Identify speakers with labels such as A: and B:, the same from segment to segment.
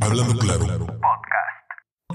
A: Hablando claro.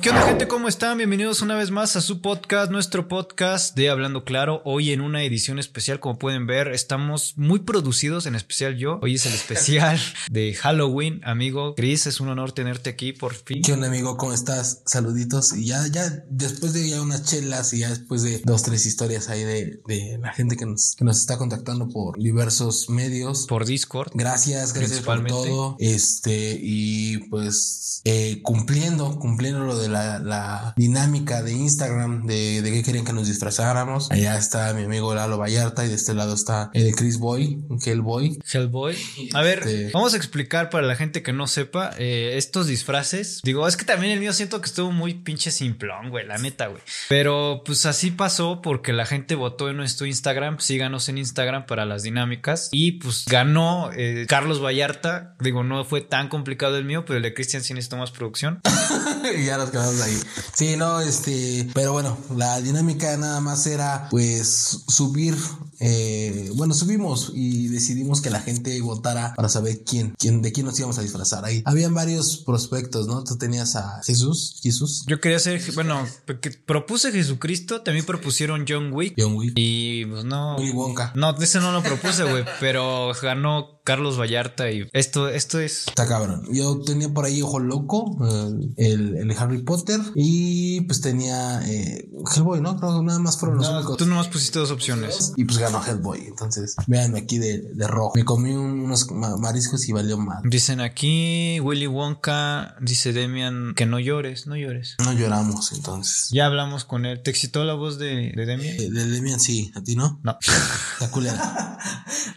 B: ¿Qué onda gente? ¿Cómo están? Bienvenidos una vez más a su podcast, nuestro podcast de Hablando Claro. Hoy en una edición especial, como pueden ver, estamos muy producidos, en especial yo. Hoy es el especial de Halloween, amigo. Chris, es un honor tenerte aquí por fin.
C: ¿Qué onda, amigo? ¿Cómo estás? Saluditos. Y ya, ya, después de ya unas chelas y ya después de dos, tres historias ahí de, de la gente que nos, que nos está contactando por diversos medios. pues,
B: Por Discord.
C: Gracias, gracias por
B: Principalmente.
C: todo. Este, y pues eh, cumpliendo, cumpliendo lo de la, la dinámica de Instagram de, de qué querían que nos disfrazáramos. Allá está mi amigo Lalo Vallarta y de este lado está el Chris Boy, el Boy.
B: Hellboy. A ver,
C: Este-
B: vamos a explicar para la gente que no sepa eh, estos disfraces. Digo, es que también el mío siento que estuvo muy pinche simplón, güey, la neta, güey. Pero pues así pasó porque la gente votó en nuestro Instagram. Síganos en Instagram para las dinámicas. Y pues ganó eh, Carlos Vallarta. Digo, no fue tan complicado el mío, pero el de Cristian sí necesitó más producción.
C: y ya nos quedamos ahí. Sí, no, este, pero bueno, la dinámica nada más era pues subir, eh, bueno, subimos y decidimos que la gente votara para saber quién, quién, de quién nos íbamos a disfrazar ahí. Habían varios prospectos, ¿no? Tú tenías a Jesús, Jesús,
B: Yo quería ser, bueno, porque propuse Jesucristo, también propusieron John Wick.
C: John Wick,
B: Y pues no.
C: Willy Wonka.
B: No, ese no lo propuse, güey, pero ganó Carlos Vallarta y esto, esto es.
C: Está cabrón. Yo tenía por ahí Ojo Loco, el, el- el Harry Potter y pues tenía eh, Hellboy, ¿no? Creo que nada más fueron los únicos.
B: Tú nomás pusiste dos opciones.
C: Y pues ganó Hellboy. Entonces, véanme aquí de, de rojo. Me comí un- unos ma- mariscos y valió mal.
B: Dicen aquí, Willy Wonka, dice Demian, que no llores, no llores.
C: No lloramos entonces.
B: Ya hablamos con él. ¿Te excitó la voz de, de Demian?
C: Eh, De Demian sí, a ti no.
B: No.
C: La culera.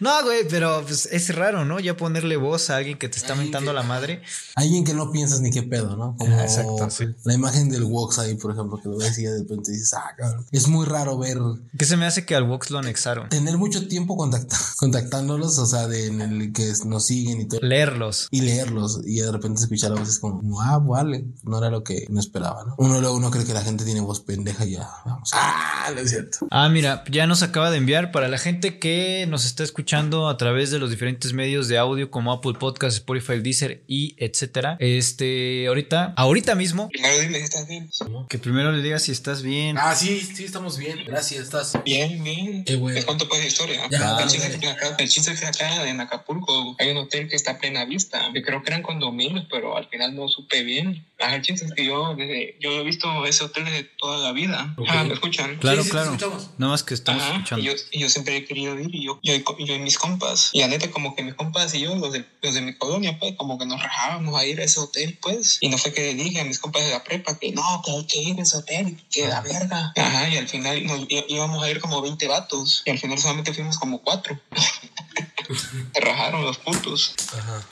B: No, güey, pero pues, es raro, ¿no? Ya ponerle voz a alguien que te está mentando la madre.
C: Alguien que no piensas ni qué pedo, ¿no? Como
B: Ah, exacto, sí.
C: la imagen del Wox ahí, por ejemplo, que lo ves y ya de repente dices, ah, cabrón. Es muy raro ver,
B: Que se me hace que al Vox lo anexaron.
C: tener mucho tiempo contacta- contactándolos, o sea, de en el que nos siguen y todo.
B: Leerlos.
C: y leerlos y de repente escuchar a veces como, como, ah, vale, no era lo que no esperaba, ¿no? Uno luego uno cree que la gente tiene voz pendeja y ya, vamos. Ah, no es cierto.
B: Ah, mira, ya nos acaba de enviar para la gente que nos está escuchando a través de los diferentes medios de audio como Apple Podcast, Spotify, Deezer y etcétera. Este, ahorita, ahorita mismo,
D: Primero dile si estás bien.
B: que primero le digas si estás bien.
C: Ah, sí, sí, estamos bien. Gracias, estás.
D: Bien, bien.
C: Qué bueno.
D: Les cuento pues la historia.
C: Ya,
D: el, chiste
C: dale.
D: es que acá, el chiste es que acá en Acapulco hay un hotel que está a plena vista. Yo creo que eran condominios, pero al final no supe bien. Ajá, el chiste es que yo, desde- yo he visto ese hotel desde toda la vida. Ah, ¿me escuchan?
B: Claro,
C: Sí, sí, te
B: claro.
C: escuchamos.
B: Nada más que estamos
D: Ajá, y
B: escuchando.
D: yo, y yo siempre he querido ir y yo, yo, y co- y yo y mis compas. Y la neta, como que mis compas y yo, los de, los de mi colonia, pues, como que nos rajábamos a ir a ese hotel, pues. Y no fue que le dije a mis compas de la prepa que no, que hay que ir a ese hotel, que la verga. Ajá, y al final nos, í- íbamos a ir como 20 vatos. Y al final solamente fuimos como 4. Se rajaron los putos.
C: Ajá.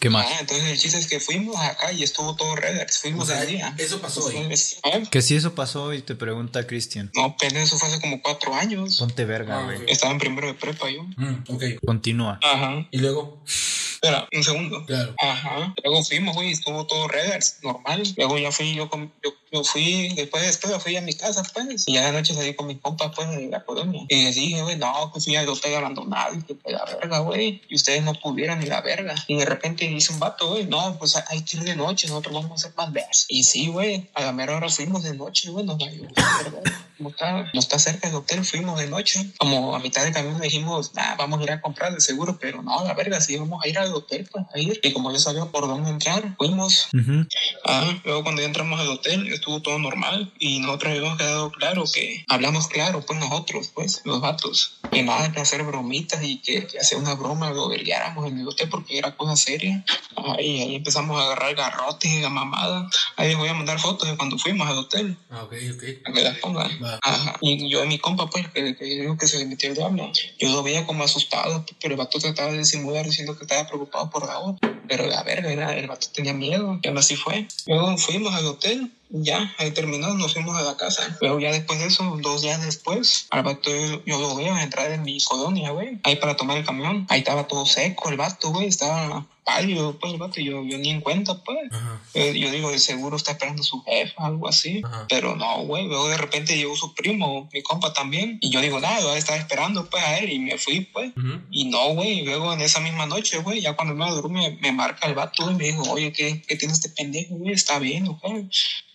B: ¿Qué más?
D: Ah, entonces el chiste es que fuimos acá y estuvo todo reverse. Fuimos
C: O sea,
D: de día.
C: eso pasó hoy.
D: Entonces, ah,
B: Que si eso pasó y te pregunta Cristian.
D: No, pero eso fue hace como 4 años.
B: Ponte verga,
C: Ah,
B: güey.
C: ok.
D: Estaba en primero de prepa yo.
C: Mm, ok.
B: Continúa.
D: Ajá.
C: Y luego,
D: Espera, un segundo.
C: claro.
D: Ajá. Luego fuimos, güey, estuvo todo reverse, normal. Luego ya fui, yo, con- yo, yo fui, después de esto, yo fui a mi casa, pues. Y ya de noche salí con mis compas, pues, de la colonia. Y les dije, güey, no, pues que fui al hotel abandonado y que pues, la verga, güey. Y ustedes no pudieran ni la verga. Y de repente dice un vato, güey, no, pues hay que ir de noche, nosotros vamos a hacer más verse. Y sí, güey, a la mera hora fuimos de noche, güey, nos valió, verga. Como está, como está cerca del hotel, fuimos de noche. Como a mitad de camino dijimos, "Nah, vamos a ir a comprar de seguro, pero no, la verga, si vamos a ir al hotel, pues a ir. Y como yo sabía por dónde entrar, fuimos.
B: Ujú.
D: Ah, luego cuando ya entramos al hotel, estuvo todo normal. Y nosotros habíamos quedado claro que hablamos claro, pues nosotros, pues, los vatos. Y nada que hacer bromitas y que, que hacer una broma, lo verguiáramos en el hotel porque era cosa seria. Ah, y ahí empezamos a agarrar garrotes y la mamada. Ahí les voy a mandar fotos de cuando fuimos al hotel.
C: Ah, ok, ok.
D: A que las pongan.
C: Va.
D: Ajá. Y yo a mi compa, pues, que, que digo que se le metió el diablo, yo lo veía como asustado, pero el vato trataba de disimular diciendo que estaba preocupado por la otra. Pero la verga, era- el vato tenía miedo, y aún así fue. Luego fuimos al hotel ya, ahí terminó, nos fuimos a la casa. Pero ya después de eso, dos días después, al vato yo, yo lo veo entrar en mi colonia, güey, ahí para tomar el camión. Ahí estaba todo seco el vato, güey, estaba pálido, pues el vato, yo, yo ni en cuenta, pues.
C: Ajá.
D: Eh, Yo digo, de seguro está esperando su jefa, algo así.
C: Ajá.
D: Pero no, güey. Luego de repente llegó su primo, mi compa también. Y yo digo, nada, yo estaba esperando pues a él y me fui, pues.
C: Ujú.
D: Y no, güey. Luego en esa misma noche, güey, ya cuando me dormí, me marca el vato y me dijo, oye, ¿qué, qué tiene este pendejo, güey? ¿Está bien, o qué?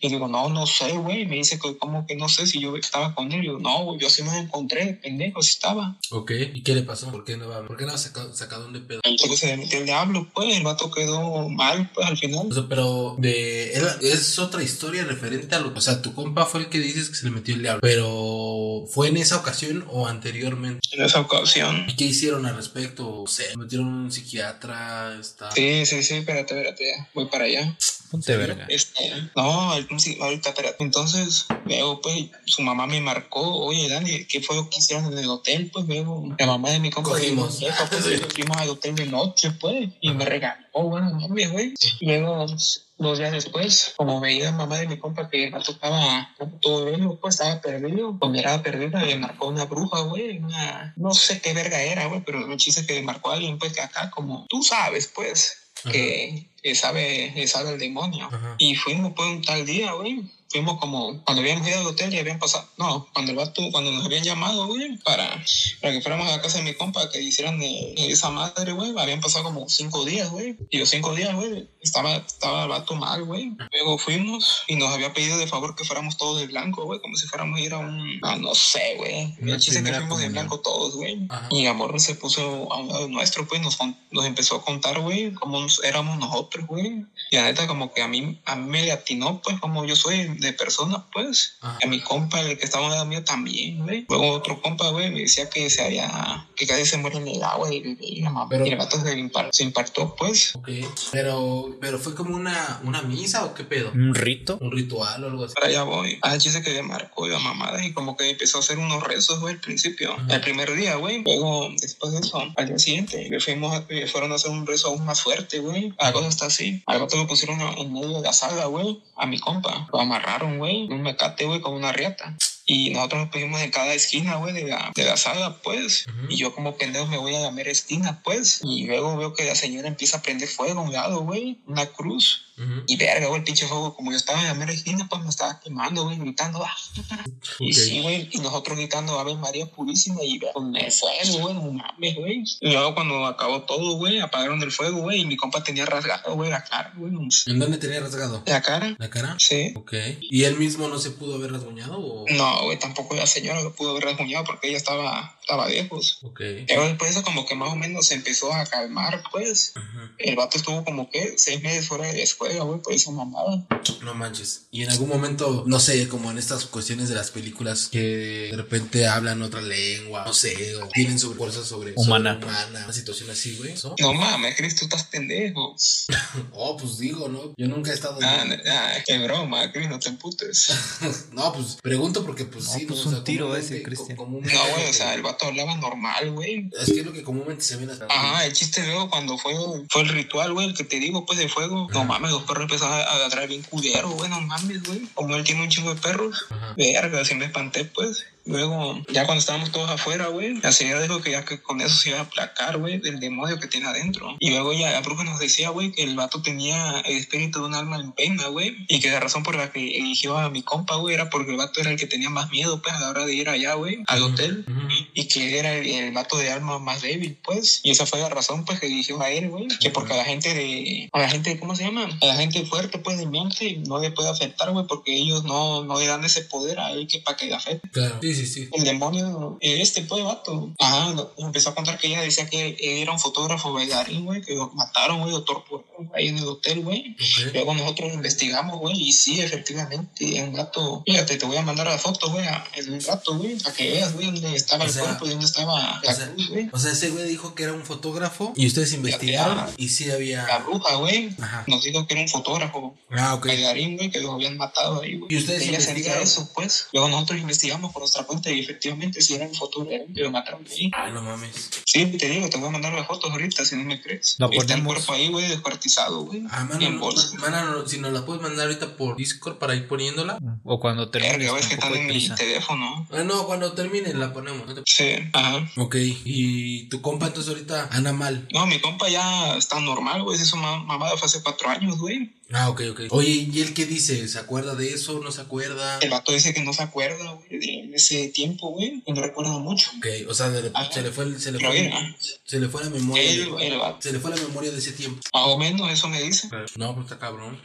D: Y digo, no, no sé, güey. Me dice, que como que no sé si yo estaba con él. Y digo, no, güey, yo sí me encontré, pendejo, sí estaba.
C: Ok. ¿Y qué le pasó? ¿Por qué no va? ¿Por qué no ha sacado, sacado de pedo?
D: Entonces se le metió el diablo, pues. El vato quedó mal, pues, al final.
C: O sea, pero de él- es otra historia referente a lo O sea, tu compa fue el que dices que se le metió el diablo. Pero fue en esa ocasión o anteriormente.
D: En esa ocasión.
C: ¿Y qué hicieron al respecto? O sea, metieron a un psiquiatra, está.
D: Sí, sí, sí, espérate, espérate, ya. Voy para allá.
B: Ponte verga.
D: Este, no, al principio, ahorita, espérate. Entonces, luego, pues, su mamá me marcó, oye, Dani, ¿qué fue lo que hicieron en el hotel? Pues, luego, la mamá de mi compa
C: Cogimos.
D: dijo, "Eso, pues,
C: Sí.
D: nos fuimos al hotel de noche, pues, y
C: Ajá.
D: me regaló, bueno, mami, güey. Luego, dos días después, como veía la mamá de mi compa que me tocaba todo el mundo, pues, estaba perdido, con mirada perdida, le marcó una bruja, güey, una, no sé qué verga era, güey, pero el chiste es que le marcó a alguien, pues, que acá, como, tú sabes, pues,
C: Ajá.
D: que, que sabe, que sabe el demonio.
C: Ajá.
D: Y fuimos pues un tal día, güey. Fuimos como, cuando habíamos ido al hotel y habían pasado, no, cuando el vato, cuando nos habían llamado, güey, para, para que fuéramos a la casa de mi compa, que hicieran eh, esa madre, güey, habían pasado como cinco días, güey. Y los cinco días, güey, estaba, estaba el vato mal, güey. Luego fuimos y nos había pedido de favor que fuéramos todos de blanco, güey, como si fuéramos a ir a un, a no sé, güey.
B: Una
D: El chiste es que
B: primera
D: fuimos de
B: comunión.
D: blanco todos, güey.
C: Ajá.
D: Y amor se puso a un lado nuestro, pues nos, con- nos empezó a contar, güey, cómo nos- éramos nosotros, güey. Y la neta, como que a mí, a mí me le atinó, pues, como yo soy de persona, pues.
C: Ajá.
D: A mi compa, el que estaba al lado mío también, güey. Luego otro compa, güey, me decía que se había, que casi se muere en el agua y, y, la mamá.
C: Pero-
D: y el vato se, impar- se impartó, pues.
C: Ok. Pero, pero fue como una, una misa o qué pedo?
B: ¿Un rito?
C: Un ritual o algo así.
D: Para allá voy. Ah, chiste que le marcó la mamada y como que empezó a hacer unos rezos, güey, al principio.
C: Ajá.
D: El primer día, güey. Luego, después de eso, al día siguiente, le fuimos a- le fueron a hacer un rezo aún más fuerte, güey. Algo está así. Al rato lo pusieron a- en medio de la sala, güey, a mi compa. Lo amarraron, güey, un mecate, güey, con una riata. Y nosotros nos pusimos en cada esquina, güey, de la, de la sala, pues.
C: Ujú.
D: Y yo como pendejo me voy a la mera esquina, pues. Y luego veo que la señora empieza a prender fuego a un lado, güey. Una cruz.
C: Ujú.
D: Y verga, güey, el pinche fuego, como yo estaba en la mera esquina, pues me estaba quemando, güey, gritando, ah. Y
C: Ok.
D: sí, güey, y nosotros gritando Ave María Purísima y verga, me fuego, güey, no mames, güey. Y luego cuando acabó todo, güey, apagaron el fuego, güey, y mi compa tenía rasgado, güey, la cara, güey.
C: ¿En dónde tenía rasgado?
D: La cara,
C: ¿La cara?
D: sí.
C: Ok. ¿Y él mismo no se pudo haber rasguñado o...?
D: No, güey, tampoco la señora lo pudo haber rasguñado porque ella estaba, estaba lejos.
C: Ok.
D: Pero después eso como que más o menos se empezó a calmar, pues.
C: Ajá.
D: El vato estuvo como que seis meses fuera de la escuela, güey, por eso mamada.
C: No manches. Y en algún momento, no sé, como en estas cuestiones de las películas que de repente hablan otra lengua, no sé, o tienen sobre fuerza sobre
B: Humana.
C: sobre humana, una situación así, güey. ¿no?
D: No mames, Cristo, tú estás pendejo.
C: Oh, pues digo, ¿no? Yo nunca he estado.
D: Ah, n- ah, qué broma, Cris, no te emputes.
C: No, pues pregunto porque, pues
B: No,
C: sí,
B: pues,
C: ¿no?
B: un tiro
C: comúnmente-
B: ese, Cristian.
C: co- comúnmente-
D: No, güey, o sea, el vato hablaba normal, güey.
C: Es que es lo que comúnmente se ven las.
D: Ajá, el chiste luego cuando fue, fue el ritual, güey, el que te digo, pues, de fuego. No mames, los perros empezaron a a agarrar bien culero, güey, no mames, güey. Como él tiene un chingo de perros.
C: Ajá.
D: Verga, sí me espanté, pues. Luego, ya cuando estábamos todos afuera, güey, la señora dijo que ya que con eso se iba a aplacar, güey, del demonio que tiene adentro. Y luego ya la bruja nos decía, güey, que el vato tenía el espíritu de un alma en pena, güey, y que la razón por la que eligió a mi compa, güey, era porque el vato era el que tenía más miedo, pues, a la hora de ir allá, güey, al hotel.
C: Ujú.
D: Y que era el, el vato de alma más débil, pues. Y esa fue la razón, pues, que eligió a él, güey. Que porque a la gente de. A la gente, ¿cómo se llama? A la gente fuerte, pues, de mente, no le puede afectar, güey, porque ellos no, no le dan ese poder a él que para que le afecte.
C: Claro. Sí, sí, sí.
D: El demonio, eh, este, pues, vato. Ajá, lo- empezó a contar que ella decía que él era un fotógrafo bailarín, güey, que lo mataron, güey, lo torturaron ahí en el hotel, güey.
C: Ok.
D: Luego nosotros investigamos, güey, y sí, efectivamente, en un rato, fíjate, te voy a mandar la foto, güey, a- en un rato, güey, para que veas, güey, dónde estaba
C: O
D: el
C: sea,
D: cuerpo y dónde estaba
C: o
D: la
C: sea,
D: cruz, güey.
C: O sea, ese güey dijo que era un fotógrafo y ustedes investigaron y sí había.
D: La bruja, güey,
C: Ajá.
D: nos dijo que era un fotógrafo,
C: Ah, ok.
D: bailarín, güey, que los habían matado ahí, güey.
C: ¿Y ustedes
D: Ella sentía
C: investigaron?
D: eso, pues. Luego nosotros investigamos por nuestra cuenta y efectivamente sí era un fotógrafo, que lo mataron ahí.
C: Ay, no mames.
D: Sí, te digo, te voy a mandar las fotos ahorita si no me crees.
B: La
D: Está el
B: ponemos.
D: cuerpo ahí, güey, pesado, güey.
A: Ah,
D: y
A: mano,
D: en bolsa.
A: mano, si nos la puedes mandar ahorita por Discord para ir poniéndola.
B: O cuando termines,
D: Verga, ves que
B: tampoco
D: están
B: hay
D: en mi
B: prisa.
D: teléfono.
A: Ah, no, cuando termine la ponemos. no te-
D: Sí, ajá.
A: Ok, y tu compa entonces ahorita anda mal.
D: No, mi compa ya está normal, güey. Esa ma- mamada fue hace cuatro años, güey.
A: Ah, ok, ok. Oye, ¿y él qué dice? ¿Se acuerda de eso? ¿No se acuerda?
D: El vato dice que no se acuerda, güey, de ese tiempo, güey. Y no recuerda mucho.
A: Ok, o sea, de-
D: Ajá.
A: se, le fue, el- se, le
D: Ah, Pero
A: fue,
D: bien,
A: el-
D: ¿no?
A: se le fue la memoria.
D: Él, el vato.
A: se le fue la memoria de ese tiempo.
D: Más o menos eso me dice.
A: No, pues está cabrón.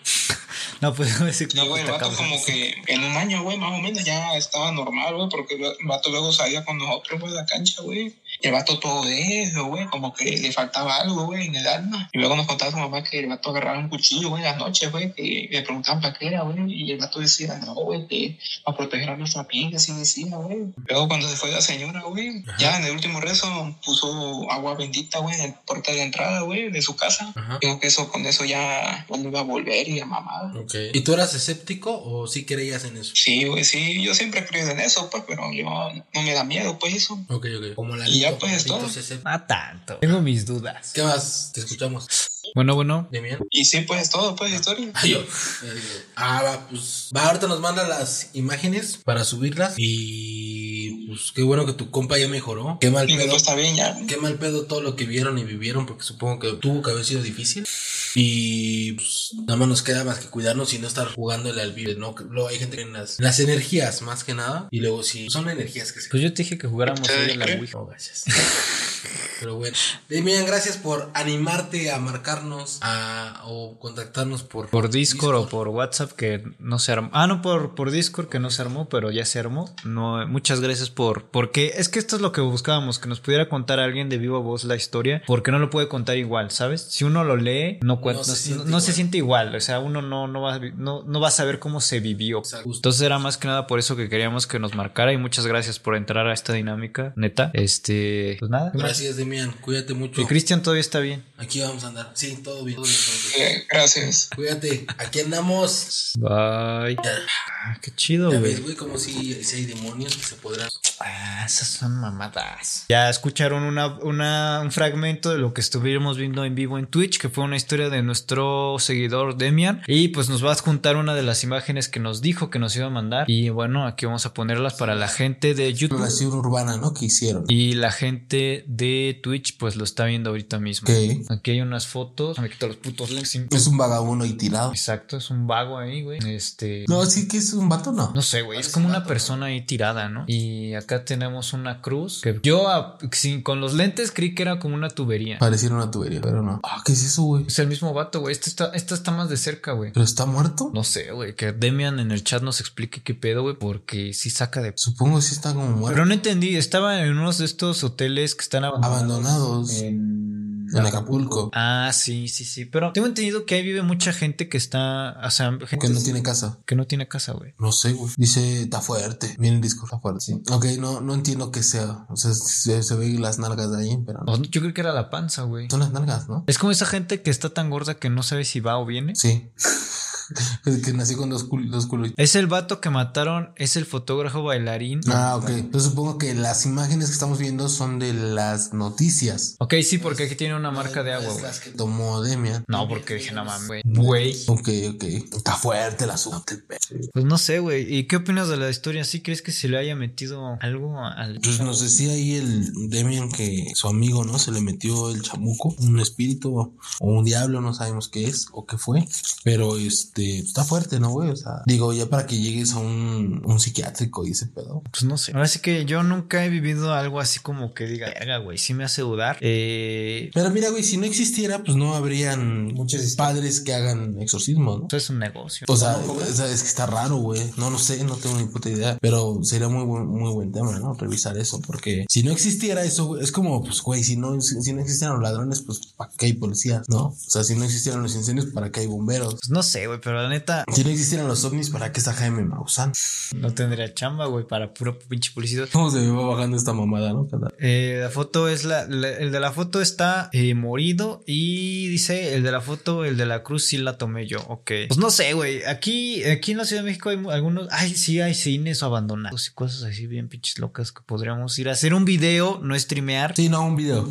B: No, pues decir
D: Y,
B: no, pues,
D: güey, el
B: está
D: vato
B: cabrón.
D: como que en un año, güey, más o menos ya estaba normal, güey, porque el vato luego salía con nosotros, güey, a la cancha, güey. Y el vato todo de eso, güey, como que le faltaba algo, güey, en el alma. Y luego nos contaba su mamá que el vato agarraba un cuchillo, güey, en las noches, güey, que le preguntaban para qué era, güey. Y el vato decía, no, güey, que para proteger a nuestra piel, así decía, güey. Luego cuando se fue la señora, güey,
A: Ajá.
D: ya en el último rezo puso agua bendita, güey, en la puerta de entrada, güey, de su casa.
A: Ajá.
D: Digo que eso, con eso ya, ya no iba a volver y la mamada.
A: Ok. ¿Y tú eras escéptico o sí creías en eso?
D: Sí, güey, sí, yo siempre he creído en eso, pues, pero yo no me da miedo, pues, eso.
A: Ok, ok. Como la
D: Y ya, pues, es todo.
B: Ah, tanto. Tengo mis dudas.
A: ¿Qué más? Te escuchamos.
B: Bueno, bueno.
A: ¿De bien?
D: Y sí, pues, todo, pues, historia.
A: Ah, yo. Ah, va, pues. Va, ahorita nos manda las imágenes para subirlas. Y pues qué bueno que tu compa ya mejoró. Qué mal
D: Y
A: pedo.
D: después está bien ya.
A: Qué mal pedo todo lo que vieron y vivieron, porque supongo que tuvo que haber sido difícil. Y pues, nada más nos queda más que cuidarnos y no estar jugándole al vive, ¿no? Que Luego hay gente que en las, las energías, más que nada. Y luego sí, son energías que se...
B: Pues yo te dije que jugáramos hoy a la Wii.
A: No, gracias. Pero bueno. Eh, miren, gracias por animarte a marcarnos a, o contactarnos por...
B: Por Discord, o por WhatsApp que no se armó. Ah, no, por, por Discord que no se armó, pero ya se armó. No, eh, muchas gracias por. Porque es que esto es lo que buscábamos, que nos pudiera contar alguien de viva voz la historia, porque no lo puede contar igual, ¿sabes? Si uno lo lee, no, cuen-
A: No
B: no,
A: se
B: no- no se,
A: siente
B: siente
A: igual.
B: igual. O sea, uno no, no, va, a vi- no, no va a saber cómo se vivió.
A: Exacto.
B: Entonces era más que nada por eso que queríamos que nos marcara y muchas gracias por entrar a esta dinámica, neta. Este, pues nada.
A: Gracias, Demian. Cuídate mucho.
B: Y Cristian todavía está bien.
A: Aquí vamos a andar. Sí, todo bien. todo bien, todo bien.
D: Eh, gracias.
A: Cuídate. Aquí andamos.
B: Bye. Ah, qué chido,
A: Ya
B: güey.
A: ves, güey, como si, si hay demonios que se podrán.
B: Ah, esas son mamadas. Ya escucharon una, una- un fragmento de lo que estuvimos viendo en vivo en Twitch, que fue una historia de nuestro seguidor Demian. Y pues nos va a juntar una de las imágenes que nos dijo que nos iba a mandar. Y bueno, aquí vamos a ponerlas para la gente de YouTube.
C: Exploración urbana, ¿no? Que hicieron.
B: Y la gente de Twitch pues lo está viendo ahorita mismo.
C: Ok.
B: Aquí hay unas fotos. Ah, Me quito los putos links.
C: Es un vagabundo y tirado.
B: Exacto, es un vago ahí, güey. Este...
C: No, sí que es un vato, no.
B: No sé, güey, es
A: Parece
B: como
A: un
B: una
A: gato,
B: persona ahí tirada, ¿no? Y acá tenemos una cruz que yo a- sin, con los lentes creí que era como una tubería.
C: Pareciera una tubería, pero no. Ah, ¿qué es eso, güey?
B: Es el mismo vato, güey. Este está, esta está más de cerca, güey.
C: ¿Pero está muerto?
B: No sé, güey. Que Demian en el chat nos explique qué pedo, güey, porque sí saca de...
C: Supongo que sí está como muerto.
B: Pero no entendí, estaba en uno de estos hoteles que están abandonados.
C: Abandonados
B: En...
C: Ah, en Acapulco,
B: Ah, sí, sí, sí. Pero tengo entendido que ahí vive mucha gente que está... O sea, gente
C: que no tiene casa.
B: que no tiene casa, güey.
C: No sé, güey. Dice, está fuerte. Viene el disco, está fuerte. Sí. Ok, no, no entiendo qué sea. O sea, se, se ven las nalgas de ahí, pero no.
B: O- Yo creo que era la panza, güey.
C: Son las nalgas, ¿no?
B: Es como esa gente que está tan gorda que no sabe si va o viene.
C: Sí. Es que nací con dos, cul- dos culos.
B: Es el vato que mataron, es el fotógrafo bailarín.
C: Ah, ok. Entonces supongo que las imágenes que estamos viendo son de las noticias.
B: Ok, sí, porque aquí tiene una marca de agua,
A: Es
B: güey.
A: las que
C: Tomó Demian.
B: No, porque dije, no mames, güey. Güey.
C: Ok, ok. Está fuerte el asunto. el pe-
B: Pues no sé, güey. ¿Y qué opinas de la historia? ¿Sí crees que se le haya metido algo al...
C: Pues nos decía ahí el Demian que su amigo, ¿no? Se le metió el chamuco, un espíritu o un diablo, no sabemos qué es o qué fue. Pero este, está fuerte, ¿no, güey? O sea, digo, ya para que llegues a un, un psiquiátrico y ese pedo.
B: Pues no sé. Ahora sí que yo nunca he vivido algo así como que diga, verga, güey, sí me hace dudar. Eh...
C: Pero mira, güey, si no existiera, pues no habrían muchos padres que hagan exorcismos, ¿no?
B: Esto pues es un negocio.
C: O sea, o sea, es que está raro, güey. No lo sé, no tengo ni puta idea. Pero sería muy buen, muy buen tema, ¿no? Revisar eso. Porque si no existiera eso, güey, es como, pues, güey, si no, si, si no existieran los ladrones, pues, ¿para qué hay policías, no? O sea, si no existieran los incendios, ¿para qué hay bomberos?
B: Pues no sé, güey. pero la neta
C: Si no existieran los ovnis, ¿para qué está Jaime Maussan?
B: no tendría chamba, güey, para puro pinche publicidad.
C: ¿Cómo se me va bajando esta mamada, no? Cada-
B: Eh, la foto es la, la- el de la foto está eh, morido y dice el de la foto, el de la cruz sí la tomé yo, ok. Pues no sé, güey, aquí, aquí en la Ciudad de México hay mu- algunos, ay, sí, hay cines abandonados y cosas así bien pinches locas que podríamos ir a hacer un video, no streamear,
C: Sí, no, un video.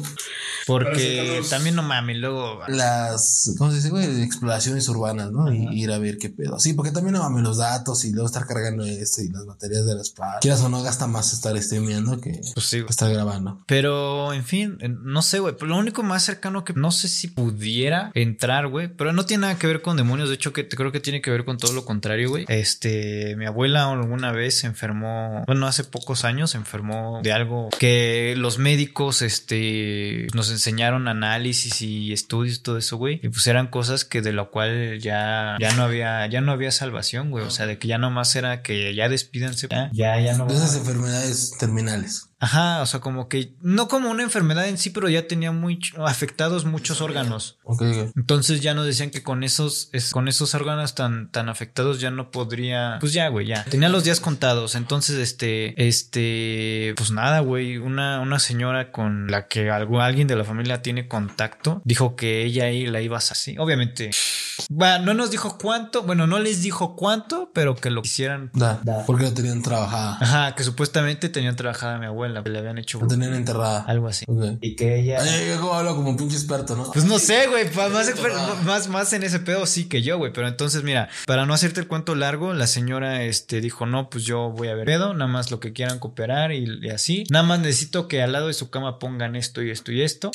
B: porque también no mames, luego...
C: Las, ¿cómo se dice, güey? Exploraciones urbanas, ¿no? Y ir a ver qué pedo. Sí, porque también no mames los datos y luego estar cargando esto y las baterías de las partes. Quieras o no, gasta más estar streameando que
B: Pues sí, güey.
C: estar grabando.
B: Pero, en fin, en- no sé, güey. Lo único más cercano que no sé si pudiera entrar, güey. Pero no tiene nada que ver con demonios. De hecho, que creo que tiene que ver con todo lo contrario, güey. Este, mi abuela alguna vez se enfermó. Bueno, hace pocos años se enfermó de algo que los médicos, este, nos enseñaron análisis y estudios y todo eso, güey. Y pues eran cosas que de lo cual ya, ya no había, ya no había salvación, güey. O sea, de que ya nomás era que ya despídanse. Ya, ya, ya no.
C: De esas enfermedades terminales.
B: Ajá, o sea, como que no como una enfermedad en sí, pero ya tenía muy ch- afectados muchos órganos.
C: Ok, ok.
B: Entonces ya nos decían que con esos es- con esos órganos tan tan afectados ya no podría, pues ya, güey, ya. Tenía los días contados. Entonces este este pues nada, güey, una una señora con la que algo, alguien de la familia tiene contacto, dijo que ella ahí la iba a así. Obviamente. Va, no nos dijo cuánto, bueno, no les dijo cuánto, pero que lo hicieran.
C: Da, Porque la tenían trabajada.
B: Ajá, que supuestamente tenían trabajada a mi abuela, que le habían hecho
C: La tenían enterrada.
B: algo así.
C: Ok.
B: Y que ella.
C: Ay, yo como hablo como un pinche experto, ¿no?
B: Pues no sé, güey, pa- más, exper- más, más en ese pedo sí que yo, güey, pero entonces mira, para no hacerte el cuento largo, la señora este, dijo, no, pues yo voy a ver pedo, nada más lo que quieran cooperar y, y así, nada más necesito que al lado de su cama pongan esto y esto y esto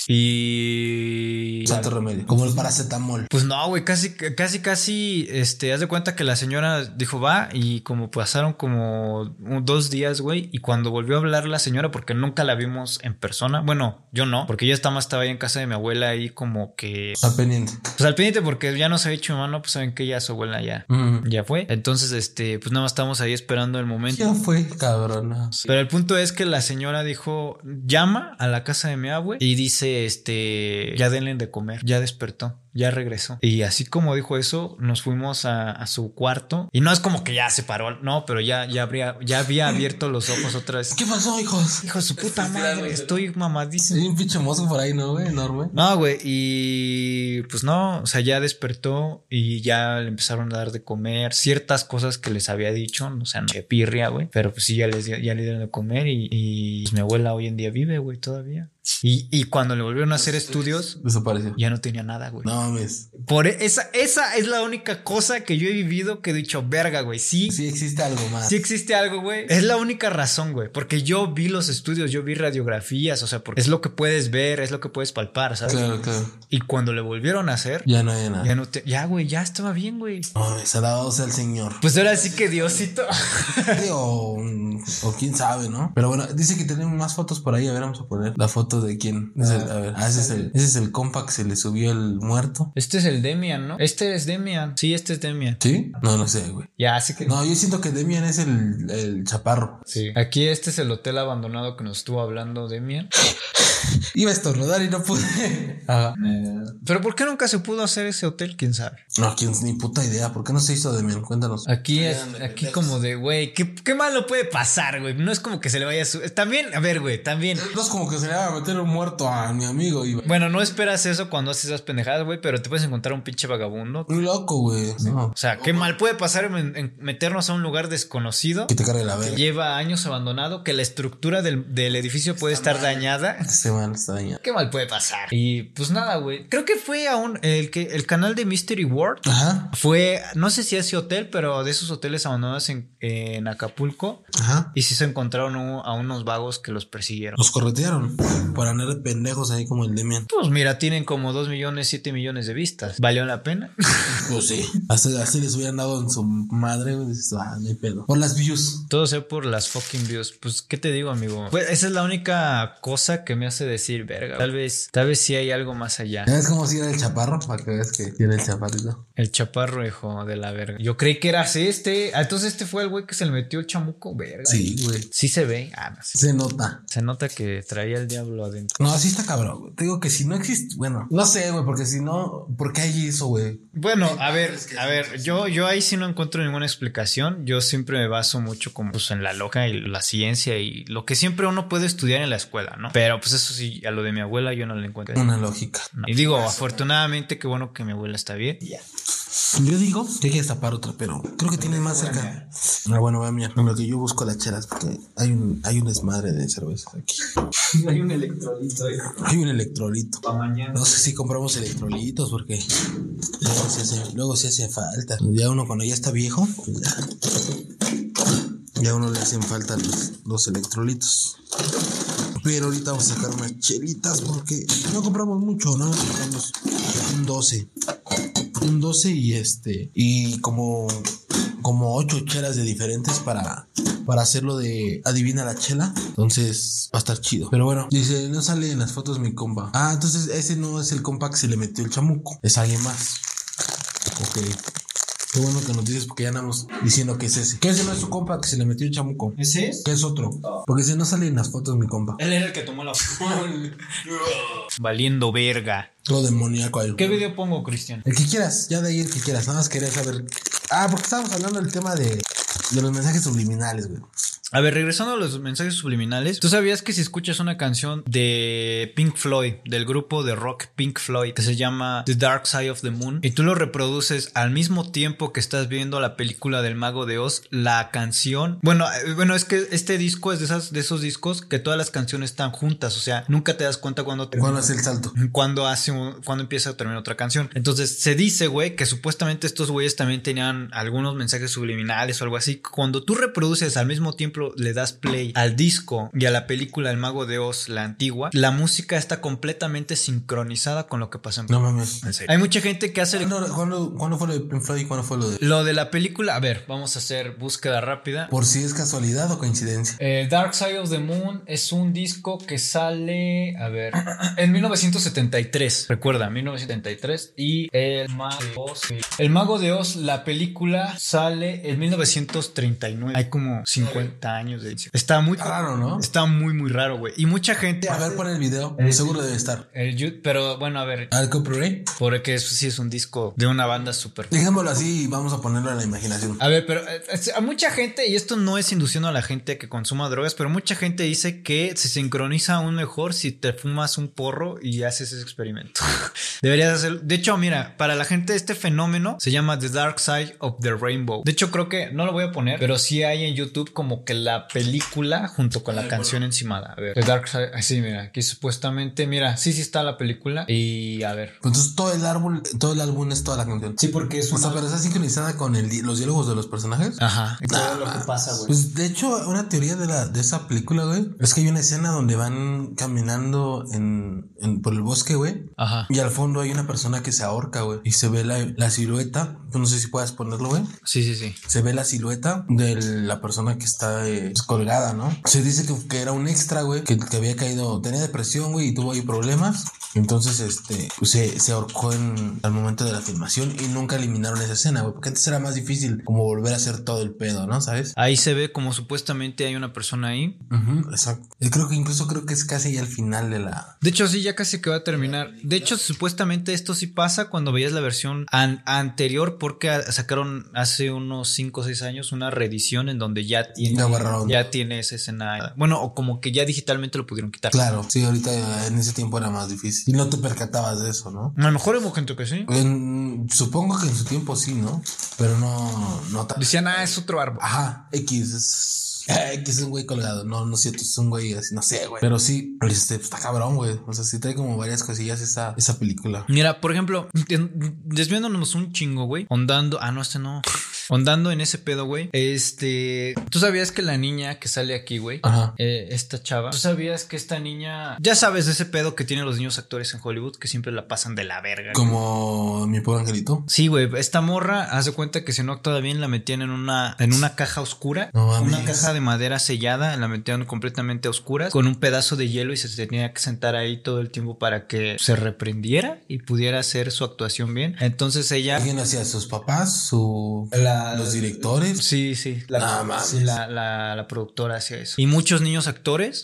B: y...
C: Santo remedio. Como el paracetamol.
B: Pues no, güey, casi, casi, casi, este, haz de cuenta que la señora dijo va y como pasaron como un- dos días, güey, y cuando volvió a hablar la señora, porque nunca la vimos en persona, bueno, yo no, porque ella estaba, estaba ahí en casa de mi abuela ahí como que,
C: Está pendiente.
B: pues al pendiente porque ya nos había dicho mi mamá, no, pues saben que ya su abuela ya,
C: Mm.
B: ya fue, entonces, este, pues nada más estamos ahí esperando el momento.
C: Ya fue, cabrona.
B: Pero el punto es que la señora dijo, llama a la casa de mi abue y dice, este, ya denle de comer, ya despertó, ya regresó. Y así como dijo eso, nos fuimos a, a su cuarto y no es como que ya se paró, no, pero ya, ya, habría, ya había abierto los ojos otra vez.
C: ¿Qué pasó, hijos?
B: Hijo de su puta madre, estoy mamadísimo.
C: Hay un pinche mosco por ahí, ¿no, güey? Enorme.
B: No, güey, y pues no, o sea, ya despertó y ya le empezaron a dar de comer ciertas cosas que les había dicho, o sea, no que pirria, güey, pero pues sí, ya, les, di- ya le dieron de comer y, y, pues, mi abuela hoy en día vive, güey, todavía. Y, y cuando le volvieron a hacer estudios,
C: Desapareció.
B: ya no tenía nada, güey.
C: Pues No mames.
B: Por e- esa, esa es la única cosa que yo he vivido que he dicho, verga, güey, sí,
C: Sí existe algo más.
B: si existe algo, güey. Es la única razón, güey. Porque yo vi los estudios, yo vi radiografías, o sea, porque es lo que puedes ver, es lo que puedes palpar, ¿sabes?
C: Claro, claro.
B: Y cuando le volvieron a hacer,
C: Ya no hay nada.
B: ya no te. Ya, güey, ya estaba bien, güey.
C: No mames, alabado sea el señor.
B: Pues ahora sí que Diosito.
C: o, o quién sabe, ¿no? Pero bueno, dice que tenemos más fotos por ahí. A ver, vamos a poner la foto de quién. Es el- a ver, ah, ese es el, ese es el compa que se le subió el muerto.
B: Este es el Demian, ¿no? Este es Demian. Sí, este es Demian.
C: ¿Sí? No, no sé, güey.
B: Ya, así que.
C: No, yo siento que Demian es el, el chaparro.
B: Sí. Aquí este es el hotel abandonado que nos estuvo hablando Demian.
C: Iba a estornudar y no pude. Ajá.
B: Pero ¿por qué nunca se pudo hacer ese hotel? ¿Quién sabe?
C: No, quién, ni puta idea. ¿Por qué no se hizo Demian? Cuéntanos.
B: Aquí es, aquí como de, güey, ¿qué, qué malo puede pasar, güey? No es como que se le vaya a su... También, a ver, güey, también.
C: No es como que se le va a meter un muerto a mi amigo. Iba.
B: Bueno, no esperas eso cuando haces esas pendejadas, güey, pero te puedes encontrar un pinche vagabundo.
C: Un loco, güey. No.
B: O sea, qué mal puede pasar en- en meternos a un lugar desconocido.
C: Que te cargue la
B: que
C: verga.
B: lleva años abandonado, que la estructura del, del edificio puede estar dañada.
C: Este man está dañado.
B: ¿Qué mal puede pasar? Y pues nada, güey. Creo que fue a un, el, que, el canal de Mystery World.
C: Ajá.
B: Fue, no sé si ese hotel, pero de esos hoteles abandonados en, en Acapulco.
C: Ajá.
B: Y sí se encontraron u- a unos vagos que los persiguieron.
C: Los corretearon por andar de pendejos ahí como el Demian.
B: Pues mira, tienen como 2 millones, 7 millones de vistas. ¿Valió la pena?
C: Pues sí. Así, así les hubieran dado en su madre. güey, dices, ah, no hay pedo. Por las views.
B: Todo sea por las fucking views. Pues, ¿qué te digo, amigo? Pues esa es la única cosa que me hace decir, verga. Tal vez, tal vez sí hay algo más allá.
C: ¿Sabes cómo si era el chaparro? Para que veas que tiene el chaparrito.
B: El chaparro, hijo de la verga. Yo creí que eras este. Ah, Entonces este fue el güey que se le metió el chamuco, verga.
C: Sí, güey.
B: Sí se ve. Ah, no sé.
C: Se nota.
B: Se nota que traía el diablo adentro.
C: No, sí está cabrón. güey. Te digo que si no existe. Bueno, no sé, güey, porque si no ¿no? ¿Por qué hay eso, güey?
B: Bueno, a ver,
A: Es que
B: a
A: es
B: ver,
A: mucho.
B: yo, yo ahí sí no encuentro ninguna explicación. Yo siempre me baso mucho como pues, en la loca y la ciencia y lo que siempre uno puede estudiar en la escuela, ¿no? Pero pues eso sí, a lo de mi abuela yo no le encuentro.
C: Una lógica.
B: No. Y digo, afortunadamente, qué bueno que mi abuela está bien.
C: Yo digo que hay que destapar otra, pero creo que tiene más cerca. Ah, bueno, va mía. En lo que yo busco las chelas, porque hay un, hay un desmadre de cervezas aquí.
B: Hay un electrolito ahí.
C: Hay un electrolito.
B: mañana.
C: No sé si compramos electrolitos porque luego se hace, luego se hace falta. Ya uno cuando ya está viejo, pues ya, ya a uno le hacen falta los, los electrolitos. Pero ahorita vamos a sacar unas chelitas porque no compramos mucho, ¿no? Compramos un 12. Un 12 y este. Y como. Como ocho chelas de diferentes para. Para hacerlo de adivina la chela. Entonces va a estar chido. Pero bueno, dice, no sale en las fotos mi compa. Ah, entonces ese no es el compa que se le metió el chamuco. Es alguien más. Ok. Qué bueno que nos dices porque ya andamos diciendo que es ese. Que ese no es su compa que se le metió el chamuco.
B: ¿Ese es?
C: Que es otro. Porque ese no sale en las fotos mi compa.
B: Él era el que tomó la. Valiendo verga.
C: Lo demoníaco ahí.
B: ¿Qué video pongo, Cristian?
C: El que quieras, ya de ahí el que quieras. Nada más quería saber. Ah, porque estábamos hablando del tema de, de los mensajes subliminales, güey.
B: A ver, regresando a los mensajes subliminales, ¿tú sabías que si escuchas una canción de Pink Floyd, del grupo de rock Pink Floyd, que se llama The Dark Side of the Moon, y tú lo reproduces al mismo tiempo que estás viendo la película del Mago de Oz, la canción, bueno, eh, bueno, es que este disco es de, esas, de esos discos que todas las canciones están juntas, o sea, nunca te das cuenta cuando te
C: ¿Cuándo hace el salto?
B: cuando hace un- cuando empieza o termina otra canción. Entonces se dice, güey, que supuestamente estos güeyes también tenían algunos mensajes subliminales o algo así. Cuando tú reproduces al mismo tiempo, le das play al disco y a la película El Mago de Oz, la antigua, la música está completamente sincronizada con lo que pasa en
C: No mames.
B: en serio. Hay mucha gente que hace el-
C: ¿Cuándo, cuándo, cuándo fue lo de Pink Floyd y cuándo fue lo de.?
B: lo de la película. A ver, vamos a hacer búsqueda rápida.
C: Por si es casualidad o coincidencia.
B: Eh, Dark Side of the Moon es un disco que sale, a ver, en 1973, recuerda, 1973, y El Mago de Oz, El Mago de Oz, la película sale en 1939, hay como 50 años de Está muy
C: Raro, ¿no?
B: Está muy, muy raro, güey. Y mucha gente...
C: A ver, pon el video.
B: Eh,
C: Seguro debe estar.
B: El Jude, pero bueno, a ver,
C: Al copyright.
B: porque eso sí es un disco de una banda súper...
C: Dejémoslo así y vamos a ponerlo a la imaginación.
B: A ver, pero eh, es- a mucha gente, y esto no es induciendo a la gente a que consuma drogas, pero mucha gente dice que se sincroniza aún mejor si te fumas un porro y haces ese experimento. Deberías hacerlo. De hecho, mira, para la gente este fenómeno se llama The Dark Side of the Rainbow. De hecho, creo que no lo voy a poner, pero sí hay en YouTube como que la película junto con la canción encimada. A ver, The Dark Side, así mira, aquí supuestamente, mira, sí, sí está la película y a ver.
C: Entonces todo el árbol, todo el álbum es toda la canción.
B: Sí, porque es
C: O sea, pero está sincronizada con el di- los diálogos de los personajes.
B: Ajá. Todo lo que pasa, güey.
C: Pues de hecho, una teoría de, la, de esa película, güey, es que hay una escena donde van caminando en, en- por el bosque, güey,
B: Ajá.
C: y al fondo hay una persona que se ahorca, güey, y se ve la, la silueta, no sé si puedas ponerlo, güey,
B: Sí, sí, sí.
C: se ve la silueta de la persona que está eh, pues, colgada, ¿no? Se dice que, que era un extra, güey, que, que había caído, tenía depresión, güey, y tuvo ahí problemas, entonces, este, pues, se, se ahorcó en, al momento de la filmación y nunca eliminaron esa escena, güey, porque antes era más difícil como volver a hacer todo el pedo, ¿no? ¿Sabes?
B: Ahí se ve como supuestamente hay una persona ahí.
C: Ujú, exacto. Yo creo que incluso creo que es casi ya al final de la.
B: De hecho, sí, ya casi que va a terminar. De hecho, supuestamente esto sí pasa cuando veías la versión an- anterior, porque a- sacaron hace unos 5 o 6 años una reedición en donde ya tiene,
C: Ya borraron.
B: ya tiene esa escena. Bueno, o como que ya digitalmente lo pudieron quitar.
C: Claro, sí, ahorita en ese tiempo era más difícil. Y no te percatabas de eso, ¿no?
B: A lo mejor hubo gente que sí.
C: En- supongo que en su tiempo sí, ¿no? Pero no, no tan.
B: Decían, ah, es otro árbol.
C: Ajá, X es. eh, X es un güey colgado. No, no es cierto, es un güey así, no sé, güey. Pero sí, este, está cabrón, güey. O sea, sí trae como varias cosillas esa, esa película.
B: Mira, por ejemplo, en- desviándonos un chingo, güey. Ondando. Ah, no, este no. Ondando en ese pedo, güey. Este. ¿Tú sabías que la niña que sale aquí, güey?
C: Ajá.
B: eh, esta chava. ¿Tú sabías que esta niña... Ya sabes de ese pedo que tienen los niños actores en Hollywood que siempre la pasan de la verga.
C: Como mi pobre angelito.
B: Sí, güey, esta morra hace cuenta que si no actuaba bien la metían en una en una caja oscura,
C: No mames.
B: una caja de de madera sellada, la metieron completamente a oscuras, con un pedazo de hielo y se tenía que sentar ahí todo el tiempo para que se reprendiera y pudiera hacer su actuación bien. Entonces ella...
C: ¿Alguien hacía sus papás? Su,
B: La-
C: ¿Los directores?
B: Sí, sí. La,
C: No mames.
B: sí, la, la- la productora hacía eso. Y muchos niños actores,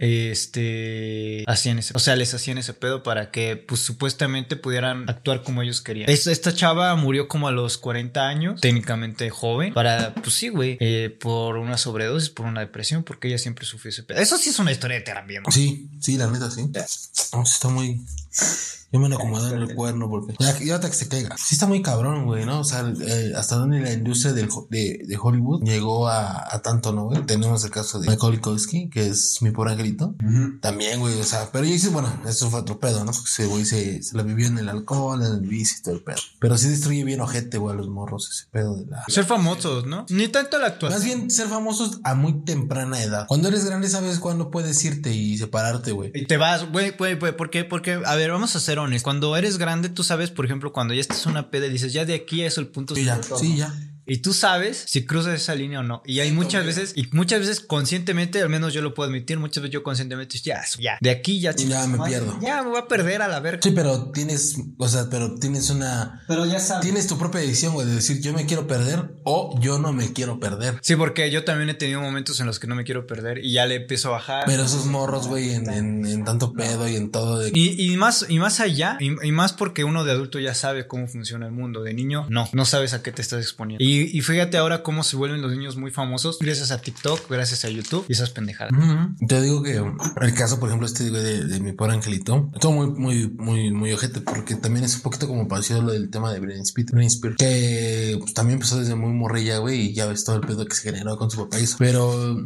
B: este, hacían ese, o sea, les hacían ese pedo para que, pues, supuestamente pudieran actuar como ellos querían. Es- esta chava murió como a los 40 años, técnicamente joven, para, pues sí, güey, eh, por una sobredosis, por una depresión, porque ella siempre sufrió ese pedo. Eso sí es una historia de terapia, ¿no?
C: Sí, sí, la neta, sí. No, sí está muy. Yo me lo acomodé en el cuerno porque. Ya, ya hasta que se caiga. Sí, está muy cabrón, güey, ¿no? O sea, eh, hasta donde la industria del ho- de, de Hollywood llegó a, a tanto, ¿no, güey? Tenemos el caso de Michael Kowski, que es mi pobre angelito. También, güey, o sea, pero yo hice, bueno, eso fue otro pedo, ¿no? Porque ese güey se, se la vivió en el alcohol, en el vicio y todo el pedo. Pero sí destruye bien ojete, güey, a los morros ese pedo de la.
B: Ser famosos, ¿no? Ni tanto la
C: Más
B: actuación.
C: bien ser famosos a muy temprana edad. Cuando eres grande sabes cuándo puedes irte y separarte, güey.
B: Y Te vas, güey, güey, güey, ¿por qué? Porque, a ver, vamos a ser honestos. Cuando eres grande, tú sabes, por ejemplo, cuando ya estás en una peda y dices, ya de aquí es el punto.
C: Sí, ya,
B: de
C: sí, ya.
B: Y tú sabes si cruzas esa línea o no. Y hay muchas veces, y muchas veces conscientemente, al menos yo lo puedo admitir, muchas veces yo conscientemente, ya, ya, de aquí ya,
C: Ya me pierdo.
B: Ya me voy a perder a la verga.
C: Sí, pero tienes, o sea, pero tienes una,
E: Pero ya sabes.
C: tienes tu propia decisión, güey, de decir yo me quiero perder o yo no me quiero perder.
B: Sí, porque yo también he tenido momentos en los que no me quiero perder y ya le empiezo a bajar.
C: Pero esos morros, güey, en, en- en tanto pedo y en todo de...
B: Y, y más, y más allá, y, y más porque uno de adulto ya sabe cómo funciona el mundo. De niño, no, no sabes a qué te estás exponiendo. Y, y fíjate ahora cómo se vuelven los niños muy famosos gracias a TikTok, gracias a YouTube y esas pendejadas.
C: Ujú. Te digo que el caso, por ejemplo, este güey de, de mi pobre angelito, estuvo muy, muy, muy, muy ojete, porque también es un poquito como parecido a lo del tema de Britney Spears, Britney Spears, que pues, también empezó desde muy morrilla, güey, y ya ves todo el pedo que se generó con su papá y eso. Pero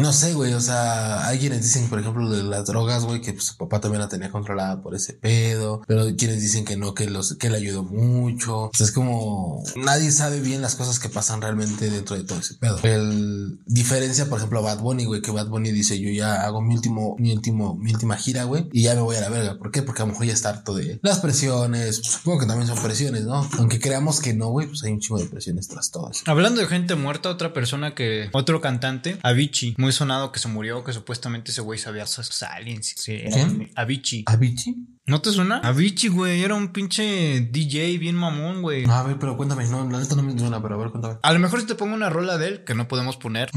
C: no sé, güey, o sea, hay quienes dicen, por ejemplo, de las drogas, güey, que pues, su papá también la tenía controlada por ese pedo, pero hay quienes dicen que no, que los, que le ayudó mucho. O sea, es como nadie sabe bien las cosas que pasan realmente dentro de todo ese pedo. El diferencia, por ejemplo, a Bad Bunny, güey, que Bad Bunny dice, yo ya hago mi último, mi último, mi última gira, güey, y ya me voy a la verga. ¿Por qué? Porque a lo mejor ya está harto de las presiones. Pues, Supongo que también son presiones, ¿no? Aunque creamos que no, güey, pues hay un chingo de presiones tras todo eso.
B: Hablando de gente muerta, otra persona que. Otro cantante, Avicii, muy sonado que se murió, que supuestamente ese güey sabía sus aliens. Sí, era-
C: ¿Quién?
B: Avicii.
C: ¿Avicii?
B: ¿No te suena? Avicii, güey, era un pinche DJ bien mamón, güey.
C: A ver, pero cuéntame, no, la neta no me suena, pero a ver, cuéntame.
B: A lo mejor si te pongo una rola de él, que no podemos poner.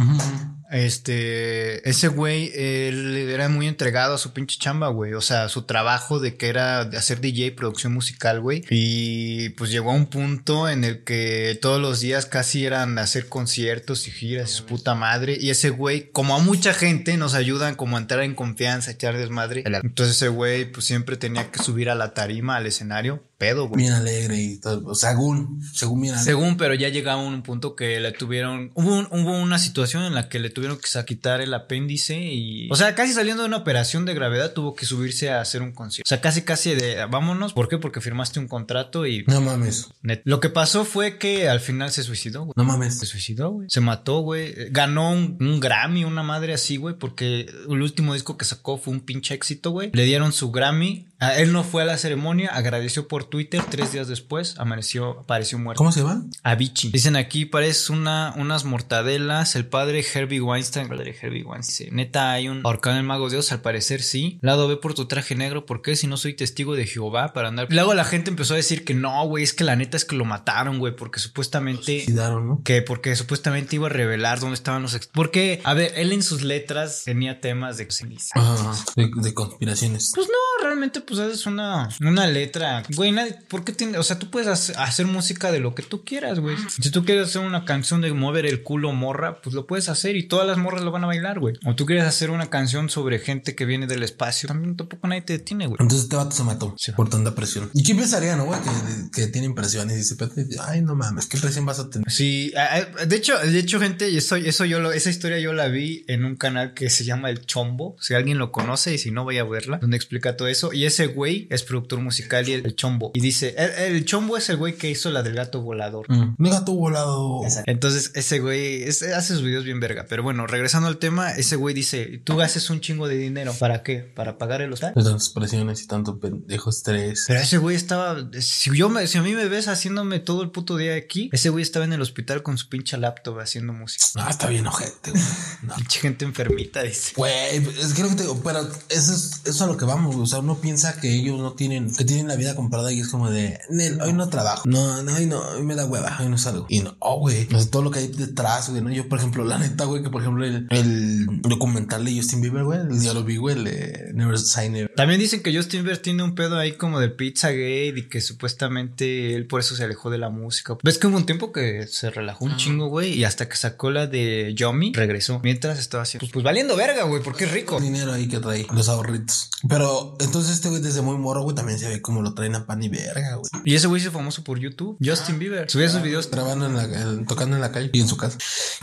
B: Este, ese güey, él era muy entregado a su pinche chamba, güey. O sea, su trabajo de que era de hacer DJ, producción musical, güey. Y pues llegó a un punto en el que todos los días casi eran hacer conciertos y giras, y su puta madre. Y ese güey, como a mucha gente, nos ayudan como a entrar en confianza, a echar desmadre. Entonces ese güey, pues siempre tenía que subir a la tarima, al escenario. Pedo, güey.
C: Bien alegre y todo, según, según bien alegre.
B: Según, pero ya llegaba un punto que le tuvieron. Hubo, un- hubo una situación en la que le tuvieron que sa- quitar el apéndice y. O sea, casi saliendo de una operación de gravedad, tuvo que subirse a hacer un concierto. O sea, casi, casi de vámonos. ¿Por qué? Porque firmaste un contrato y.
C: No mames,
B: net. Lo que pasó fue que al final se suicidó, güey.
C: no
B: Se
C: mames.
B: suicidó, güey. Se mató, güey. Eh, Ganó un, un Grammy, una madre así, güey, porque el último disco que sacó fue un pinche éxito, güey. Le dieron su Grammy. A él no fue a la ceremonia, agradeció por Twitter. Tres días después, amaneció, apareció muerto.
C: ¿Cómo se llama?
B: Avicii. Dicen aquí, parece una, unas mortadelas. El padre Herbie Weinstein. El padre Herbie Weinstein. Dice, Neta, hay un ahorcado en el mago de Dios. Al parecer sí. Lado B por tu traje negro. ¿Por qué? Si no soy testigo de Jehová para andar. Luego la gente empezó a decir que no, güey. Es que la neta es que lo mataron, güey. Porque supuestamente.
C: Suicidaron, ¿no?
B: Que porque supuestamente iba a revelar dónde estaban los ex. Porque, a ver, él en sus letras tenía temas de.
C: Ajá, de, de conspiraciones.
B: Pues no, realmente, pues es una, una letra. Güey, nadie, ¿por qué tiene? O sea, tú puedes hace- hacer música de lo que tú quieras, güey. Si tú quieres hacer una canción de mover el culo morra, pues lo puedes hacer y todas las morras lo van a bailar, güey. O tú quieres hacer una canción sobre gente que viene del espacio, también tampoco nadie te detiene, güey.
C: Entonces este vato se mató
B: Sí.
C: por tanta presión. ¿Y quién pensaría, no, güey? Que, que tienen presiones y dice, "Espérate, ay, no mames, ¿qué presión vas a tener?
B: Sí, a- a- de hecho, de hecho, gente, eso, eso yo lo, esa historia yo la vi en un canal que se llama El Chombo. Si alguien lo conoce y si no, vaya a verla, donde explica todo eso. Y ese güey es productor musical y el, el chombo. Y dice, el, el chombo es el güey que hizo la del gato volador.
C: Mm. Mi gato volado.
B: Entonces, ese güey es- hace sus videos bien verga. Pero bueno, regresando al tema, ese güey dice: Tú haces un chingo de dinero. ¿Para qué? ¿Para pagar el hospital?
C: De tantas presiones y tanto pendejo estrés.
B: Pero ese güey estaba. Si, yo me- si a mí me ves haciéndome todo el puto día aquí, ese güey estaba en el hospital con su pinche laptop haciendo música.
C: Ah, está bien, ojete, güey. No.
B: Pinche gente enfermita, dice.
C: Güey, es que lo que te digo, pero eso es, eso a lo que vamos, güey. O sea, uno piensa que ellos no tienen, que tienen la vida comprada y es como de, "Nel, hoy no trabajo. No, no, hoy no, hoy me da hueva, hoy no salgo. Y no, oh, güey. O sea, todo lo que hay detrás, güey, ¿no? Yo, por ejemplo, la neta, güey, que por ejemplo el, el documental de Justin Bieber, güey, ya lo vi, güey, el de Never Say Never.
B: También dicen que Justin Bieber tiene un pedo ahí como de Pizzagate y que supuestamente él por eso se alejó de la música. Ves que hubo un tiempo que se relajó un chingo, güey, y hasta que sacó la de Yomi, regresó. Mientras estaba haciendo. Pues, pues valiendo verga, güey, porque es rico.
C: Dinero ahí que trae, los ahorritos. Pero entonces este güey desde muy morro, güey, también se ve como lo traen a pan y verga, güey.
B: Y ese güey se hizo famoso por YouTube. Justin
C: Ah,
B: Bieber. Subía sus videos.
C: Trabajando en la, en- tocando en la calle y en su casa.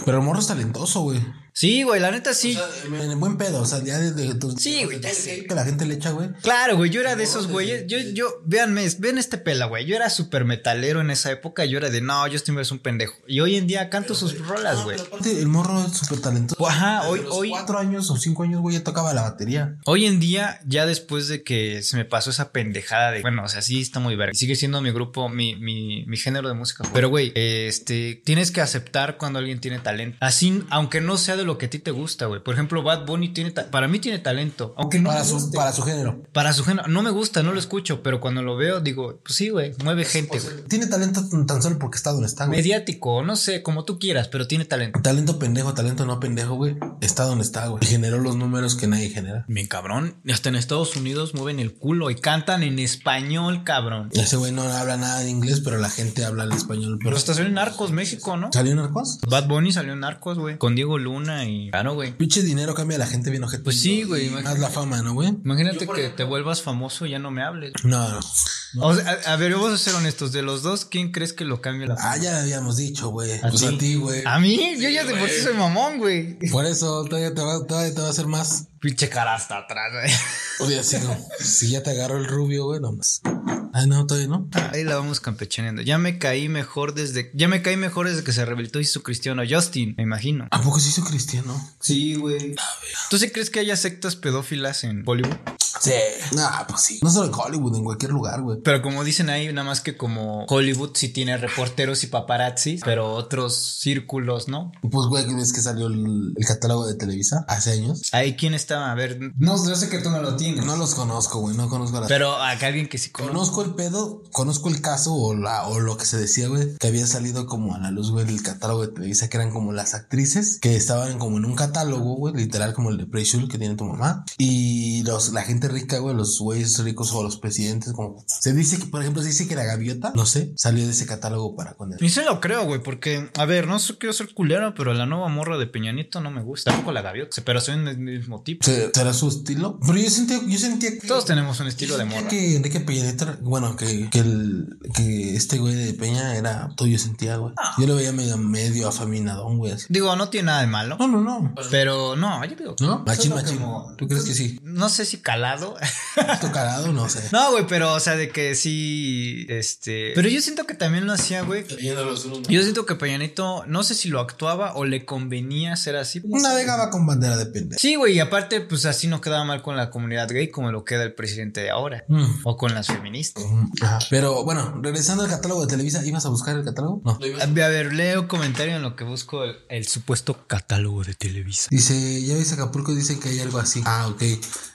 C: Pero el morro es talentoso, güey.
B: Sí, güey, la neta sí.
C: En el buen pedo, o sea, ya desde tu-
B: Sí, güey, ya
C: todo el
B: sé.
C: hate Que la gente le echa, güey.
B: Claro, güey, yo era de esos güeyes. Yo, yo, véanme, vean este pela, güey. Yo era súper metalero en esa época. Yo era de, no, Justin Bieber es un pendejo. Y hoy en día canto sus rolas, güey.
C: Aparte, el morro es súper talentoso.
B: Ajá, hoy,
C: Ah, Desde los
B: hoy,
C: cuatro años o cinco años, güey, ya tocaba la batería.
B: Hoy en día, ya después de que se me pasó esa pendejada de, bueno, o sea, sí está muy verga. Sigue siendo mi grupo, mi, mi, mi género de música. güey. Pero, güey, este, tienes que aceptar cuando alguien tiene talento. Así, aunque no sea de lo que a ti te gusta, güey. Por ejemplo, Bad Bunny tiene, ta- para mí tiene talento. Aunque no este
C: Para
B: me
C: su,
B: guste.
C: para su género.
B: Para su género, no me gusta, no lo escucho, pero cuando lo veo digo, pues sí, güey, mueve gente, güey.
C: Tiene talento tan- tan solo porque está donde está, güey.
B: Mediático, no sé, como tú quieras, pero tiene talento.
C: Talento pendejo, talento no pendejo, güey. Está donde está, güey. Y generó los números que nadie genera.
B: Bien cabrón, hasta en Estados Unidos mueven el culo y cantan en español, cabrón.
C: Ese güey no habla nada de inglés, pero la gente habla el español. Pero
B: Pero hasta salió en Narcos, México, ¿no?
C: ¿Salió narcos?
B: Bad Bunny salió en Narcos, güey. Pues, Con Diego Luna y... Claro, güey.
C: Pinche dinero cambia a la gente bien ojete.
B: Pues sí, güey,
C: Y
B: imagínate.
C: Más la fama, ¿no, güey?
B: Imagínate que te vuelvas famoso y ya no me hables.
C: No, no.
B: O sea, a, a ver, vamos a ser honestos. De los dos, ¿quién crees que lo cambia la
C: Ah, ya lo habíamos dicho, güey.
B: ¿A
C: Pues
B: ti?
C: a ti, güey.
B: ¿A mí? Yo ya de por sí soy mamón, güey.
C: Por eso todavía te va, todavía te va a hacer más.
B: Pinche cara hasta atrás, güey.
C: Oye, si, no, si ya te agarró el rubio, güey, nomás. Ah, no, todavía no.
B: Ahí la vamos campechaneando. Ya me caí mejor desde... Ya me caí mejor desde que se rehabilitó su Cristiano Justin, me imagino.
C: ¿A poco se hizo cristiano?
B: Sí, güey. ¿Tú sí crees que haya sectas pedófilas en Bollywood?
C: Sí. Ah, pues sí. No solo en Hollywood, en cualquier lugar, güey.
B: Pero como dicen ahí, nada más que como Hollywood sí tiene reporteros y paparazzis, pero otros círculos, ¿no?
C: Pues, güey, ¿ves que salió el, el catálogo de Televisa hace años?
B: Ahí quién estaba, a ver. No, yo sé que tú no lo tienes.
C: No los conozco, güey. No conozco las...
B: Pero acá alguien que sí conoce.
C: Conozco el pedo, conozco el caso o, la, o lo que se decía, güey, que había salido como a la luz, güey, del catálogo de Televisa, que eran como las actrices que estaban como en un catálogo, güey, literal como el de Precious que tiene tu mamá. Y los, la gente rica, güey, los güeyes ricos o los presidentes, como se dice que, por ejemplo, se dice que la gaviota, no sé, salió de ese catálogo para con él.
B: Y se lo creo, güey, porque, a ver, no sé- quiero ser culero, pero la nueva morra de Peñanito no me gusta. Tampoco la gaviota, pero son del mismo tipo.
C: ¿Se- ¿Será su estilo? Pero yo sentía, yo sentía que.
B: Todos tenemos un estilo de
C: Yo sentía
B: morra.
C: Que Enrique Peña Nieto era- bueno, que, que, el- que este güey de Peña era todo yo sentía, güey.
B: Ah.
C: Yo lo veía medio, medio afaminadón, güey. así.
B: Digo, no tiene nada de malo,
C: No, no, no.
B: pero no, yo digo.
C: ¿No? Machín,
B: Solo
C: machín.
B: como-
C: ¿Tú crees que sí?
B: No sé si calado.
C: Tocarado, no sé.
B: No, güey, pero, o sea, de que sí, este... Pero yo siento que también lo hacía, güey. Yo siento que Peñanito, no sé si lo actuaba o le convenía ser así.
C: Navegaba con bandera de pendejo.
B: Sí, güey, y aparte, pues así no quedaba mal con la comunidad gay como lo queda el presidente de ahora.
C: Mm.
B: O con las feministas.
C: Mm, ajá. Pero bueno, regresando al catálogo de Televisa, ¿ibas a buscar el catálogo? No.
B: A a ver, leo comentario en lo que busco el, el supuesto catálogo de Televisa.
C: Dice, ya ves Acapulco, dicen que hay algo así. Ah, ok.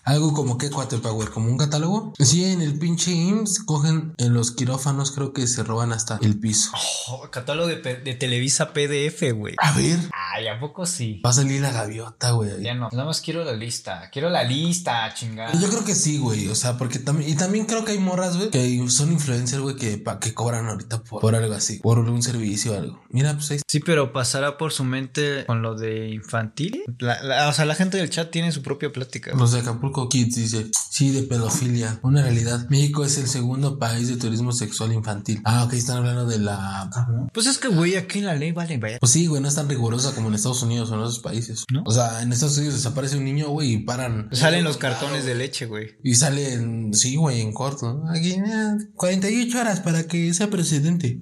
C: Algo como que Power, como un catálogo. Sí, en el pinche IMSS cogen en los quirófanos, creo que se roban hasta el piso.
B: Oh, catálogo de, pe- de Televisa PDF, güey.
C: A ver,
B: Ay, ¿a poco sí?
C: va a salir la gaviota, güey.
B: Ya no. Nada más quiero la lista. Quiero la lista, chingada.
C: Yo creo que sí, güey. O sea, porque también. Y también creo que hay morras, güey, que son influencers, güey, que, pa- que cobran ahorita por, por algo así, por un servicio o algo. Mira, pues ahí
B: Sí, pero pasará por su mente con lo de infantil. La- la- o sea, la gente del chat tiene su propia plática. güey.
C: Los de Acapulco Kids dice, Sí, de pedofilia. Una realidad. México es el segundo país de turismo sexual infantil. Ah, ok, están hablando de la.
B: Pues es que, güey, aquí la ley vale ver.
C: Pues sí, güey, no es tan rigurosa como en Estados Unidos o en otros países.
B: ¿No?
C: O sea, en Estados Unidos desaparece un niño, güey, y paran.
B: Salen los cartones de leche, güey.
C: Y salen, sí, güey, en corto. ¿no? Aquí, eh, 48 horas para que sea presidente.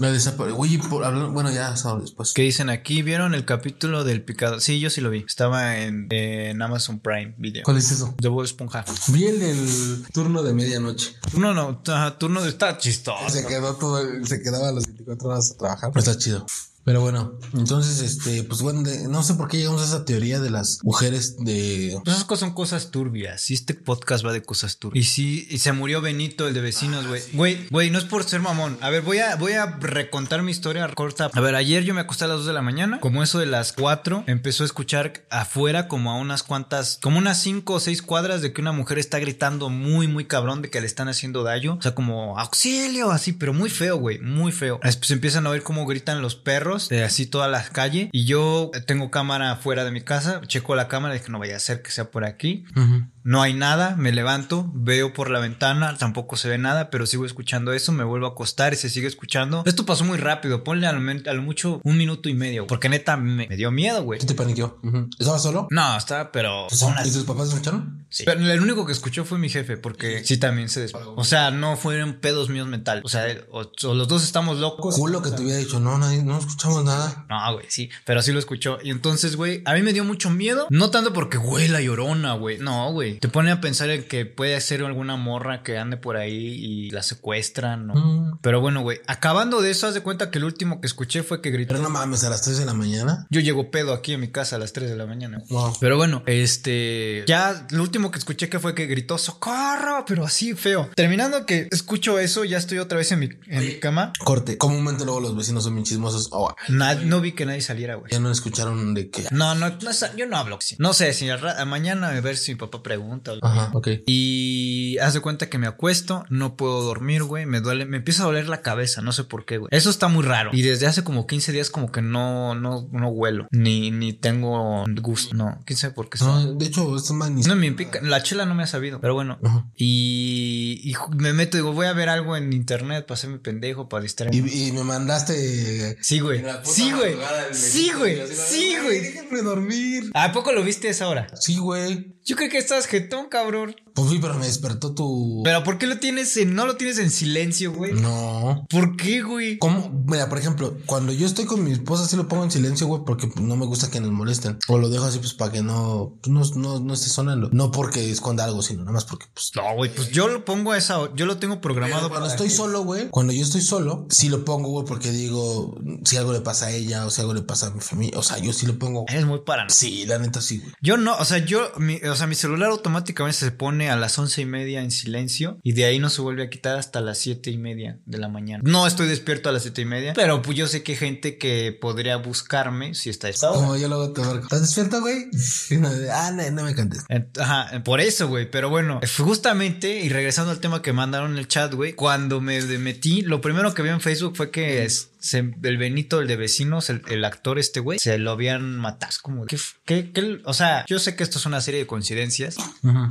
C: La desapare... Güey, por hablar- bueno, ya, solo después.
B: ¿Qué dicen aquí? ¿Vieron el capítulo del picado? Sí, yo sí lo vi. Estaba en, en Amazon Prime Video.
C: ¿Cuál es eso?
B: De Bob Esponja.
C: Vi el del turno de medianoche.
B: No, no, ajá, turno de... Está chistoso.
C: Se quedó todo, se quedaba a las 24 horas a trabajar. Pero está chido. Pero bueno, entonces, este, pues bueno, de- no sé por qué llegamos a esa teoría de las mujeres de.
B: Pues esas cosas son cosas turbias. Y este podcast va de cosas turbias. Y sí, y se murió Benito, el de vecinos, güey. Güey, güey, no es por ser mamón. A ver, voy a, voy a recontar mi historia corta. A ver, ayer yo me acosté a las 2 de la mañana. Como eso de las 4, empezó a escuchar afuera como a unas cuantas, como unas 5 o 6 cuadras de que una mujer está gritando muy, muy cabrón de que le están haciendo daño. O sea, como auxilio, así, pero muy feo, güey, muy feo. Después empiezan a oír cómo gritan los perros, de así toda la calle. Y yo eh, tengo cámara fuera de mi casa, checo la cámara, dije, no vaya a ser que sea por aquí. No hay nada, me levanto, veo por la ventana, tampoco se ve nada, pero sigo escuchando eso, me vuelvo a acostar y se sigue escuchando. Esto pasó muy rápido, ponle a lo, men- a lo mucho un minuto y medio, porque neta me, me dio miedo, güey.
C: ¿Qué te paniqueó? ¿Estabas solo?
B: No, estaba, pero... son las-
C: ¿Y tus papás escucharon?
B: Sí. Pero el único que escuchó fue mi jefe, porque sí también se despegó. O sea, no fueron pedos míos mentales. O sea, él- o, o los dos estamos locos.
C: Culo que te hubiera dicho, no, nadie, no escuchamos nada.
B: No, güey, sí, pero sí lo escuchó. Y entonces, güey, a mí me dio mucho miedo. No tanto porque, güey, la llorona, güey. No, güey. Te pone a pensar en que puede ser alguna morra que ande por ahí y la secuestran. o-
C: Mm.
B: Pero bueno, güey, acabando de eso, haz de cuenta que el último que escuché fue que gritó.
C: Pero no mames, a las 3 de la mañana.
B: Yo llego pedo aquí en mi casa a las 3 de la mañana. güey.
C: No.
B: Pero bueno, este. Ya lo último que escuché que fue que gritó socorro, pero así feo. Terminando que escucho eso, ya estoy otra vez en mi, en mi cama.
C: Corte. Comúnmente luego los vecinos son bien chismosos. Oh,
B: Na- no vi que nadie saliera, güey.
C: ya no escucharon de qué.
B: No, no, no sa- yo no hablo. sí. No sé, si al ra- mañana a ver si mi papá pregunta. o algo.
C: Ajá, ok.
B: Y haz de cuenta que me acuesto, no puedo dormir, güey. Me duele, me empieza a doler la cabeza, no sé por qué, güey. Eso está muy raro. Y desde hace como 15 días, como que no, no, no huelo, ni, ni tengo gusto. No, quién sabe por qué. está.
C: No, de hecho, esto es más ni-
B: No, me pica. La chela no me ha sabido, pero bueno.
C: Ajá.
B: Y, y ju- me meto, digo, voy a ver algo en internet para hacerme pendejo, para distraerme.
C: Y, y me mandaste.
B: Sí, güey. Sí, güey. Sí, güey. Sí, güey.
C: Déjenme dormir.
B: ¿A poco lo viste a esa hora?
C: Sí, güey.
B: Yo creo que estás jetón, cabrón.
C: Pues sí, pero me despertó tu.
B: Pero ¿por qué lo tienes en, no lo tienes en silencio, güey?
C: No.
B: ¿Por qué, güey?
C: ¿Cómo? Mira, por ejemplo, cuando yo estoy con mi esposa, sí lo pongo en silencio, güey, porque pues, no me gusta que nos molesten. O lo dejo así, pues, para que no, pues, no, no, no esté sonando. No porque esconda algo, sino nada más porque, pues.
B: No, güey, pues yo lo pongo a esa hora. Yo lo tengo programado
C: Cuando
B: para...
C: estoy solo, güey, cuando yo estoy solo, sí lo pongo, güey, porque digo, si algo le pasa a ella o si algo le pasa a mi familia, o sea, yo sí lo pongo.
B: Eres muy paranoico.
C: Sí, la neta sí, güey.
B: Yo no, o sea, yo, mi, o sea, mi celular automáticamente se pone a las once y media en silencio y de ahí no se vuelve a quitar hasta las siete y media de la mañana. No estoy despierto a las siete y media, pero pues yo sé que hay gente que podría buscarme si está esta hora.
C: Como yo luego te marco. ¿Estás despierto, güey? Y uno de, Ah, no, no me cantes.
B: Ent- Ajá, por eso, güey. Pero bueno, fue justamente, y regresando al tema que mandaron en el chat, güey, cuando me de- metí, lo primero que vi en Facebook fue que es- se- el Benito, el de vecinos, el, el actor este, güey, se lo habían matado. Es como, ¿qué, f- qué- qué- o sea, yo sé que esto es una serie de coincidencias,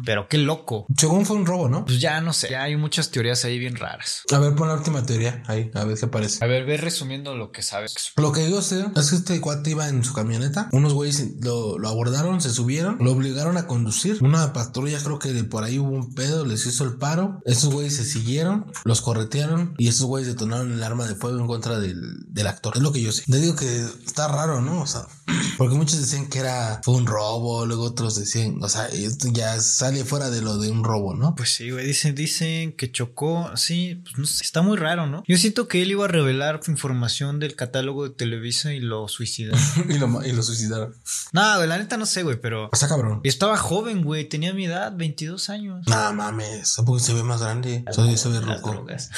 B: pero qué loco.
C: Según fue un robo, ¿no?
B: Pues ya no sé, ya hay muchas teorías ahí bien raras.
C: A ver, pon la última teoría ahí, a ver qué aparece.
B: A ver, ve resumiendo lo que sabes.
C: Lo que yo sé es que este cuate iba en su camioneta. Unos güeyes lo, lo abordaron, se subieron, lo obligaron a conducir. Una patrulla, creo que de por ahí hubo un pedo, les hizo el paro. Esos güeyes se siguieron, los corretearon y esos güeyes detonaron el arma de fuego en contra del, del actor. Es lo que yo sé. Te digo que está raro, ¿no? O sea, porque muchos decían que era fue un robo, luego otros decían, o sea, esto ya sale fuera de lo de un robo, ¿no?
B: Pues sí, güey, dicen, dicen que chocó, sí, pues no sé, está muy raro, ¿no? Yo siento que él iba a revelar información del catálogo de Televisa y lo suicidó.
C: y, lo, ma- y lo suicidaron.
B: no, güey, la neta no sé, güey, pero
C: O sea, cabrón.
B: estaba joven, güey, tenía mi edad, 22 años.
C: No mames, porque se ve más grande. O sea, se ve
B: Las
C: rojo.
B: drogas.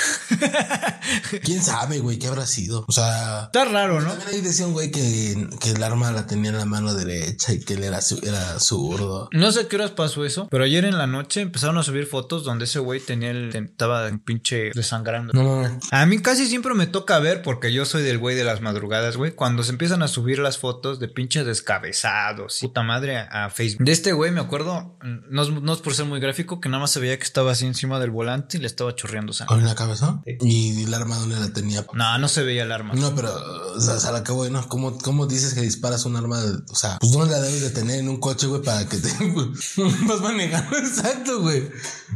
C: ¿Quién sabe, güey? ¿Qué habrá sido? sentido. O sea,
B: Está raro, ¿no?
C: también ahí decía un güey que, que el arma la tenía en la mano derecha y que él era, su- era zurdo.
B: No sé a qué horas pasó eso, pero ayer en la noche empezaron a subir fotos donde ese güey tenía el. Estaba en pinche desangrando.
C: No mames.
B: A mí casi siempre me toca ver, porque yo soy del güey de las madrugadas, güey, cuando se empiezan a subir las fotos de pinches descabezados y puta madre a, a Facebook. De este güey me acuerdo, mm, no es, no es por ser muy gráfico, que nada más se veía que estaba así encima del volante y le estaba chorreando sangre.
C: Con la cabeza. Y el arma donde la tenía.
B: No, no se veía el arma.
C: No, pero, o sea, a la que voy, ¿no? ¿Cómo, ¿Cómo dices que disparas un arma? de- o sea, pues ¿dónde la debes de tener en un coche, güey, para que te vas manejando? Exacto, güey.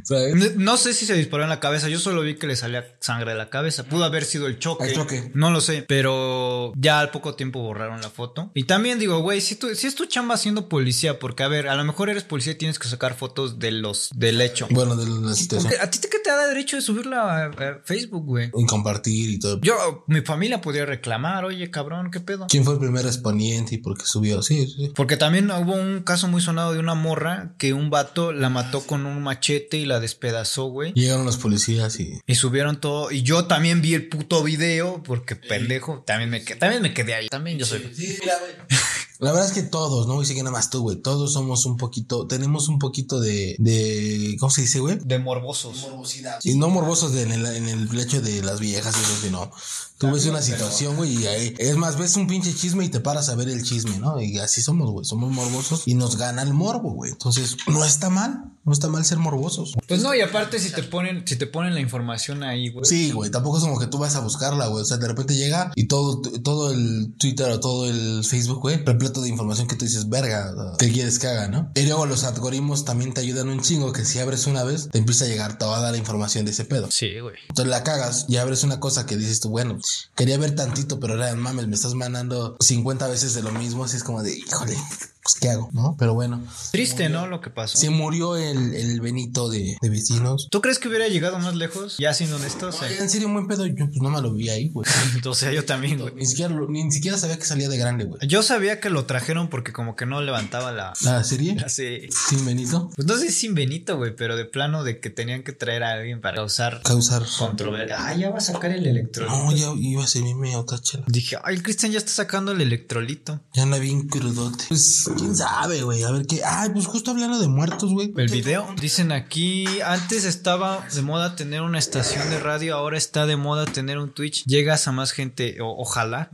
C: ¿Sabes?
B: No, no sé si se disparó en la cabeza, yo solo vi que le salía sangre de la cabeza. Pudo haber sido el choque.
C: El choque.
B: No lo sé, pero ya al poco tiempo borraron la foto. Y también digo, güey, si, tú- si es tu chamba siendo policía, porque a ver, a lo mejor eres policía y tienes que sacar fotos de los del hecho.
C: Bueno, de la situación.
B: Porque ¿A ti te- qué te da derecho de subirla a, a Facebook, güey?
C: Y compartir y todo.
B: Yo, mi familia podría reclamar, oye, cabrón, ¿qué pedo?
C: ¿Quién fue el primer exponente y por qué subió? Sí, sí.
B: Porque también hubo un caso muy sonado de una morra que un vato la mató con un machete y la despedazó, güey.
C: Llegaron los policías y.
B: Y subieron todo. Y yo también vi el puto video. Porque pendejo. También me, que- también me quedé ahí. También yo soy.
A: Sí, mira, güey.
C: La verdad es que todos, ¿no? Y sí que nada más tú, güey. Todos somos un poquito. Tenemos un poquito de. de ¿Cómo se dice, güey?
B: De morbosos.
A: Morbosidad.
C: Y no morbosos de- en, el, en el lecho de las viejas, eso sí, no. Tú ves una situación, güey, y ahí. Es más, ves un pinche chisme y te paras a ver el chisme, ¿no? Y así somos, güey. Somos morbosos y nos gana el morbo, güey. Entonces, no está mal. No está mal ser morbosos.
B: Pues no, y aparte si te ponen, si te ponen la información ahí, güey.
C: Sí, güey, tampoco es como que tú vas a buscarla, güey. O sea, de repente llega y todo, todo el Twitter o todo el Facebook, güey, repleto de información que tú dices, verga, ¿qué quieres que haga, no? Y luego los algoritmos también te ayudan un chingo que si abres una vez, te empieza a llegar toda la información de ese pedo.
B: Sí, güey.
C: Entonces la cagas y abres una cosa que dices tú, bueno, quería ver tantito, pero ahora mames, me estás mandando 50 veces de lo mismo, así es como de, híjole, pues qué hago, ¿no? Pero bueno,
B: Triste, ¿no? Lo que pasó.
C: se murió el, el Benito de, de vecinos.
B: ¿Tú crees que hubiera llegado más lejos? Ya siendo honestos.
C: Oye,
B: eh.
C: En serio, un buen pedo, yo pues no me lo vi ahí, güey.
B: O sea, yo también, güey.
C: Ni siquiera, lo- ni siquiera sabía que salía de grande, güey.
B: Yo sabía que lo trajeron porque como que no levantaba la...
C: ¿La serie?
B: la se-
C: Sin Benito.
B: Pues no sé si sin Benito, güey, pero de plano de que tenían que traer a alguien para causar
C: Causar.
B: controversia. Ah, ya va a sacar el electrolito.
C: No, ya iba a servirme a otra chela.
B: Dije, ay, el Cristian ya está sacando el electrolito.
C: Ya anda bien crudote. Pues, quién sabe, güey. A ver qué. Ay, pues justo hablando de muertos, güey.
B: El video. Dicen aquí, antes estaba de moda tener una estación de radio, ahora está de moda tener un Twitch. Llegas a más gente, o- ojalá.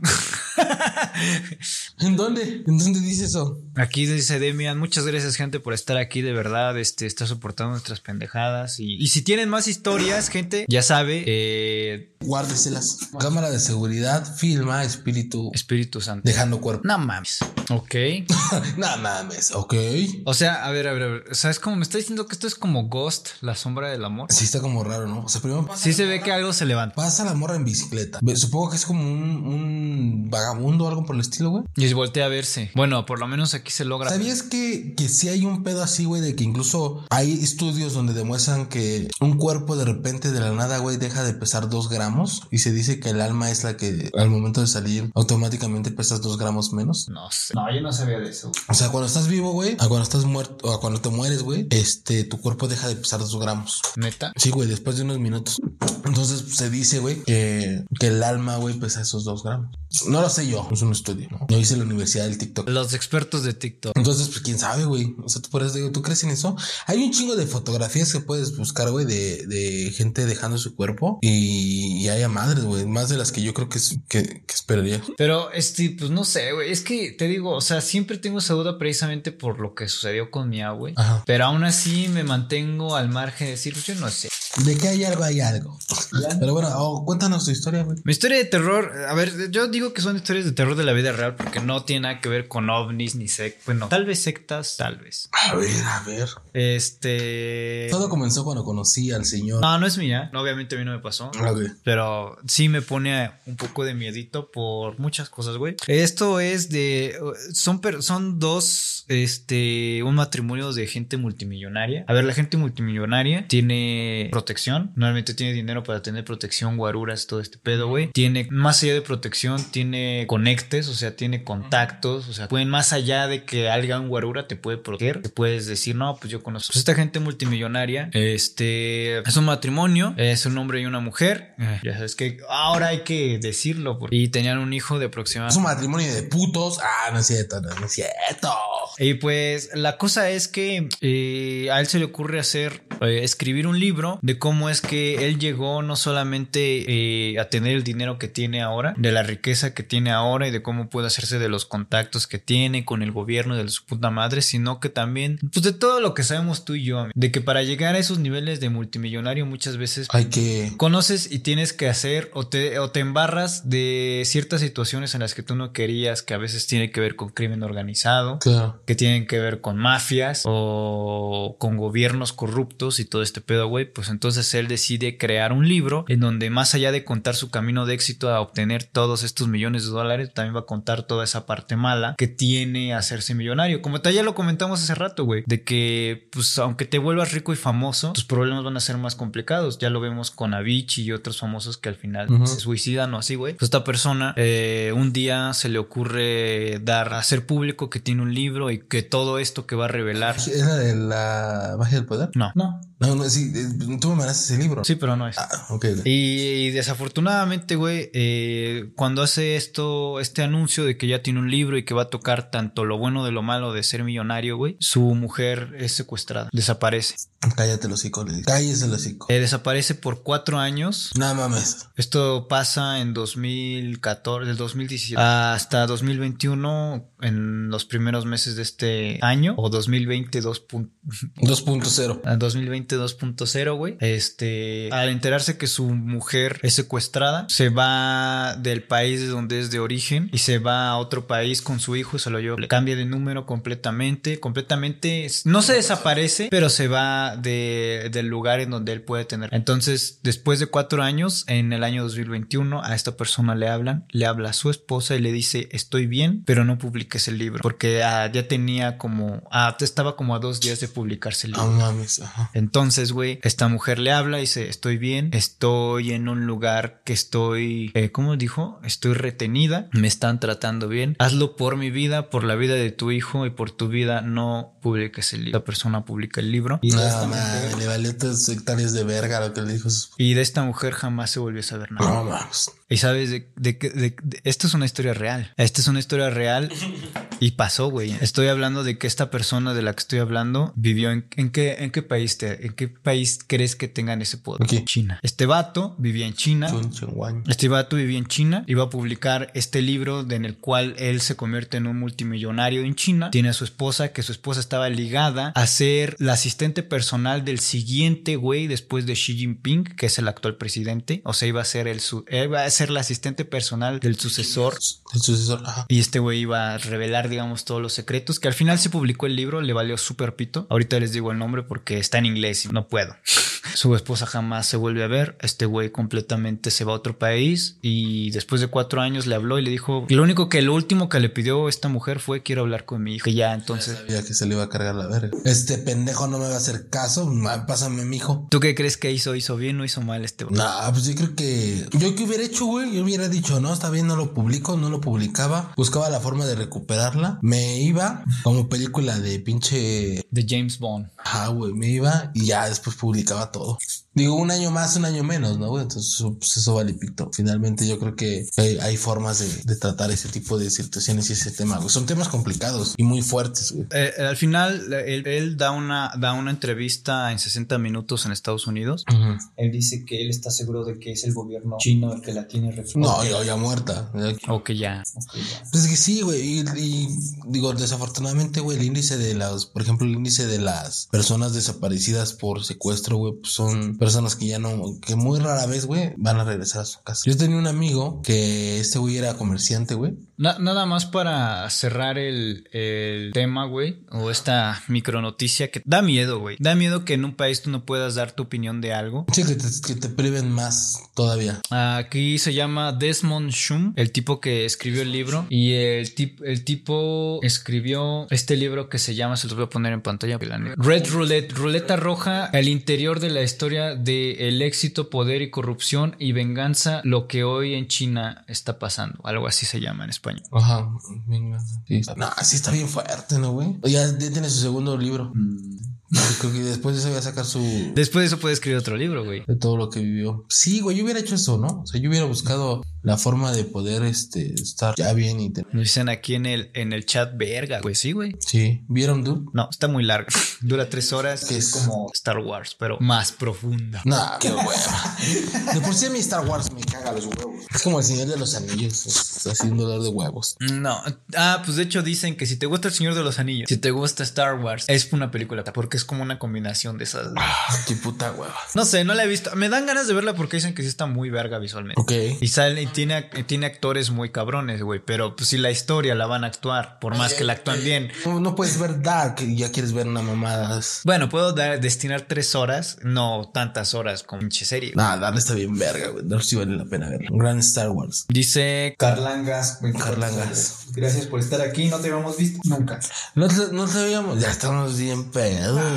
C: ¿En dónde? ¿En dónde dice eso?
B: Aquí dice Demian, muchas gracias gente por estar aquí, de verdad, este, está soportando nuestras pendejadas. Y, y si tienen más historias, gente, ya sabe, eh,
C: Guárdeselas. Cámara de seguridad filma espíritu
B: Espíritu Santo.
C: dejando cuerpo.
B: No mames. Ok.
C: No mames, ok.
B: O sea, a ver, a ver, a ver. O sea, es como, me está diciendo que esto es como Ghost, la sombra del amor.
C: Sí, está como raro, ¿no? O sea, primero pasa,
B: Sí se ve que algo se levanta.
C: pasa la morra en bicicleta. Ve, Supongo que es como un, un vagabundo o algo por el estilo, güey.
B: Y se voltea a verse. Bueno, por lo menos aquí se logra.
C: ¿Sabías que, que sí hay un pedo así, güey, de que incluso hay estudios donde demuestran que un cuerpo de repente de la nada, güey, deja de pesar dos gramos y se dice que el alma es la que al momento de salir automáticamente pesas dos gramos menos?
B: No sé. No, yo no sabía de eso.
C: O sea, cuando estás vivo, güey, a cuando estás muerto, o a cuando te mueres, güey, este, tu cuerpo deja de pesar dos gramos.
B: Neta.
C: Sí, güey, después de unos minutos. Entonces pues, se dice, güey, que, que el alma, güey, pesa esos dos gramos. No lo sé yo, es un estudio, ¿no? Lo hice en la Universidad del TikTok.
B: Los expertos de TikTok.
C: Entonces, pues quién sabe, güey. O sea, tú por eso digo, ¿tú crees en eso? Hay un chingo de fotografías que puedes buscar, güey, de, de gente dejando su cuerpo y, y hay a madres, güey. Más de las que yo creo que, es- que, que esperaría.
B: Pero, este, pues no sé, güey. Es que te digo, o sea, siempre tengo esa duda precisamente por lo que sucedió con mi abue.
C: Ajá.
B: Pero aún así me mantengo al margen de decir, pues, yo no sé.
C: De que hay algo, hay algo. Pero bueno, oh, cuéntanos tu historia, güey.
B: Mi historia de terror, a ver, yo digo que son historias de terror de la vida real porque no tiene nada que ver con ovnis ni sectas. Bueno, tal vez sectas, tal vez.
C: A ver, a ver.
B: Este.
C: Todo comenzó cuando conocí al señor.
B: No, no es mía. No, obviamente a mí no me pasó.
C: Ok.
B: Pero sí me pone un poco de miedito por muchas cosas, güey. Esto es de. Son, per- son dos. Este. Un matrimonio de gente multimillonaria. A ver, la gente multimillonaria tiene protección. Normalmente tiene dinero dinero para tener protección, guaruras, todo este pedo, güey. Tiene, más allá de protección, tiene conectes, o sea, tiene contactos, o sea, pueden más allá de que alguien guarura te puede proteger, te puedes decir, no, pues yo conozco. Pues esta gente multimillonaria, este, es un matrimonio, es un hombre y una mujer, eh, ya sabes que ahora hay que decirlo, porque- y tenían un hijo de
C: Es
B: aproximadamente...
C: un matrimonio de putos. Ah, no es cierto, no, no es cierto.
B: Y pues la cosa es que eh, a él se le ocurre hacer, eh, escribir un libro de cómo es que él llegó no solamente eh, a tener el dinero que tiene ahora, de la riqueza que tiene ahora y de cómo puede hacerse de los contactos que tiene con el gobierno de su puta madre, sino que también, pues de todo lo que sabemos tú y yo, amigo, de que para llegar a esos niveles de multimillonario muchas veces
C: Hay que.
B: conoces y tienes que hacer o te, o te embarras de ciertas situaciones en las que tú no querías, que a veces tiene que ver con crimen organizado
C: Claro.
B: que tienen que ver con mafias o con gobiernos corruptos y todo este pedo, güey, pues entonces él decide crear un libro en donde más allá de contar su camino de éxito a obtener todos estos millones de dólares, también va a contar toda esa parte mala que tiene hacerse millonario. Como tal, ya lo comentamos hace rato, güey, de que pues aunque te vuelvas rico y famoso, tus problemas van a ser más complicados. Ya lo vemos con Avicii y otros famosos que al final
C: Ujú.
B: se suicidan o así, güey. Pues esta persona eh, un día se le ocurre dar, hacer público que tiene un libro y que todo esto que va a revelar.
C: ¿Es la de la magia del poder?
B: No, no.
C: No, no, sí. eh, Tú me mandaste ese libro.
B: Sí, pero no es.
C: Ah, ok.
B: Y, y desafortunadamente, güey, eh, cuando hace esto, este anuncio de que ya tiene un libro y que va a tocar tanto lo bueno de lo malo de ser millonario, güey, su mujer es secuestrada, desaparece.
C: Cállate el hocico, le digo. Cállese el hocico.
B: Eh, desaparece por cuatro años.
C: Nada mames.
B: Esto pasa en 2014, del 2017 hasta 2021, en los primeros meses de este año, o 2022.
C: 2.0.
B: 2022.0, güey. Este, al enterarse que su mujer es secuestrada, se va del país de donde es de origen y se va a otro país con su hijo y se lo lleva. Le cambia de número completamente, completamente. No se desaparece, pero se va de, del lugar en donde él puede tener. Entonces, después de cuatro años, en el año 2021, a esta persona le hablan, le habla a su esposa y le dice: Estoy bien, pero no publiques el libro porque ah, ya tenía como, ah, estaba como a dos días de publicarse el libro.
C: No mames. Ajá.
B: Entonces, güey, esta mujer le habla y dice, estoy bien, estoy en un lugar que estoy, eh, ¿cómo dijo? Estoy retenida, me están tratando bien, hazlo por mi vida, por la vida de tu hijo y por tu vida, no publiques el libro. La persona publica el libro.
C: Y nada mames. Le valió tres hectáreas de verga lo que le dijo. su-
B: Y de esta mujer jamás se volvió a saber nada.
C: No mames.
B: Y sabes, de, de, que- de- de- esto es una historia real. Esta es una historia real y pasó, güey. Estoy hablando de que esta persona de la que estoy hablando vivió en, en qué, en qué país te, en qué país crees que tengan ese poder.
C: Aquí.
B: China. Este vato vivía en China.
C: Chun, chun, guan.
B: Este vato vivía en China, iba a publicar este libro de- en el cual él se convierte en un multimillonario en China. Tiene a su esposa, que su esposa estaba ligada a ser la asistente personal del siguiente güey después de Xi Jinping, que es el actual presidente. O sea, iba a ser, el su- eh, iba a ser la asistente personal del sucesor.
C: El sucesor. Ajá.
B: Y este güey iba a revelar, digamos, todos los secretos, que al final se publicó el libro, le valió súper pito. Ahorita les digo el nombre porque está en inglés y no puedo. Su esposa jamás se vuelve a ver, este güey completamente se va a otro país y después de cuatro años le habló y le dijo, lo único que, lo último que le pidió esta mujer fue quiero hablar con mi hijo. Y ya entonces...
C: Sabía que se le iba a cargar la verga. Este pendejo no me va a hacer caso. ma- Pásame, mijo.
B: ¿Tú qué crees que hizo? ¿Hizo bien o hizo mal este güey?
C: Nah, pues yo creo que. Yo que hubiera hecho, güey. Yo hubiera dicho, no, está bien, no lo publico, no lo publicaba. Buscaba la forma de recuperarla. Me iba como película de pinche.
B: De James Bond.
C: Ajá, güey. Me iba y ya después publicaba todo. Digo, un año más, un año menos, ¿no, güey? Entonces, eso- pues eso vale pito. Finalmente, yo creo que hay, hay formas de, de tratar ese tipo de situaciones y ese tema, güey. Son temas complicados y muy fuertes, güey.
B: Eh, al final, él, él da, una, da una entrevista en 60 minutos en Estados Unidos Él dice que él está seguro de que es el gobierno chino el que la tiene reflejada.
C: No, ya, ya muerta. Ya-
B: O que ya.
C: Pues que sí, güey. Y, y, digo, desafortunadamente, güey, el índice de las, por ejemplo, el índice de las personas desaparecidas por secuestro, güey, pues son personas que ya no, que muy rara vez, güey, van a regresar a su casa. Yo tenía un amigo que este güey era comerciante, güey.
B: Na- nada más para cerrar el, el tema, güey, o esta micronoticia que da miedo, güey. Da miedo que en un país tú no puedas dar tu opinión de algo.
C: Sí, que te, que te priven más todavía.
B: Aquí se llama Desmond Shum, el tipo que escribió el libro. Y el, tip- el tipo escribió este libro que se llama, se los voy a poner en pantalla. Red Roulette, Ruleta Roja, el interior de la historia acerca de el éxito, poder y corrupción y venganza, lo que hoy en China está pasando. Algo así se llama en español.
C: Ajá, venganza.
A: Sí.
C: No, sí está bien fuerte, ¿no, güey? Ya, ya tiene su segundo libro.
B: Mm.
C: Yo Creo que después de eso voy a sacar su... De,
B: Después de eso puede escribir otro libro, güey.
C: todo lo que vivió. Sí, güey, yo hubiera hecho eso, ¿no? O sea, yo hubiera buscado la forma de poder, este, estar ya bien y tener...
B: Nos dicen aquí en el, en el chat, verga. Pues sí, güey.
C: Sí. ¿Vieron, dude?
B: No, está muy largo. Dura tres horas.
C: Que
B: es
C: es-
B: como Star Wars, pero más profunda.
C: Nah, qué hueva. De por sí a mí Star Wars me caga los huevos. Es como el señor de los anillos. Es así un dolor de huevos.
B: No. Ah, pues de hecho dicen que si te gusta El Señor de los Anillos, si te gusta Star Wars, es una película, porque es como una combinación de esas.
C: Ah, qué puta hueva.
B: No sé, no la he visto. Me dan ganas de verla porque dicen que sí está muy verga visualmente.
C: Ok.
B: Y sale y tiene, ac- y tiene actores muy cabrones, güey. Pero pues si la historia la van a actuar, por más que la actúan bien.
C: No, no puedes ver Dark y ya quieres ver una mamada.
B: Bueno, puedo dar- destinar tres horas, no tantas horas como pinche serie.
C: Nah, Dark está bien verga, güey. Dark sí vale la pena verla. Un gran Star Wars.
B: Dice
E: Carlangas. güey.
C: Carlangas.
E: Gracias por estar aquí. No te habíamos visto nunca.
C: No te, no te habíamos- Ya estamos bien pedo. güey.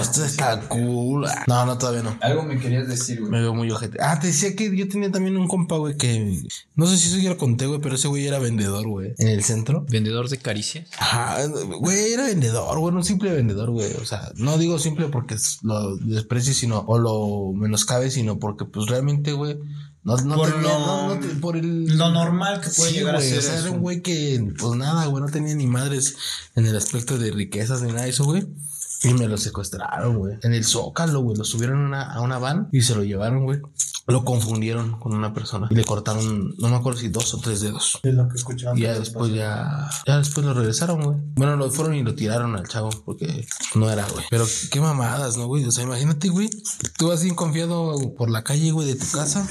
C: Esto está cool. No, no, todavía no.
E: Ah, Algo me querías decir, güey.
C: Me veo muy ojete. Ah, te decía que yo tenía también un compa, güey, que... No sé si eso ya lo conté, güey, pero ese güey era vendedor, güey. En el centro.
B: vendedor de caricias.
C: Ajá, güey, era vendedor, güey, era un simple vendedor, güey. O sea, no digo simple porque es- lo desprecies, sino, o lo menoscabe, sino porque, pues realmente, güey, no, no
B: Por
C: tenía,
B: lo-
C: no, no te- por el.
B: lo normal que puede llegar a
C: güey,
B: ser
C: O sea, era
B: eso.
C: un güey que, pues nada, güey, no tenía ni madres en el aspecto de riquezas ni nada de eso, güey. Y me lo secuestraron, güey. En el zócalo, güey. Lo subieron a una, a una van y se lo llevaron, güey. Lo confundieron con una persona y le cortaron, no me acuerdo si dos o tres dedos.
E: Es lo que escuchamos.
C: Y ya después ya, ya después lo regresaron, güey. Bueno, lo fueron y lo tiraron al chavo porque no era, güey. Pero qué mamadas, ¿no, güey? O sea, imagínate, güey. Tú vas bien confiado por la calle, güey, de tu casa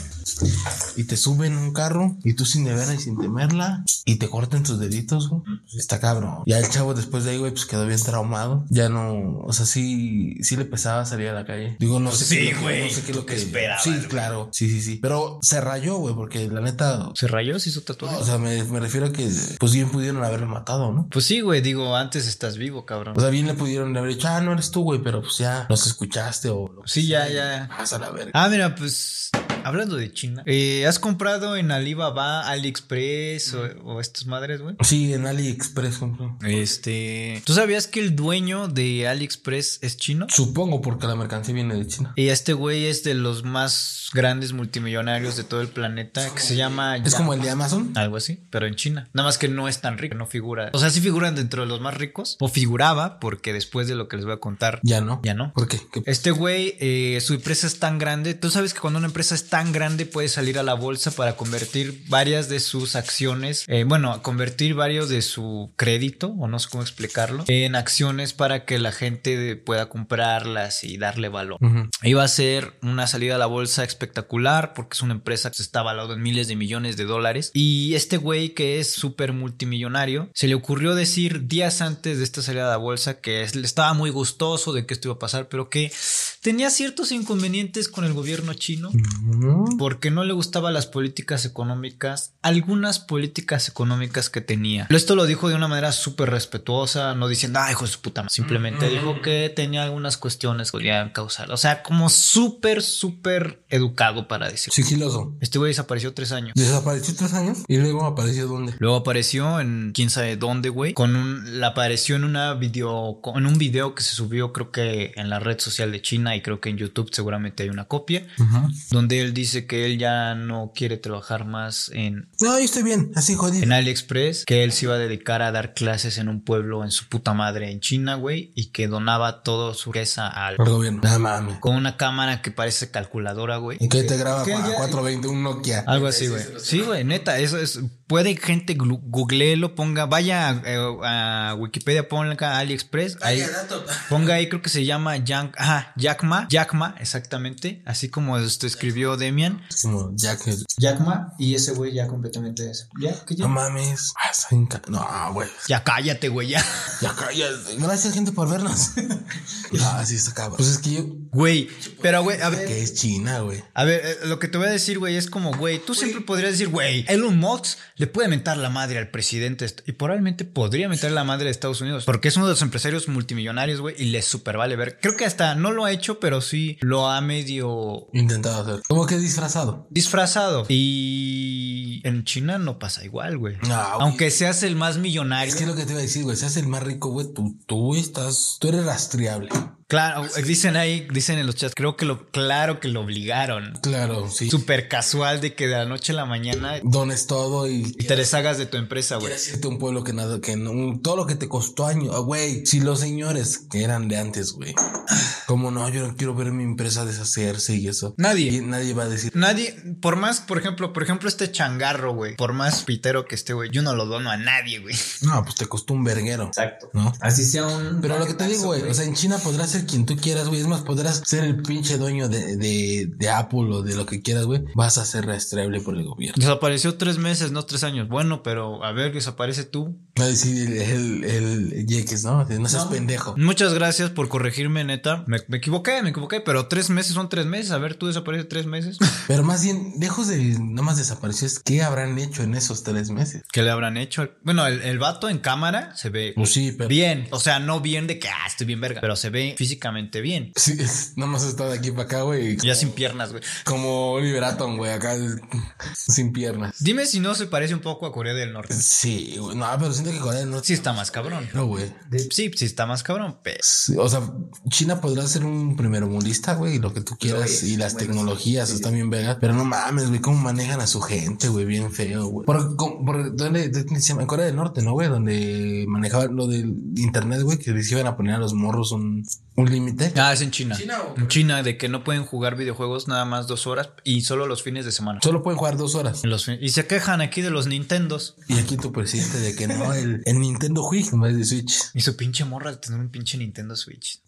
C: y te suben un carro y tú sin deberla y sin temerla y te cortan tus deditos, güey. Pues Está cabrón. Ya el chavo después de ahí, güey, pues quedó bien traumado. Ya no, o sea, sí, sí le pesaba salir a la calle. Digo, no sé
B: Pues Sí,
C: qué es lo que-
B: güey,
C: No sé qué es lo que
B: esperabas,
C: Sí,
B: güey.
C: claro. Sí, sí, sí. Pero se rayó, güey, porque la neta,
B: ¿Se rayó? ¿Se hizo
C: no,
B: tatuaje?
C: o sea, me, me refiero a que, pues bien pudieron haberlo matado, ¿no?
B: Pues sí, güey. Digo, antes estás vivo, cabrón.
C: O sea, bien le pudieron haber dicho, ah, no eres tú, güey, pero pues ya nos escuchaste o lo que
B: Sí, ya, ya.
C: pasa la verga.
B: Ah, mira, pues hablando de China, eh, ¿has comprado en Alibaba, AliExpress o, o estas madres, güey?
C: Sí, en AliExpress compré.
B: Este. ¿Tú sabías que el dueño de AliExpress es chino?
C: Supongo porque la mercancía viene de China.
B: Y este güey es de los más grandes multimillonarios de todo el planeta, que se llama.
C: Es como el de Amazon.
B: Algo así, pero en China. Nada más que no es tan rico, no figura. O sea, sí figuran dentro de los más ricos. O figuraba, porque después de lo que les voy a contar,
C: Ya no.
B: ya no.
C: ¿Por qué? ¿Qué-
B: Este güey, eh, su empresa es tan grande. Tú sabes que cuando una empresa es tan grande puede salir a la bolsa para convertir varias de sus acciones, eh, bueno, convertir varios de su crédito, o no sé cómo explicarlo, en acciones para que la gente pueda comprarlas y darle valor.
C: Ujú.
B: Iba a ser una salida a la bolsa espectacular porque es una empresa que se está valorada en miles de millones de dólares. Y este güey que es súper multimillonario, se le ocurrió decir días antes de esta salida a la bolsa que es- le estaba muy gustoso de que esto iba a pasar, pero que tenía ciertos inconvenientes con el gobierno chino
C: Ujú.
B: porque no le gustaban las políticas económicas, algunas políticas económicas que tenía. Esto lo dijo de una manera súper respetuosa, no diciendo, ah, hijo de su puta madre". Simplemente dijo que tenía algunas cuestiones que podían causar. O sea, como súper, súper educado para decir.
C: Sigiloso.
B: Este güey desapareció tres años.
C: Desapareció tres años y luego apareció dónde.
B: Luego apareció en quién sabe dónde, güey. Con un. La apareció en una video. En un video que se subió, creo que en la red social de China y creo que en YouTube seguramente hay una copia. Donde él dice que él ya no quiere trabajar más en,
C: No, yo estoy bien, así jodido.
B: en AliExpress que él se iba a dedicar a dar clases en un pueblo en su puta madre en China, güey, y que donaba todo su riqueza al
C: Al gobierno. Nada mames.
B: con una cámara que parece calculadora, güey.
C: ¿Y qué te graba
E: ¿Qué?
C: a
E: Ya-
C: 420 un Nokia?
B: Algo así, güey. Sí, güey, neta, eso es. Puede gente glu- googleelo, ponga, vaya eh, a, Wikipedia, ponga AliExpress. Ahí, ponga ahí, creo que se llama Yang, ajá, Jack Ma, Jack Ma, exactamente. Así como esto escribió Demian.
C: Es Como Jack.
E: Jackma y ese güey ya completamente eso. Ya, que ya.
C: No mames. Ah, está bien ca- No, güey.
B: Ya cállate, güey, ya.
C: Ya cállate. Gracias, gente, por vernos. ah, sí, está cabrón. Pues es que yo,
B: Güey, pero güey, a ver,
C: Que es China, güey.
B: a ver, eh, lo que te voy a decir, güey, es como, güey, tú siempre podrías decir, güey, Elon Musk le puede mentar la madre al presidente est- y probablemente podría mentar la madre de Estados Unidos porque es uno de los empresarios multimillonarios, güey, y le super vale ver. Creo que hasta no lo ha hecho, pero sí lo ha medio
C: Intentado hacer. Como que disfrazado.
B: disfrazado. Y en China no pasa igual, güey.
C: Ah, güey.
B: Aunque seas el más millonario.
C: Es que es lo que te iba a decir, güey. Seas el más rico, güey. Tú, tú estás. Tú eres rastreable. Ah,
B: Claro, dicen ahí, dicen en los chats, creo que lo, claro que lo obligaron.
C: Claro, sí.
B: Súper casual de que de la noche a la mañana
C: Dones todo y.
B: te deshagas de tu empresa, güey.
C: Quieres irte a un pueblo que nada, que no, todo lo que te costó años, ah, güey. Si los señores que eran de antes, güey, como no, yo no quiero ver mi empresa deshacerse y eso. Y
B: Nadie.
C: nadie va a decir,
B: Nadie, por más, por ejemplo, por ejemplo, este changarro, güey, por más pitero que esté, güey, yo no lo dono a nadie, güey.
C: no, pues te costó un verguero,
E: Exacto.
C: ¿no?
E: Así sea un.
C: Pero lo que te digo, güey, o sea, en China podrás ser quien tú quieras, güey. Es más, podrás ser el pinche dueño de, de, de Apple o de lo que quieras, güey. Vas a ser rastreable por el gobierno.
B: Desapareció tres meses, no tres años. Bueno, pero a ver, desaparece tú.
C: Va a decir el, el, el Yeques, ¿no? De, No seas pendejo.
B: Muchas gracias por corregirme, neta. Me, me equivoqué, me equivoqué, pero tres meses son tres meses. A ver, tú desapareces tres meses.
C: Pero más bien, lejos de nomás desapareció, es qué habrán hecho en esos tres meses.
B: ¿Qué le habrán hecho? al- Bueno, el, el vato en cámara se ve
C: Pues sí, pero.
B: bien. O sea, no bien de que, ah, estoy bien verga, pero se ve físicamente bien.
C: Sí, es- nomás está de aquí para acá, güey.
B: Ya sin piernas, güey.
C: Como Oliver Atom, güey, acá sin piernas.
B: Dime si no se parece un poco a Corea del Norte.
C: Sí, güey. No, pero siento que Corea no.
B: Sí está más cabrón.
C: No, güey.
B: Sí, sí está más cabrón. pero-
C: Sí, O sea, China podrá ser un primermundista, güey, y lo que tú quieras,
E: es,
C: y las
E: bueno,
C: tecnologías
E: sí, sí.
C: están bien vegas. Pero no mames, güey, cómo manejan a su gente, güey, bien feo, güey. Por, con- por- ¿dónde, dónde se llama? En Corea del Norte, ¿no, güey? Donde manejaban lo del internet, güey, que les iban a poner a los morros un, un límite.
B: Ah, es en China.
A: ¿China o-
B: en China, de que no pueden jugar videojuegos nada más dos horas y solo los fines de semana.
C: Solo pueden jugar dos horas.
B: Los fin- y se quejan aquí de los Nintendos.
C: Y aquí tu presidente de que no, el, el Nintendo Wii, no es de Switch.
B: Y su pinche morra de tener un pinche Nintendo Switch.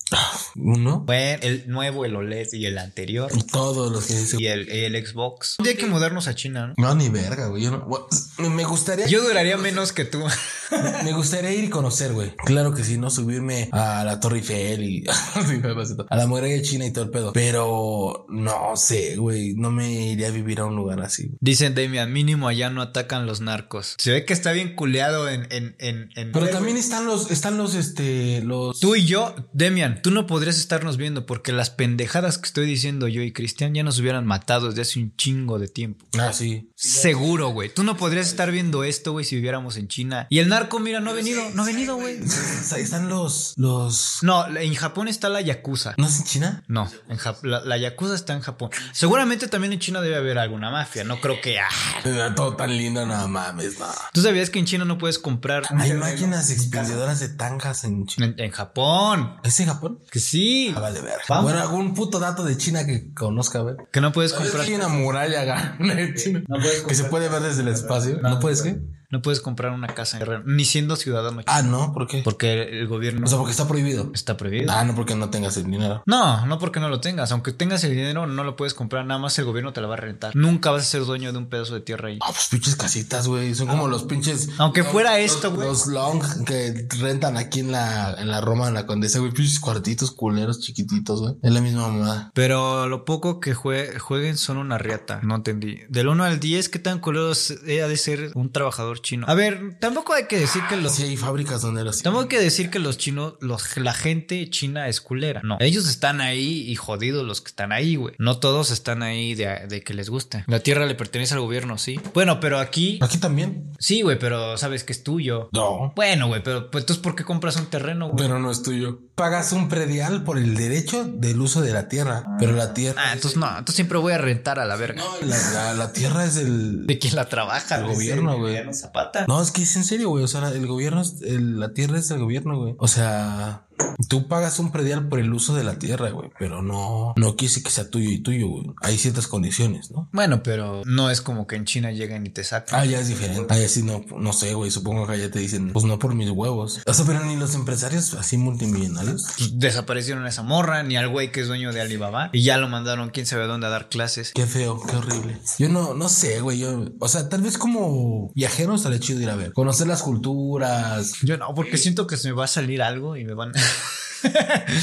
C: Uno.
B: Fue el nuevo, el OLED y el anterior.
C: Y todos los que dicen,
B: Y el, el Xbox. Un día hay que mudarnos a China, ¿no?
C: no, ni verga, güey. Yo no, gua- me gustaría.
B: Yo duraría menos que tú.
C: Me gustaría ir y conocer, güey. Claro que sí, no subirme a la Torre Eiffel y sí, me pasa todo. a la muralla china y todo el pedo. Pero no sé, güey. No me iría a vivir a un lugar así. güey.
B: Dicen Damian, mínimo allá no atacan los narcos. Se ve que está bien culeado en... en, en, en-
C: Pero también están los, están los, este, los.
B: Tú y yo, Demian, tú no podrías estarnos viendo porque las pendejadas que estoy diciendo yo y Cristian ya nos hubieran matado desde hace un chingo de tiempo.
C: Ah, sí.
B: Seguro, güey. Tú no podrías estar viendo esto, güey, si viviéramos en China. Y el narco, mira, no ha venido, no ha venido, güey.
C: O sea, Están los, los.
B: No, en Japón está la Yakuza.
C: ¿No es en China?
B: No, en Jap- la, la Yakuza está en Japón. Seguramente también en China debe haber alguna mafia. No creo que... ah.
C: Era todo tan lindo, no mames, no.
B: ¿Tú sabías que en China no puedes comprar...
C: Hay máquinas expendedoras de tangas en China.
B: En, en Japón.
C: ¿Es en Japón?
B: Que sí.
C: Ah, vale, ver.
E: Vamos.
C: Bueno, algún puto dato de China que conozca, a ver.
B: Que no puedes comprar.
C: Hay una muralla grande de China.
E: No puedes
C: Que se puede ver desde el espacio. ¿No puedes qué?
B: No puedes comprar una casa en Guerrero, Ni siendo ciudadano.
C: Ah, no, ¿por qué?
B: Porque el gobierno
C: O sea, porque está prohibido.
B: está prohibido.
C: Ah, no, porque no tengas el dinero.
B: No, no porque no lo tengas. Aunque tengas el dinero, no lo puedes comprar. Nada más el gobierno te la va a rentar. Nunca vas a ser dueño de un pedazo de tierra ahí.
C: Ah, pues pinches casitas, güey. Son
B: Ah.
C: como los pinches.
B: Aunque fuera esto, güey.
C: Los long que rentan aquí en la, en la Roma, en la Condesa, güey. Pinches cuartitos culeros chiquititos, güey. Es la misma mamada.
B: Pero lo poco que jue- jueguen son una riata. No entendí. Del 1 al 10, ¿qué tan culeros ha de ser un trabajador chino? A ver, tampoco hay que decir que los
C: Sí, hay fábricas donde los.
B: Tengo que decir que los chinos, los, la gente china es culera. No, ellos están ahí y jodidos los que están ahí, güey. No todos están ahí de, de que les guste. La tierra le pertenece al gobierno, sí. Bueno, pero aquí,
C: Aquí también.
B: sí, güey, pero sabes que es tuyo.
C: No.
B: Bueno, güey, pero pues, entonces, ¿por qué compras un terreno,
E: Pues,
B: güey?
C: Pero no es tuyo. Pagas un predial por el derecho del uso de la tierra. Pero la tierra.
B: Ah, entonces no, entonces siempre voy a rentar a la verga.
C: No, la, la- la tierra es el.
B: De quien la trabaja,
C: El
B: güey.
C: gobierno, güey.
E: Emiliano Zapata.
C: No, es que es en serio, güey. O sea, el gobierno, es- el- la tierra es del gobierno, güey. O sea, tú pagas un predial por el uso de la tierra, güey. Pero no, no quiere decir que sea tuyo y tuyo, güey. Hay ciertas condiciones, ¿no?
B: Bueno, pero no es como que en China llegan y te sacan.
C: Ah, ya es diferente. Ah, ya sí, no, no sé, güey. Supongo que allá te dicen, pues no por mis huevos. O sea, pero ni los empresarios así multimillonarios.
B: Pues, Desaparecieron a esa morra, ni al güey que es dueño de Alibaba. Y ya lo mandaron quién sabe a dónde a dar clases.
C: Qué feo, qué horrible. Yo no, no sé, güey. Yo, o sea, tal vez como viajero estaría chido ir a ver, conocer las culturas.
B: Yo no, porque siento que se me va a salir algo y me van.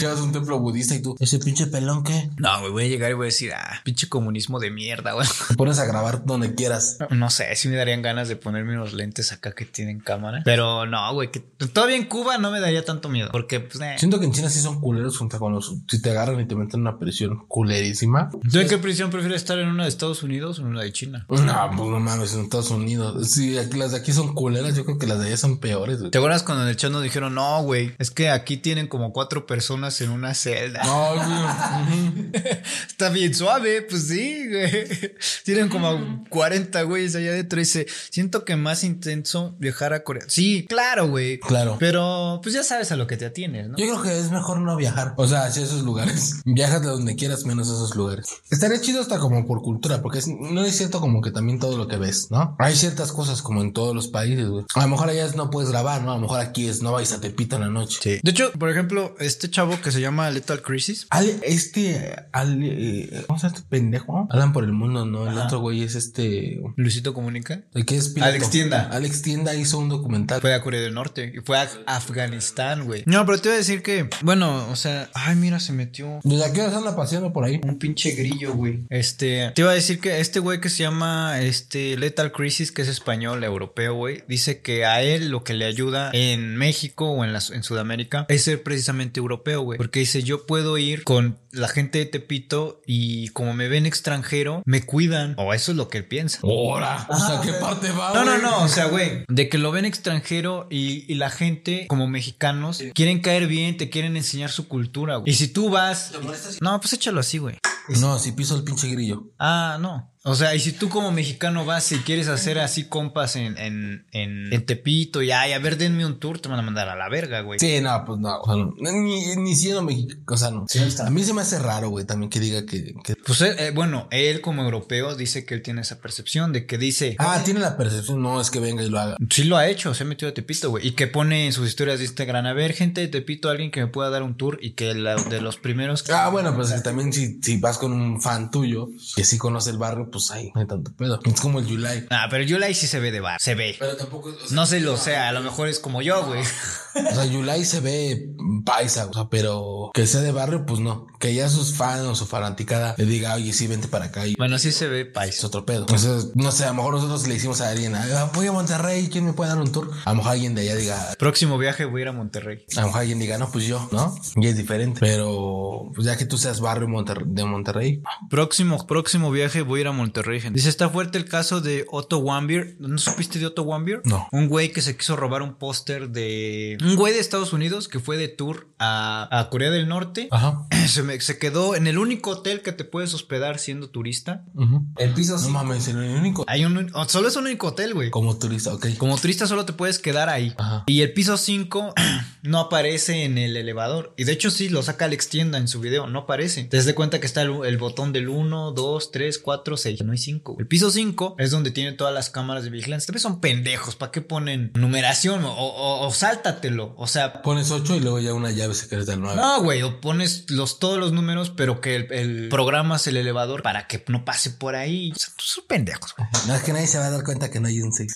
C: Llevas un templo budista y tú, ese pinche pelón que
B: No, güey, voy a llegar y voy a decir, ah, pinche comunismo de mierda, güey.
C: te pones a grabar donde quieras.
B: No sé, si me darían ganas de ponerme unos lentes acá que tienen cámara. Pero no, güey, que todavía en Cuba no me daría tanto miedo. Porque, pues, eh.
C: Siento que en China sí son culeros junto con los. Si te agarran y te meten una presión culerísima.
B: ¿Tú en qué prisión prefieres estar en una de Estados Unidos o en una de China?
C: No, pues no mames, en Estados Unidos. Sí, aquí, las de aquí son culeras, yo creo que las de allá son peores, güey.
B: ¿Te acuerdas cuando en el chat nos dijeron, no, güey, es que aquí tienen como cuatro personas en una celda?
C: No, güey.
B: Está bien suave, pues sí, güey. Tienen como 40 güeyes allá de 13. Siento que más intenso viajar a Corea. Sí, claro, güey.
C: Claro.
B: Pero pues ya sabes a lo que te atienes, ¿no?
C: Yo creo que es mejor no viajar. O sea, hacia esos lugares. Viajas de donde quieras menos a esos lugares. Estaría chido hasta como por cultura, porque es- no es cierto como que también todo lo que ves, ¿no? Hay ciertas cosas como en todos los países, güey. A lo mejor allá es no puedes grabar, ¿no? A lo mejor aquí es no vais a Tepito en la noche.
B: Sí. De hecho, por ejemplo, este chavo que se llama Lethal Crisis.
C: Ale- este, Ale, eh, ¿cómo se llama este pendejo? Alan por el mundo, ¿no? El
B: Ajá.
C: otro güey es este,
B: Luisito comunica.
C: el que es piloto.
E: Alex Tienda.
C: Alex Tienda hizo un documental.
B: Fue a Corea del Norte y fue a Afganistán, güey. No, pero te iba a decir que, bueno, o sea, ay, mira, se metió
C: ¿Desde aquí horas anda paseando por ahí?
E: Un pinche grillo, güey.
B: Este, te iba a decir que este güey que se llama este Lethal Crisis, que es español, europeo, güey, dice que a él lo que le ayuda en México o en, la- en Sudamérica es ser precisamente europeo, güey. Porque dice, yo puedo ir con la gente de Tepito y como me ven extranjero, me cuidan. O eso es lo que él piensa.
C: ¡Hora! O sea, ¿qué parte va,
B: No, no,
C: Oh, güey?
B: no, o sea, güey, de que lo ven extranjero y, y la gente, como mexicanos, quieren caer bien, te quieren enseñar su cultura, güey. Y si tú vas... No, pues échalo así, güey.
C: No, si piso el pinche grillo.
B: Ah, no. O sea, y si tú como mexicano vas y quieres hacer así compas en, en, en, en Tepito y ay, a ver, denme un tour, te van a mandar a la verga, güey.
C: Sí, no, pues no. o sea, no. ni, ni siendo mexicano, o sea, no.
E: Sí, está.
C: A mí se me hace raro, güey, también que diga que... que-
B: Pues eh, eh, bueno, él como europeo dice que él tiene esa percepción de que dice,
C: Ah, tiene la percepción, no, es que venga y lo haga.
B: sí lo ha hecho, se ha metido a Tepito, güey. Y que pone en sus historias de Instagram, a ver, gente de Tepito, alguien que me pueda dar un tour y que la- de los primeros... que-
C: Ah, bueno, pues que también si, si vas con un fan tuyo que sí conoce el barrio, pues ay, no hay tanto pedo. Es como el July.
B: Ah, pero Yulai sí se ve de bar, se ve.
A: Pero tampoco. o sea,
B: No se lo sea, a lo mejor es como yo, güey.
C: O sea, Yulai se ve paisa, o sea, pero que sea de barrio, pues no. Que ya sus fans o su fanaticada le diga, oye, sí, vente para acá y
B: Bueno, sí se ve país.
C: es otro pedo. Entonces, no sé, a lo mejor nosotros le hicimos a alguien, "Ah, voy a Monterrey, ¿quién me puede dar un tour? A lo mejor alguien de allá diga,
B: Próximo viaje voy a ir a Monterrey.
C: a lo mejor alguien diga, no, pues yo, ¿no? Y es diferente. Pero, pues ya que tú seas barrio Monter- de Monterrey,
B: Próximo, próximo viaje voy a ir a Monterrey, gente. Dice, está fuerte el caso de Otto Wambier. ¿No supiste de Otto Wambier?
C: No.
B: Un güey que se quiso robar un póster de... Un güey de Estados Unidos que fue de tour a, a Corea del Norte.
C: ajá.
B: Se, me- se quedó en el único hotel que te puedes hospedar siendo turista.
C: ujú.
E: El piso
C: No
E: sí.
C: mames, el único
B: Hay un... o- Solo es un único hotel, güey.
C: como turista, ok.
B: Como turista solo te puedes quedar ahí.
C: Ajá.
B: Y el piso 5 no aparece en el elevador. Y de hecho sí, lo saca Alex Tienda en su video, no aparece. Te das de cuenta que está el, el botón del 1, 2, 3, 4, 6. No hay 5. El piso 5 es donde tienen todas las cámaras de vigilancia. También son pendejos. ¿Para qué ponen numeración? O, o- o sáltatelo. O sea...
C: Pones 8 y luego ya una llave secreta al 9.
B: No, güey, o pones los, todos los números, pero que el, el- programas el elevador para que no pase por ahí. O sea, son pendejos, güey.
C: No, es que nadie se va a dar cuenta que no hay un 6.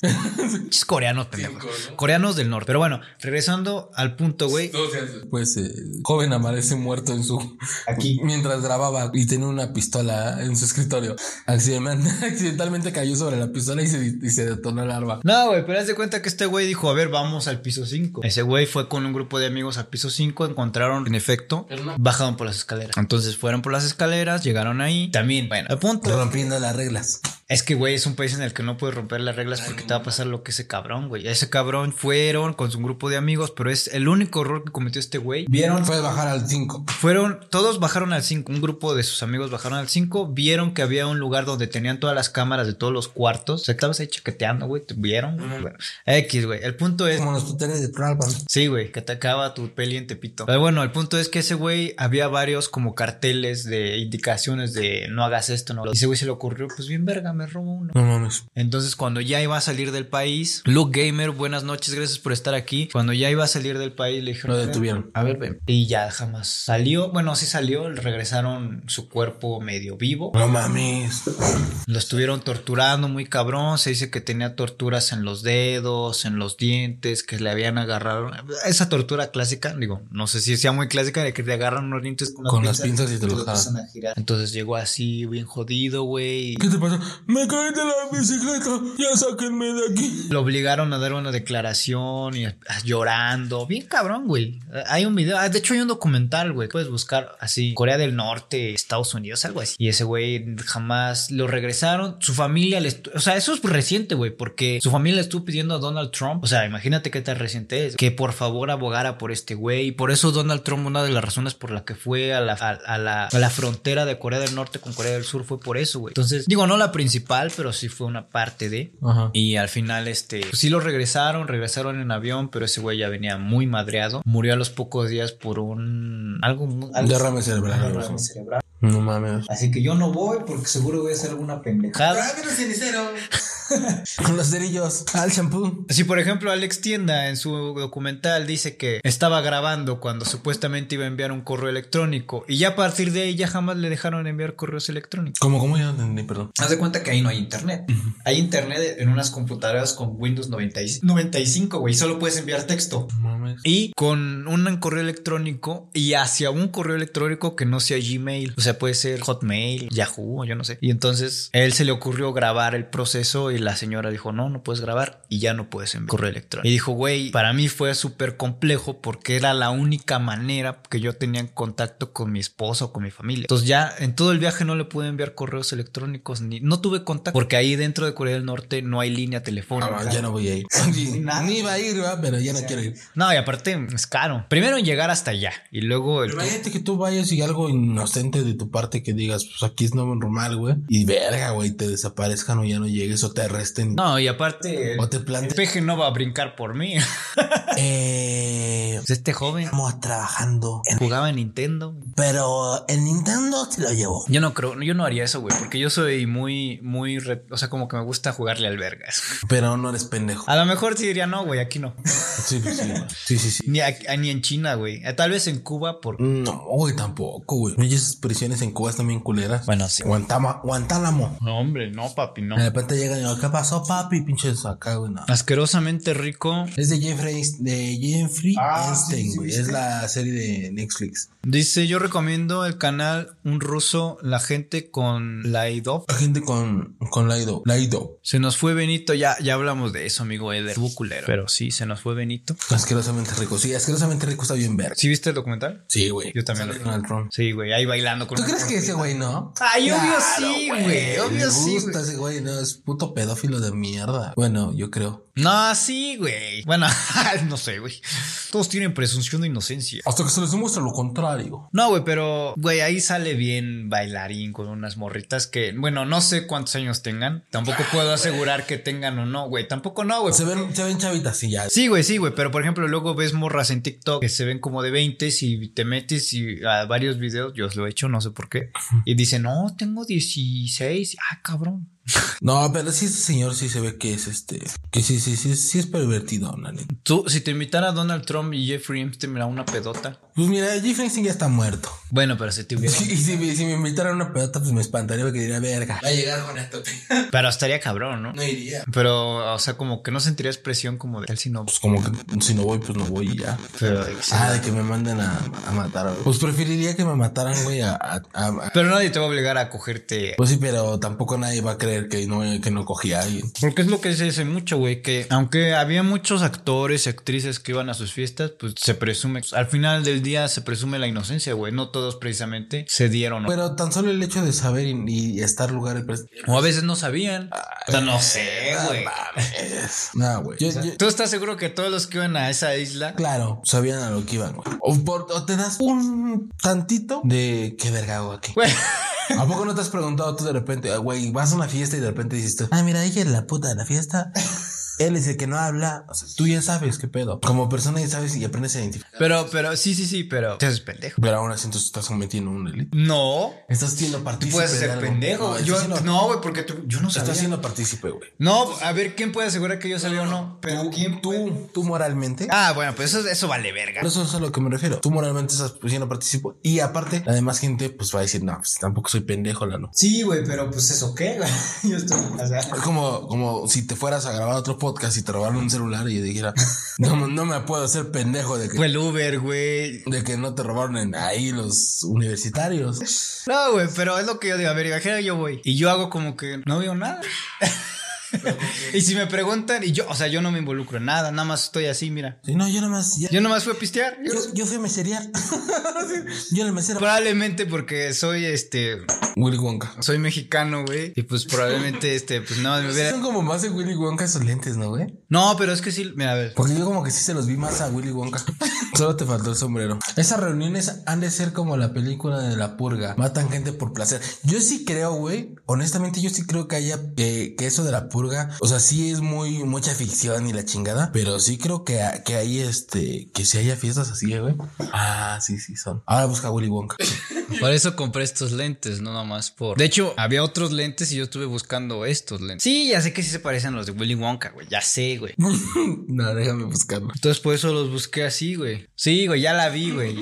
B: Pinches coreanos, pendejos. Coreanos del norte. Pero bueno, regresando al punto, güey.
A: no, o sea, es-
C: Pues eh, joven amanece muerto en su
E: Aquí.
C: mientras grababa y tenía una pistola en su escritorio. Accidentalmente, accidentalmente cayó sobre la pistola y se, y se detonó el arma.
B: No, güey, pero haz de cuenta que este güey dijo, a ver, vamos al piso 5. Ese güey fue con un grupo de amigos al piso 5, encontraron, en efecto, bajaron por las escaleras. Entonces fueron por las escaleras, llegaron ahí. También, bueno, el punto
C: Rompiendo las reglas.
B: es que, güey, es un país en el que no puedes romper las reglas porque te va a pasar lo que ese cabrón, güey. Ese cabrón fueron con su grupo de amigos, pero es el único error que cometió este güey.
E: ¿Vieron?
C: Fue bajar al 5.
B: Fueron, todos bajaron al 5, un grupo de sus amigos bajaron al 5, vieron que había un lugar donde tenían todas las cámaras de todos los cuartos. O sea, estabas ahí chaqueteando, güey, te vieron. Bueno, X, güey. El punto es...
C: Como los tutoriales de pues. Tralban.
B: Sí, güey, que te acaba tu peli en Tepito. Pero bueno, el punto es que ese güey había varios como carteles de indicaciones de no hagas esto, no. lo- Y ese güey se le ocurrió, pues bien verga, verga, me robo uno.
C: No mames.
B: Entonces, cuando ya iba a salir del país, Luke Gamer, buenas noches, gracias por estar aquí. Cuando ya iba a salir del país, le dijeron,
C: Lo
B: "A ver,
C: detuvieron.
B: a ver, ven. Y ya jamás salió. Bueno, sí salió. Regresaron su cuerpo medio vivo.
C: No mames.
B: Lo estuvieron torturando muy cabrón. Se dice que tenía torturas en los dedos, en los dientes, que le habían agarrado. Esa tortura clásica, digo, no sé si sea muy clásica, de que te agarran los dientes. con-
C: Con las pinzas y te lo jalan.
F: empiezan a girar.
B: Entonces llegó así, bien jodido, güey. y
C: ¿Qué te pasó? Me caí de la bicicleta. Ya sáquenme de aquí.
B: Lo obligaron a dar una declaración y ah, llorando. Bien cabrón, güey. Ah, Hay un video. ah, De hecho, hay un documental, güey. Puedes buscar así. Corea del Norte, Estados Unidos, algo así. Y ese güey jamás lo regresaron. Su familia le... estu- O sea, eso es reciente, güey. Porque su familia le estuvo pidiendo a Donald Trump. O sea, imagínate qué tan reciente es. Que por favor abogara por este güey. Y por eso Donald Trump, una de las razones por la que fue a la, a- a la, a la frontera de Corea del Norte con Corea del Sur fue por eso, güey. Entonces, digo, no la principal, pero sí fue una parte de...
C: Ajá.
B: Y al final, este, pues sí lo regresaron, regresaron en avión, pero ese güey ya venía muy madreado. Murió a los pocos días por un. Algo. mu- algo-
C: Derrame cerebral.
F: Derrame cerebral.
C: No mames.
F: Así que yo no voy porque seguro voy a hacer alguna pendejada.
B: Cada-
G: Con los cerillos. Al champú.
B: Si por ejemplo Alex Tienda en su documental dice que estaba grabando cuando supuestamente iba a enviar un correo electrónico y ya a partir de ahí ya jamás le dejaron enviar correos electrónicos.
C: ¿Cómo, cómo ya no entendí? Perdón.
F: Haz de cuenta que ahí no hay internet. Hay internet en unas computadoras con Windows 95, 95, güey. Solo puedes enviar texto.
C: No mames.
B: Y con un correo electrónico y hacia un correo electrónico que no sea Gmail. O sea, puede ser Hotmail, Yahoo, o yo no sé. Y entonces a él se le ocurrió grabar el proceso y la señora dijo, no, no puedes grabar y ya no puedes enviar correo electrónico. Y dijo, güey, para mí fue súper complejo porque era la única manera que yo tenía en contacto con mi esposa o con mi familia. Entonces ya en todo el viaje no le pude enviar correos electrónicos ni no tuve contacto porque ahí dentro de Corea del Norte no hay línea telefónica.
C: Ah, ya no voy a ir.
G: Oye, Ni iba a ir, ¿verdad? pero ya no
F: Sí.
G: quiero ir.
B: No, y aparte es caro. Primero en llegar hasta allá y luego el...
C: Pero imagínate que tú vayas y algo inocente de tu parte que digas, pues aquí es normal, güey. Y verga, güey, te desaparezcan o ya no llegues o te arresten.
B: No, eh, y aparte el,
C: O te
B: el
C: plantes.
B: peje no va a brincar por mí.
G: Eh,
B: Pues este joven
G: estamos trabajando. en-
B: jugaba en Nintendo.
G: pero el Nintendo se lo llevó.
B: Yo no creo, yo no haría eso, güey, porque yo soy muy, muy, re- o sea, como que me gusta jugarle al vergas.
C: Pero no eres pendejo.
B: A lo mejor sí diría, no, güey, aquí no.
C: Sí, pues, sí, güey. sí, sí, sí.
B: Ni, aquí- ni en China, güey. Eh, Tal vez en Cuba por...
C: No, güey, tampoco, güey. Oye, esas prisiones en Cuba están bien culeras.
B: Bueno, sí. Eh,
C: Guantama, Guantánamo.
B: No, hombre, no, papi, no.
C: De repente llegan y ¿qué pasó, papi? Pinches acá, güey. no.
B: Asquerosamente rico.
C: Es de Jeffrey, de Jeffrey
F: Ah, sí,
C: Einstein,
F: sí,
C: güey.
F: sí.
C: es la serie de Netflix.
B: Dice, yo recomiendo el canal Un Ruso, la gente con la IDOP.
C: La gente con, con Laido. Laido.
B: Se nos fue Benito, ya, ya hablamos de eso, amigo Eder. Estuvo culero. Pero sí, se nos fue Benito.
C: Asquerosamente rico. Sí, asquerosamente rico está bien verga.
B: ¿Sí viste el documental?
C: Sí, güey.
B: Yo también lo vi.
C: Donald Trump.
B: Sí, güey, ahí bailando con
G: ¿Tú
B: una
G: crees que
B: cortina.
G: ese güey no?
B: Ay, obvio
G: Claro,
B: sí, güey. Obvio
C: Le
B: sí.
C: gusta
B: güey.
C: ese güey, no, es puto pedófilo de mierda. Bueno, yo creo.
B: No, sí, güey. Bueno, no sé, güey. Todos tienen presunción de inocencia.
C: Hasta que se les demuestra lo contrario.
B: No, güey, pero, güey, ahí sale bien bailarín con unas morritas que, bueno, no sé cuántos años tengan. Tampoco puedo asegurar que tengan o no, güey. Tampoco no, güey.
C: Se ven, se ven chavitas y ya.
B: Sí, güey, sí, güey, pero por ejemplo, luego ves morras en TikTok que se ven como de 20 y te metes y a varios videos, yo os lo he hecho, no sé por qué, y dicen, no, tengo 16, ah, cabrón.
C: No, pero sí, ese señor sí se ve que es este. Que sí, sí, sí, sí es pervertido, la neta.
B: Tú, si te invitara Donald Trump y Jeffrey Epstein a una pedota,
C: Pues mira, Jeffrey Einstein ya está muerto.
B: bueno, pero si te
C: Y
B: hubiera...
C: si, me- si me invitaran a una pelota, pues me espantaría porque diría, verga.
G: Va a llegar con esto.
B: Pero estaría cabrón, ¿no?
G: No iría.
B: Pero, o sea, como que no sentirías presión como de él, sino...
C: Pues como que si no voy, pues no voy y ya.
B: Pero,
C: Ah, de que me manden a, a matar. güey. Pues preferiría que me mataran, güey, a, a- a- a-
B: pero nadie te va a obligar a cogerte...
C: Pues sí, pero tampoco nadie va a creer que no, que no cogí a alguien.
B: Porque es lo que se dice mucho, güey, que aunque había muchos actores y actrices que iban a sus fiestas, pues se presume, pues, al final del día se presume la inocencia, güey, no todos precisamente se dieron. ¿no?
C: Pero tan solo el hecho de saber y, y estar lugar el pres-
B: O a veces no sabían. O sea, no sé,
G: Ah,
B: güey.
C: Nah, güey. Yo- yo-
B: ¿Tú estás seguro que todos los que iban a esa isla?
C: claro, sabían a lo que iban, güey. O, por- o te das un tantito de qué verga hago aquí.
B: Güey,
C: ¿A poco no te has preguntado tú de repente, ah, güey, vas a una fiesta y de repente dices tú, ah, mira, ella es la puta de la fiesta? Él es el que no habla. O sea, tú ya sabes qué pedo. Como persona ya sabes y aprendes a identificar.
B: Pero, pero, sí, sí, sí, pero. Te haces pendejo.
C: Pero aún así, entonces estás cometiendo un delito.
B: No.
C: Estás siendo
E: Tú
C: partícipe.
E: puedes
C: de
E: ser
C: algo.
E: pendejo.
C: estás
E: Yo,
C: siendo-
E: no, güey, porque tú, yo no sabía.
C: Estás siendo partícipe, güey.
B: No, a ver, ¿quién puede asegurar que yo salí o no?
E: Pero quién tú.
C: Tú, tú moralmente.
B: Ah, bueno, pues eso, eso vale verga.
C: Pero eso es a lo que me refiero. Tú moralmente estás pues, siendo partícipe. Y aparte, la demás gente pues va a decir, no, pues tampoco soy pendejo, la no.
E: Sí, güey, pero pues eso qué, güey. Yo estoy. O sea,
C: Es como, como si te fueras a grabar otro podcast y te robaron un celular y yo dijera, no, no me puedo hacer pendejo de que,
B: Fue el Uber, güey.
C: de que no te robaron en ahí los universitarios.
B: No, güey, pero es lo que yo digo. A ver, imagina que yo voy y yo hago como que no veo nada. y si me preguntan, y yo, o sea, yo no me involucro en nada, nada más estoy así, mira.
C: Sí, no, yo nada más, ya-
B: Yo nomás fui a pistear.
C: yo, yo fui a meserear. Sí, yo era el mesero.
B: Probablemente porque soy este,
C: Willy Wonka.
B: soy mexicano, güey. Y pues probablemente este, pues nada más me hubiera.
C: Son como más de Willy Wonka esos lentes, ¿no, güey?
B: No, pero es que sí, mira, a ver.
C: Porque yo como que sí se los vi más a Willy Wonka. Solo te faltó el sombrero. Esas reuniones han de ser como la película de la purga. Matan gente por placer. Yo sí creo, güey. Honestamente, yo sí creo que haya eh, que, que eso de la purga. O sea, sí es muy mucha ficción y la chingada. Pero sí creo que, que hay este. Que si haya fiestas así, eh, güey. Ah, sí, sí son. Ahora busca Willy Wonka.
B: Por eso compré estos lentes, no nomás por. De hecho, había otros lentes y yo estuve buscando estos lentes. Sí, ya sé que sí se parecen a los de Willy Wonka, güey. Ya sé, güey.
C: no, déjame buscarlo.
B: Entonces por eso los busqué así, güey. Sí, güey, ya la vi, güey.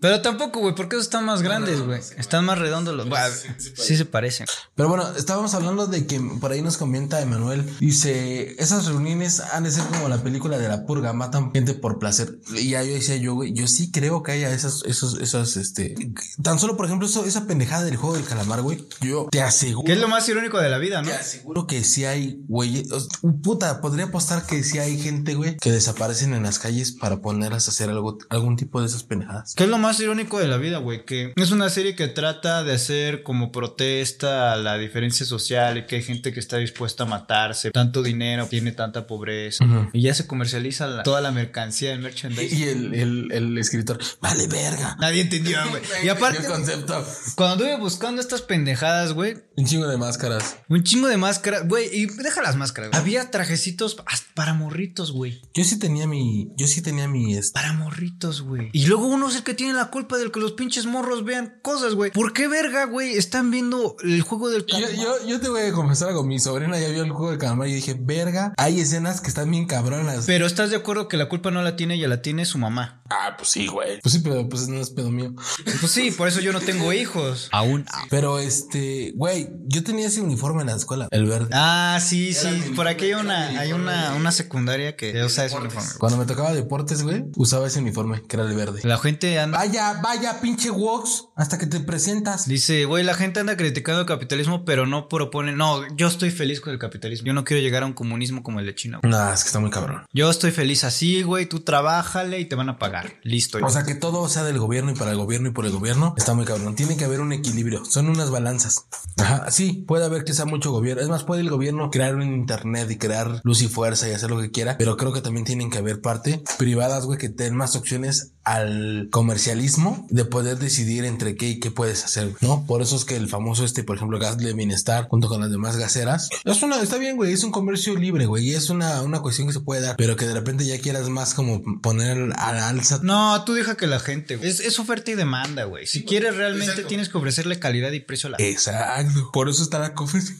B: Pero tampoco, güey, porque esos están más grandes, güey. están más redondos los. Bah, sí se parecen.
C: Pero bueno, estábamos hablando de que por ahí nos comenta Emanuel. Dice, esas reuniones han de ser como la película de la purga, matan gente por placer. Y ya yo decía yo, güey, yo sí creo que haya esas, esos, esas, este... Tan solo, por ejemplo, eso, esa pendejada del juego del calamar, güey. Yo te aseguro.
B: Que es lo más irónico de la vida, ¿no?
C: Seguro que sí hay, güey. o- Puta, podría apostar que sí hay gente, güey, que desaparecen en las calles para ponerlas a hacer algo, algún tipo de esas pendejadas.
B: Que es lo más irónico de la vida, güey? Que es una serie que trata de hacer como protesta a la diferencia social y que hay gente que está dispuesta a matarse. Tanto dinero, tiene tanta pobreza.
C: Ujú.
B: Y ya se comercializa la- toda la mercancía, el merchandising.
C: Y el, el, el escritor, vale verga.
B: Nadie entendió, güey. Y
C: El
B: aparte,
C: concepto.
B: cuando anduve buscando estas pendejadas, güey,
C: Un chingo de máscaras.
B: Un chingo de máscaras, güey. Y deja las máscaras. güey. Había trajecitos hasta para morritos, güey.
C: Yo sí tenía mi. Yo sí tenía mi. este,
B: Para morritos, güey. Y luego uno es el que tiene la culpa del que los pinches morros vean cosas, güey. ¿Por qué verga, güey? Están viendo el juego del
C: Yo,
B: calamar?
C: yo, yo te voy a confesar algo. Mi sobrina ya vio el juego del calamar y dije, verga, hay escenas que están bien cabronas.
B: Pero estás de acuerdo que la culpa no la tiene ella, la tiene su mamá.
C: ah, pues sí, güey. Pues sí, pero pues no es pedo mío.
B: Pues sí, por eso yo no tengo hijos. Aún.
C: Pero este, güey, yo tenía ese uniforme en la escuela, el verde.
B: Ah, sí, sí.
C: Era mi-
B: Por aquí hay una,
C: era mi
B: hay una, una secundaria que usa ese uniforme.
C: Cuando me tocaba deportes, güey, usaba ese uniforme, que era el verde.
B: La gente anda.
C: Vaya, vaya, pinche Wox, hasta que te presentas.
B: Dice, güey, la gente anda criticando el capitalismo, pero no propone. No, yo estoy feliz con el capitalismo. Yo no quiero llegar a un comunismo como el de China. güey.
C: Nah, es que está muy cabrón.
B: Yo estoy feliz así, güey. Tú trabájale y te van a pagar. Listo.
C: O sea, que todo sea del gobierno y para el gobierno y por el gobierno está muy cabrón. Tiene que haber un equilibrio. Son unas balanzas. Ajá. Sí, puede haber que sea mucho gobierno. Es más, puede el gobierno crear un internet y crear luz y fuerza y hacer lo que quiera. Pero creo que también tienen que haber parte privadas, güey, que den más opciones al comercialismo de poder decidir entre qué y qué puedes hacer, güey, ¿no? Por eso es que el famoso este, por ejemplo, gas de bienestar junto con las demás gaseras. Es una, está bien, güey. Es un comercio libre, güey. Y es una, una cuestión que se puede dar. Pero que de repente ya quieras más como poner a la alza
B: no, tú deja que la gente. güey. Es, es oferta y demanda, güey. Si quieres realmente tienes que ofrecerle calidad y precio a
C: Eh,
B: la.
C: Exacto. Por eso está la, comis-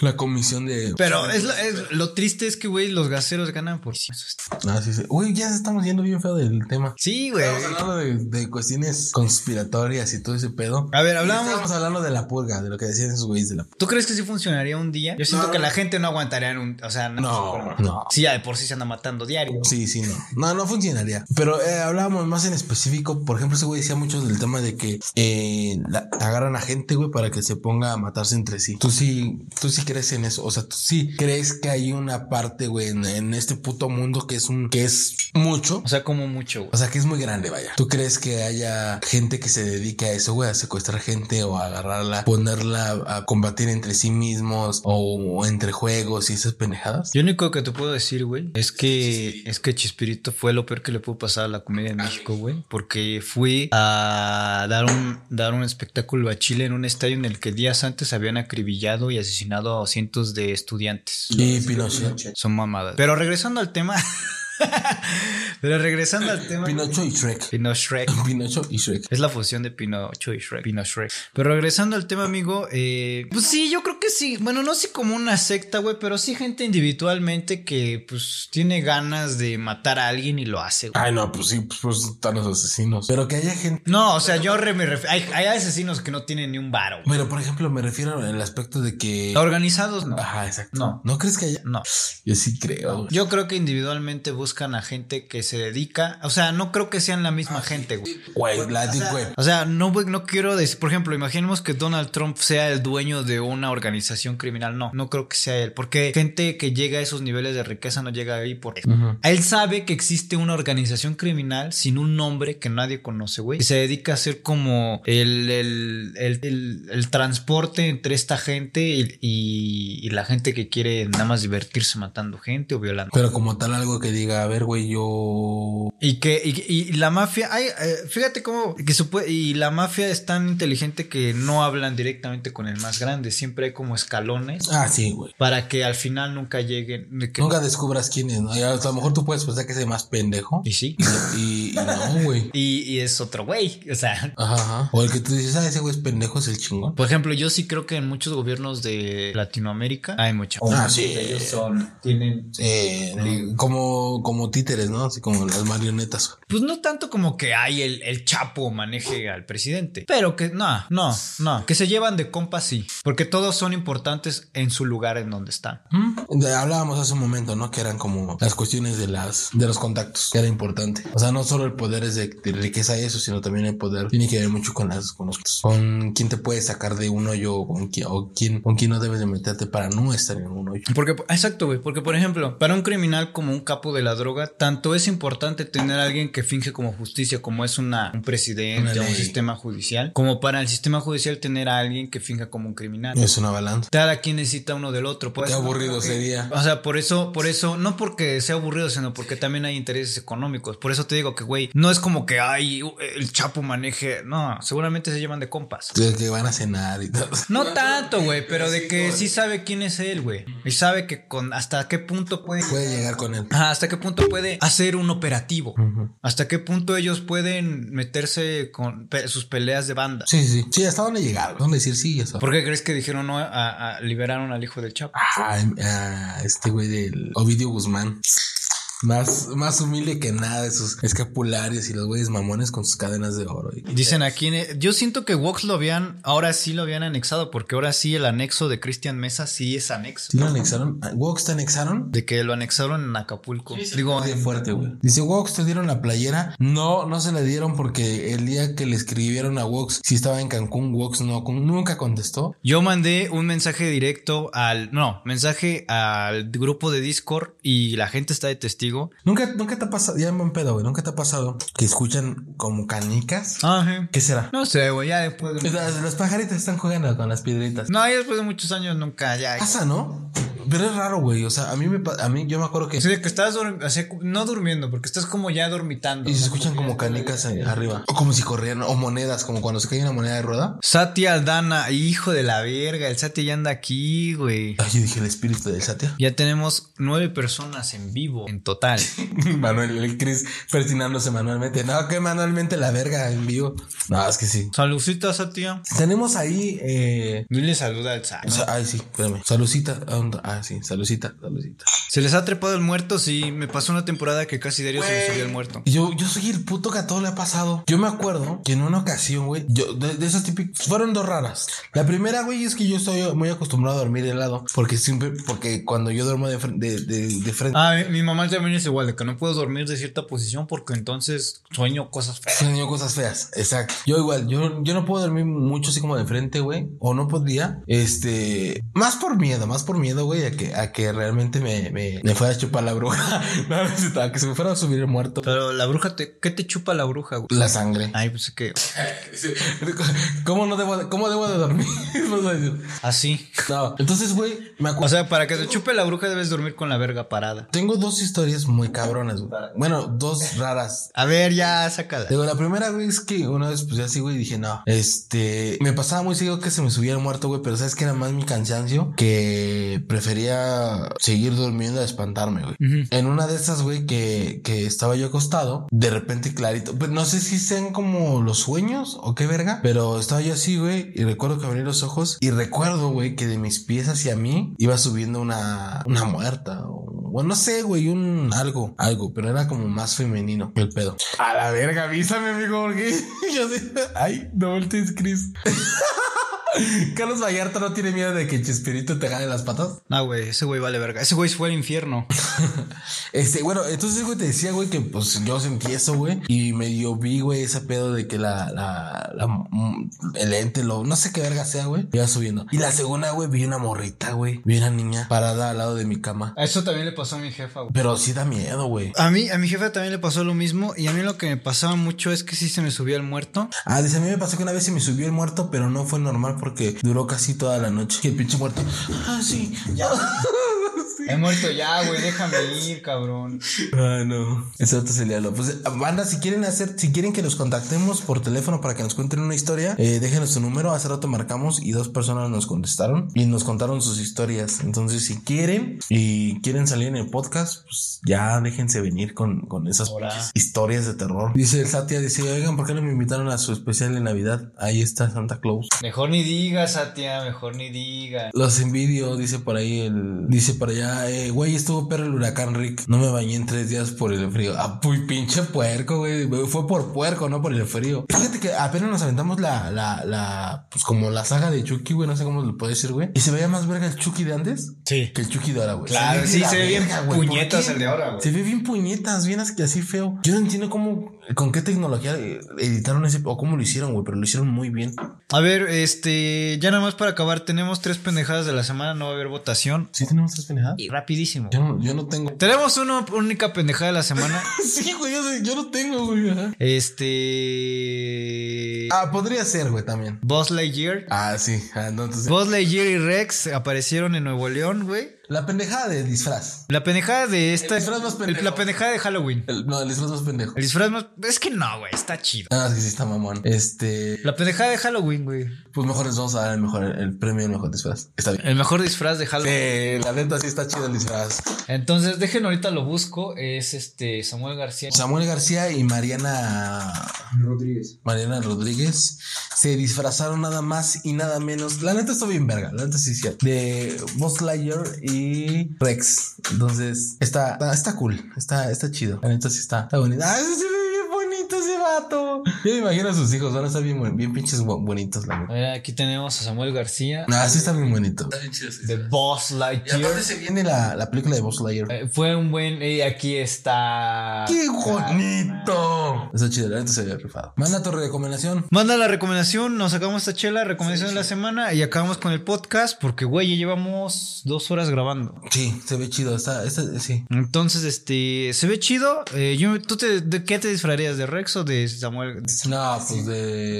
C: la comisión de.
B: Pero es lo, es- lo triste es que, güey, los gaseros ganan por.
C: Ah, sí, sí. Uy, ya estamos yendo bien feo del tema.
B: Sí, güey.
C: Estamos hablando de, de cuestiones conspiratorias y todo ese pedo.
B: A ver,
C: Estamos
B: hablábamos.
C: hablando de la purga, de lo que decían esos güeyes de la purga.
B: ¿Tú crees que sí funcionaría un día? Yo siento que la gente no aguantaría en un. O sea,
C: No, no.
B: Sí, ya de por sí se anda matando diario.
C: Sí, sí, no. No, no funcionaría. Pero eh, hablábamos más en específico. Por ejemplo, ese güey decía mucho del tema de que eh, la- agarran a gente, güey, para que se ponga a matarse entre sí. Tú sí, tú sí crees en eso. O sea, tú sí crees que hay una parte, güey, en, en este puto mundo que es un, que es mucho.
B: O sea, como mucho, güey.
C: O sea, que es muy grande, vaya. ¿Tú crees que haya gente que se dedique a eso, güey? A secuestrar gente o a agarrarla, ponerla a combatir entre sí mismos o entre juegos y esas pendejadas?
B: Yo lo único que te puedo decir, güey, es que es que Chispirito fue lo peor que le pudo pasar a la comedia de México, güey, porque fui a dar un dar un espectáculo a Chile en un estadio en el que días antes habían acribillado y asesinado o cientos de estudiantes.
A: Sí, Pinochet.
B: Son mamadas. Pero regresando al tema. Pero regresando al tema.
C: Pinocho y Shrek.
B: Pino Shrek.
C: Pinocho y Shrek.
B: Es la fusión de Pinocho y Shrek. Pino Shrek. Pero regresando al tema, amigo. eh, pues sí, yo creo que sí. Bueno, no sé como una secta, güey, pero sí gente individualmente que pues tiene ganas de matar a alguien y lo hace, güey.
C: Ay, no, pues sí, pues, pues, están los asesinos. Pero que haya gente.
B: No, o sea, yo re- me refiero. Hay, hay asesinos que no tienen ni un varo. güey.
C: Pero, por ejemplo, me refiero al aspecto de que.
B: Organizados, no.
C: Ajá, exacto.
B: No.
C: ¿No crees que haya?
B: No.
C: Yo sí creo. güey.
B: Yo creo que individualmente buscan a gente que se dedica. O sea, no creo que sean la misma gente, güey.
C: Güey, la deep web.
B: Pues, O sea, no, voy- no quiero decir, por ejemplo, imaginemos que Donald Trump sea el dueño de una organización criminal. No, no creo que sea él, porque gente que llega a esos niveles de riqueza no llega ahí por eso. Él sabe que existe una organización criminal sin un nombre que nadie conoce, güey, que se dedica a hacer como el, el, el- el- el transporte entre esta gente y, y- y la gente que quiere nada más divertirse matando gente o violando.
C: Pero como tal algo que diga, a ver, güey, yo...
B: Y que y, y la mafia, ay, eh, fíjate cómo que supue- y la mafia es tan inteligente que no hablan directamente con el más grande, siempre hay como escalones
C: Ah, sí, güey.
B: para que al final nunca lleguen. de que-
C: Nunca descubras quién es, ¿no? Y a lo mejor tú puedes pensar que es el más pendejo.
B: Y sí.
C: Y, y no, güey.
B: Y, y es otro güey, o sea.
C: Ajá, ajá. O el que tú dices, ah, ese güey es pendejo, es el chingón.
B: Por ejemplo, yo sí creo que en muchos gobiernos de Latinoamérica hay mucha.
C: Ah, sí.
E: Ellos son, tienen
C: Eh, no, como, como títeres, ¿no? Así como las marionetas. güey.
B: Pues no tanto como que hay el, el chapo maneje al presidente, pero que no, no, no, que se llevan de compas sí, porque todos son importantes en su lugar en donde están.
C: De- Hablábamos hace un momento, ¿no? Que eran como las cuestiones de las de los contactos, que era importante. O sea, no solo el poder es de, de riqueza y eso, sino también el poder tiene que ver mucho con las con los con quién te puedes sacar de un hoyo o con quién o quién con quién no debes de meterte para no estar en un hoyo.
B: Porque, exacto, güey. Porque, por ejemplo, para un criminal como un capo de la droga, tanto es importante tener a alguien que finge como justicia, como es una, un
C: Una
B: presidente o un
C: ley.
B: sistema judicial, como para el sistema judicial tener a alguien que finja como un criminal.
C: Es una balanza.
B: Cada quien necesita uno del otro. Por
C: Qué
B: eso-
C: aburrido sería.
B: O sea, por eso, por eso, no porque sea aburrido, sino porque también hay intereses económicos. Por eso te digo que, güey, no es como que ay, el chapo maneje. No, seguramente se llevan de compas.
C: Que que van a cenar y todo.
B: No tanto, güey, pero de que sí sabe quién es él, güey. Y sabe que con hasta qué punto puede.
C: Puede llegar con él.
B: Ajá, hasta qué punto puede hacer un operativo. Hasta qué punto ellos pueden meterse con pe- sus peleas de banda.
C: Sí, sí, sí. Sí, hasta dónde llegar, güey? dónde decir sí y eso.
B: ¿Por qué crees que dijeron no a, a- liberaron al hijo del Chapo?
C: Ah, ah, este güey del Ovidio Guzmán. Más, más humilde que nada, esos escapularios y los güeyes mamones con sus cadenas de oro. y-
B: Dicen aquí, en e- yo siento que Vox lo habían, ahora sí lo habían anexado, porque ahora sí el anexo de Cristian Mesa sí es anexo.
C: ¿Sí lo anexaron? Ah, ¿Wox te anexaron?
B: De que lo anexaron en Acapulco. Digo,
C: Bien fuerte, güey. Dice, Wox, ¿te dieron la playera? No, no se la dieron porque el día que le escribieron a Wox, si estaba en Cancún, Wox no, con- nunca contestó.
B: Yo mandé un mensaje directo al, no, mensaje al grupo de Discord y la gente está de testigo.
C: Nunca, nunca te ha pasado, ya me han pedo, güey, nunca te ha pasado que escuchan como canicas.
B: Ajá.
C: Ah, ¿Qué será?
B: Ah, No sé, güey, ya después de...
C: Las, las pajaritas están jugando con las piedritas.
B: No, ya después de muchos años nunca, ya.
C: pasa, ¿no? Pero es raro, güey. O sea, a mí me pa- a mí yo me acuerdo que
B: Así de que estás durm- así como- no durmiendo, porque estás como ya dormitando.
C: y se escuchan como canicas ahí arriba. O como si corrieran, o monedas, como cuando se cae una moneda de rueda.
B: Sati Aldana, hijo de la verga, el Sati ya anda aquí, güey.
C: Ay, yo dije el espíritu del satio.
B: Ya tenemos nueve personas en vivo en total.
C: Manuel, el Chris persinándose manualmente. No, que manualmente la verga en vivo. No, es que sí.
B: Salucita, Satia.
C: Tenemos ahí, eh.
B: Dile saluda al Sa-
C: o sea, ay, sí, espérame. Salucita. ¿a dónde? Ah, sí, salucita, salucita.
B: Se les ha trepado el muerto, sí. Me pasó una temporada que casi diario se me subió el muerto.
C: Y Yo, yo soy el puto que a todo le ha pasado. Yo me acuerdo que en una ocasión, güey, yo, de, de esas típicas, fueron dos raras. La primera, güey, es que yo estoy muy acostumbrado a dormir de lado, porque siempre, porque cuando yo duermo de, fren- de, de- de frente,
B: Ah, mi- mi mamá también es igual, de que no puedo dormir de cierta posición porque entonces sueño cosas feas.
C: sueño cosas feas. Exacto. Yo igual, yo, yo no puedo dormir mucho así como de frente, güey, o no podría, este, más por miedo, más por miedo, güey, a que, a que realmente me, me, me fuera a chupar la bruja. No, necesitaba que se me fuera a subir el muerto.
B: Pero la bruja, te, ¿qué te chupa la bruja, güey?
C: La sangre.
B: Ay, pues que
C: ¿Cómo no debo, de- cómo debo de dormir? Vas a decir.
B: así.
C: No, entonces, güey, me acuerdo.
B: O sea, para que te chupe la bruja debes dormir con la verga parada.
C: tengo dos historias muy cabronas, güey. Bueno, dos raras.
B: A ver, ya, sácala.
C: Digo, la primera, güey, es que una vez, pues ya sí, güey, dije, no, este, me pasaba muy seguido que se me subía el muerto, güey, pero sabes que era más mi cansancio que prefería seguir durmiendo a espantarme, güey.
B: Ujú.
C: En una de esas, güey, que, que estaba yo acostado, de repente clarito, pues no sé si sean como los sueños o qué verga, pero estaba yo así, güey, y recuerdo que abrí los ojos y recuerdo, güey, que de mis pies hacia mí iba subiendo una, una muerta o bueno, no sé, güey, un algo, algo, pero era como más femenino el pedo. A la verga, avísame, amigo, porque yo así, ay, no voltees, Chris. Carlos Vallarta no tiene miedo de que Chespirito te gane las patas.
B: No, güey, ese güey vale verga. Ese güey fue al infierno.
C: Este, bueno, entonces, güey, te decía, güey, que pues yo sentí eso, güey, y medio vi, güey, ese pedo de que la, la, la, mm, el ente, lo, no sé qué verga sea, güey, iba subiendo. Y la segunda, güey, vi una morrita, güey, vi una niña parada al lado de mi cama.
B: Eso también le pasó a mi jefa, güey.
C: Pero sí da miedo, güey.
B: A mí, a mi jefa también le pasó lo mismo. Y a mí lo que me pasaba mucho es que sí se me subía el muerto.
C: Ah, dice, a mí me pasó que una vez se me subió el muerto, pero no fue normal porque duró casi toda la noche. Y el pinche muerto, ah, sí, ya.
B: He muerto ya, güey, déjame ir, cabrón.
C: Ah, no. Ese otro es el diablo. Pues, banda, si quieren hacer, si quieren que los contactemos por teléfono para que nos cuenten una historia, eh, déjenos su número. Hace rato marcamos y dos personas nos contestaron y nos contaron sus historias. Entonces, si quieren y quieren salir en el podcast, pues ya déjense venir con, con esas
B: Ahora.
C: pinches historias de terror. Dice el Satia, dice, oigan, ¿por qué no me invitaron a su especial de Navidad? Ahí está Santa Claus.
B: Mejor ni digas, Satia, mejor ni digas.
C: Los envidio, dice por ahí el. Dice por allá, eh, güey, estuvo perro el huracán Rick. No me bañé en tres días por el frío. Ah, muy pinche puerco, güey. Fue por puerco, no por el frío. Fíjate que apenas nos aventamos la, la, la, pues como la saga de Chucky, güey. No sé cómo lo puede decir, güey. Y se veía más verga el Chucky de antes
B: Sí.
C: que el Chucky de ahora, güey.
E: Claro,
C: ve
E: sí,
C: Pues la
E: se ve bien
C: verga, güey. ¿Por
E: puñetas
C: qué?
E: el de ahora, güey.
C: Se ve bien puñetas, bien así, así feo. Yo no entiendo cómo, con qué tecnología eh, editaron ese, o cómo lo hicieron, güey, pero lo hicieron muy bien.
B: A ver, este, ya nada más para acabar, tenemos tres pendejadas de la semana, no va a haber votación.
C: ¿Sí tenemos tres pendejadas?
B: Y rapidísimo.
C: Yo no, yo no tengo.
B: Tenemos una única pendejada de la semana.
C: Sí, güey, yo, yo no tengo, güey. ajá.
B: Este.
C: Ah, podría ser, güey, también.
B: Buzz Lightyear.
C: Ah, sí. Ah, no, entonces-
B: Buzz Lightyear y Rex aparecieron en Nuevo León, güey.
C: La pendejada de disfraz.
B: La pendejada de esta.
C: El disfraz más pendejo.
B: La pendejada de Halloween.
C: El- no, el disfraz más pendejo.
B: El disfraz más. Es que no, güey, está chido.
C: Ah, es que sí está mamón. Este,
B: La pendejada de Halloween, güey.
C: pues mejor les vamos a dar el mejor, el premio al mejor disfraz. Está bien.
B: El mejor disfraz de Halloween.
C: Sí, la neta sí está chido el disfraz.
B: Entonces, dejen ahorita lo busco. Es este Samuel García.
C: Samuel García y Mariana
E: Rodríguez.
C: Mariana Rodríguez se disfrazaron nada más y nada menos. La neta está bien verga, la neta sí es cierto. De Buzz Lightyear y Rex. Entonces, está, está, está cool, está, está chido. La neta sí está, está bonito. Ah, ese se ve bien bonito ese vato. Yo me imagino a sus hijos, van a estar bien, buen- bien pinches bu- bonitos, la
B: A
C: neta.
B: ver, aquí tenemos a Samuel García.
C: Ah, sí está bien bonito.
A: Está bien chido ese
B: De
A: disfraz.
B: Buzz
A: Y aparte
B: Lightyear.
A: se viene
C: Viene la, la película de Buzz Lightyear.
B: Eh, fue un buen. Y aquí está.
C: ¡Qué bonito! Está chido, la neta se ve rifado. Manda tu recomendación.
B: Manda la recomendación, nos sacamos esta chela, recomendación de la semana y acabamos con el podcast porque, güey, ya llevamos dos horas grabando.
C: Sí, se ve chido, está, está sí.
B: Entonces, este, se ve chido. Eh, yo- ¿Tú te, de qué te disfrarías? ¿De Rex o de Samuel?
C: No, pues de Ah,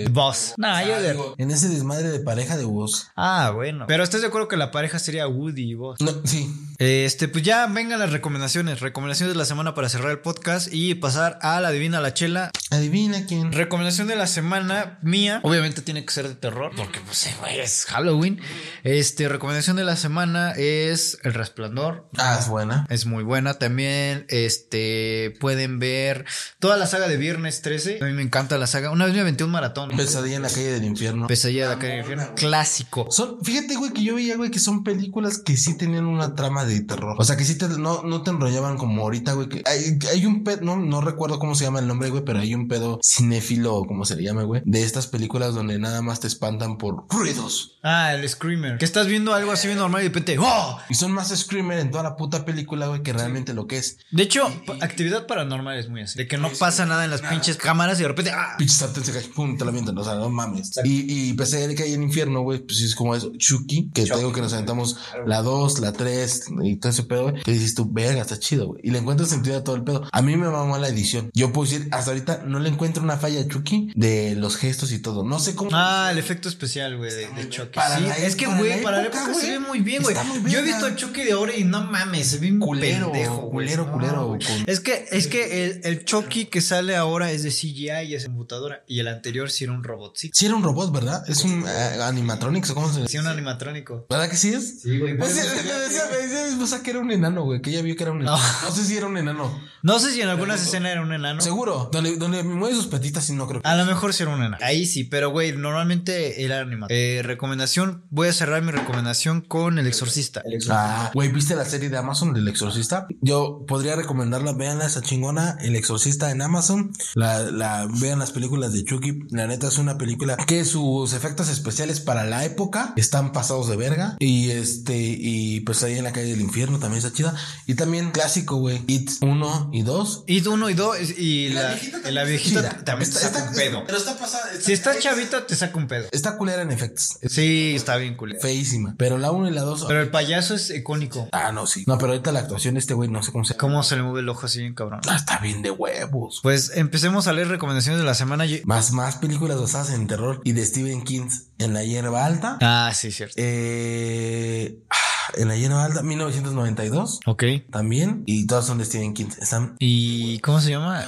B: De Boss. Nah, Ah, yo de...
C: En ese desmadre de pareja de vos.
B: Ah, bueno. Pero estás de acuerdo que la pareja sería Woody y Boss.
C: No, sí.
B: Eh, Este, pues ya vengan las recomendaciones. Recomendaciones de la semana para cerrar el podcast y pasar a la Divina la Chela.
C: Adivina quién.
B: Recomendación de la semana mía. Obviamente tiene que ser de terror porque pues eh, güey, es Halloween. Este, recomendación de la semana es El Resplandor.
C: Ah, es buena.
B: Es muy buena también. Este, pueden ver toda la saga de Viernes 13. A mí me encanta la saga. Una vez me aventé un maratón. pues,
C: Pesadilla en la calle del infierno.
B: Pesadilla de la calle del infierno. Clásico.
C: Son, fíjate, güey, que yo veía, güey, que son películas que sí tenían una trama de terror. O sea, que sí te, no, no te enrollaban como ahorita, güey. que Hay, hay un pedo, no, no recuerdo cómo se llama el nombre, güey, pero hay un pedo cinéfilo, o como se le llama, güey, de estas películas donde nada más te espantan por ruidos.
B: Ah, el Screamer. Que estás viendo algo así bien normal y de repente. ¡Oh!
C: Y son más screamer en toda la puta película, güey, que realmente lo que es.
B: De hecho, pa- actividad paranormal es muy así. De que no pasa nada en las pinches cámaras y de repente. ¡Ah!
C: Pinche sartén se cae, pum, te la mientan, o sea, no mames. Y, y pese a que hay en infierno, güey, pues es como eso, Chucky, que tengo que nos aventamos la 2, la 3 y todo ese pedo, güey. Que dices tú, verga, está chido, güey. Y le encuentras sentido a todo el pedo. A mí me mamó la edición. Yo puedo decir, hasta ahorita no le encuentro una falla a Chucky de los gestos y todo. No sé cómo.
B: Ah, el efecto especial, güey, de, de Chucky.
C: para
B: Sí,
C: la
B: es que,
C: época,
B: güey,
C: la
B: para la
C: época,
B: época se
C: güey.
B: ve muy bien, güey.
C: Está muy
B: Yo he
C: verga.
B: visto a Chucky de ahora y no mames, se ve un
C: Culero,
B: pendejo, güey.
C: culero,
B: No,
C: culero,
B: güey.
C: con-
B: Es que, es que el, el Chucky que sale ahora es de CGI y es computadora. Y el anterior sí era un robotcito.
C: Si era un robot, ¿verdad? Es un eh, animatronics o cómo se le
B: Sí, un animatrónico.
C: ¿Verdad que sí es?
E: Sí, güey.
C: Pues, eh, me decía, me decía mi esposa que era un enano, güey, que ella vio que era un enano.
B: Ah.
C: No sé si era un enano.
B: No sé si en algunas escenas era un enano.
C: Seguro. Donde, donde me mueve sus patitas y no creo que.
B: A lo mejor sí era un enano. Ahí sí, pero güey, normalmente era animado. Eh, recomendación, voy a cerrar mi recomendación con El Exorcista.
C: Ah, güey, ¿viste la serie de Amazon del Exorcista? Yo podría recomendarla, véanla esa chingona, El Exorcista en Amazon. La, la- vean las películas de Chucky. La neta es una película que sus efectos especiales para la época están pasados de verga. Y este, y pues ahí en la calle del infierno también está chida. Y también clásico, güey. It 1 y 2.
B: Y uno y dos, y la, y la viejita
C: chida.
B: también
C: Está-
B: te saca
C: está-
B: un pedo.
H: Pero está pasada. está-
B: Si estás chavito, te saca un pedo.
C: Está culera en efectos. Es
B: Sí, está bien culero.
C: feísima. Pero la 1 y la 2.
B: Pero el payaso es icónico.
C: Ah, no, sí. No, pero ahorita la actuación de este güey no sé cómo se llama.
B: Cómo se le mueve el ojo así bien cabrón.
C: Ah, está bien de huevos.
B: Pues empecemos a leer recomendaciones de la semana. Yo-
C: Más, más películas basadas en terror y de Stephen King en la hierba alta.
B: Ah, sí, cierto.
C: Eh, ah, en la hierba alta, 1992.
B: Ok.
C: También. Y todas son de Stephen King. Están.
B: ¿Y cómo se llama?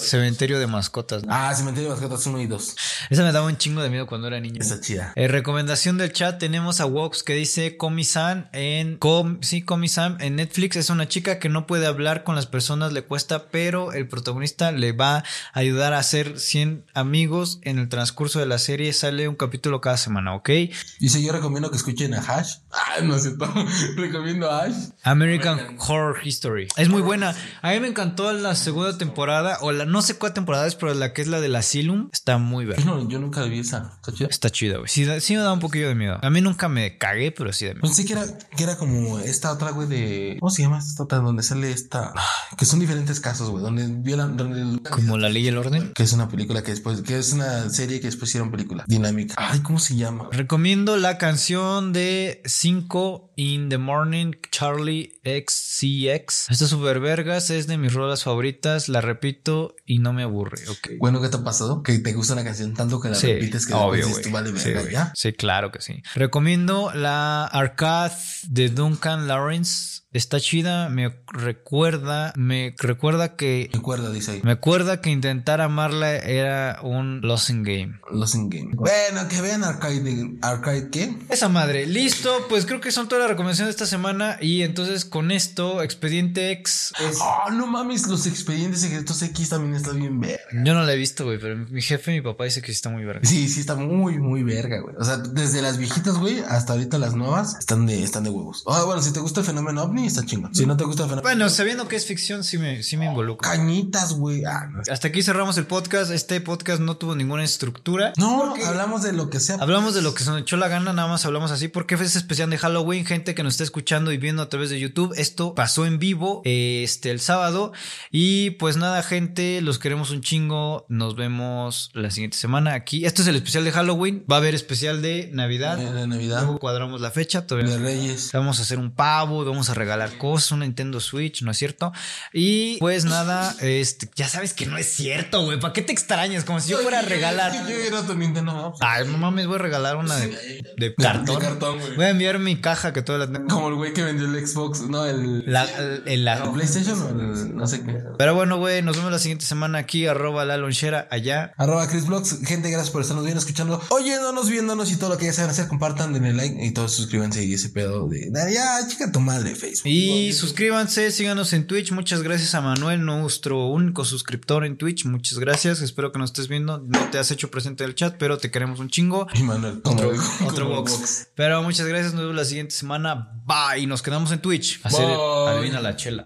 B: Cementerio de mascotas. ¿no?
C: Ah, Cementerio de Mascotas 1 y 2.
B: Esa me daba un chingo de miedo cuando era niño.
C: Está chida.
B: Eh, recomendación del chat, tenemos a Wox que dice Comi-san en Com- sí, Comi-san en Netflix es una chica que no puede hablar con las personas, le cuesta, pero el protagonista le va a ayudar a hacer 100 amigos en el transcurso de la serie, sale un capítulo cada semana, ¿ok?
C: Dice: Yo recomiendo que escuchen a Hash. Ah, no es cierto. recomiendo a Hash.
B: American, Horror History. Es muy buena. A mí me encantó la segunda temporada, o la no sé cuál temporada es, pero la que es la del Asylum, está muy bien.
C: No, yo nunca vi esa. Está chida.
B: Está chida, güey. Sí, da- sí me da un poquillo de miedo. A mí nunca me cagué, pero sí de miedo.
C: Pensé Pues que era, que era como esta otra, güey, de. ¿Cómo se llama esta otra? Donde sale esta. Que son diferentes casos, güey. Donde violan. Donde
B: Como la ley y el orden.
C: Que es una película que después, que es una serie que después hicieron película. Dinámica. Ay, ¿cómo se llama?
B: Recomiendo la canción de 5 in the morning, Charlie XCX. Esta super vergas, es de mis rolas favoritas, la repito y no me aburre. Ok.
C: Bueno, ¿qué te ha pasado? Que te gusta una canción tanto que la
B: Sí,
C: repites que
B: obvio,
C: después dices, tú
B: güey.
C: vale
B: Sí,
C: verga,
B: güey.
C: ¿ya?
B: Sí, claro que sí. Recomiendo la Arcade de Duncan Lawrence. Está chida, me recuerda, me recuerda que
C: Recuerda, dice ahí.
B: me acuerda que intentar amarla era un losing game.
C: Los in Game. Bueno, que vean Arcade. ¿Arcade qué?
B: Esa madre, listo, pues creo que son todas las recomendaciones de esta semana y entonces con esto, Expediente X,
C: Oh, no mames, los expedientes secretos X también está bien verga.
B: yo no la he visto, güey, pero mi jefe, mi papá dice que sí está muy verga.
C: Sí, sí, está muy, muy verga, güey. O sea, desde las viejitas, güey, hasta ahorita las nuevas, están de, están de huevos. Ah, bueno, si te gusta el fenómeno ovni, está chingón. Si no te gusta el fenómeno.
B: Bueno, sabiendo que es ficción, sí me, sí me involucro.
C: Cañitas, güey. Ah, no.
B: Hasta aquí cerramos el podcast, este podcast no tuvo ninguna estructura.
C: No, hablamos de lo que sea.
B: Hablamos de lo que se nos echó la gana, nada más hablamos así, porque es especial de Halloween, gente que nos está escuchando y viendo a través de YouTube. Esto pasó en vivo eh, este el sábado. Y pues nada, gente, los queremos un chingo. Nos vemos la siguiente semana aquí. Esto es el especial de Halloween. Va a haber especial de Navidad.
C: Eh, de Navidad,
B: Luego cuadramos la fecha, todavía.
C: de Reyes.
B: Vamos a hacer un pavo, vamos a regalar cosas, un Nintendo Switch, ¿no es cierto? Y pues nada, este, ya sabes que no es cierto, güey. ¿Para qué te extrañas? Como si yo fuera a regalar.
C: Yo era tu Nintendo. ¿no? pues,
B: Ay, no mames, voy a regalar una de, de cartón.
C: De cartón, güey.
B: Voy a enviar mi caja que toda la tengo.
C: Como el güey que vendió el Xbox, no, el,
B: La, el- el- la-
C: el PlayStation o el no sé qué.
B: Pero bueno, güey, nos vemos la siguiente semana aquí, arroba la lonchera allá.
C: Arroba Chris Blogs, gente, gracias por estarnos viendo, escuchando, oyéndonos, viéndonos y todo lo que ya saben hacer, compartan, denle like y todos suscríbanse y ese pedo de. Ya, chica tu madre, Facebook.
B: Y suscríbanse, síganos en Twitch. Muchas gracias a Manuel, nuestro único suscriptor en Twitch. Muchas gracias. Espero que nos estés viendo. No te has hecho presente en el chat, pero te queremos un chingo.
C: Y Manuel, como
B: Otro box. Pero muchas gracias. Nos vemos la siguiente semana. Bye. Y nos quedamos en Twitch. Hacer,
C: Bye.
B: adivina la chela.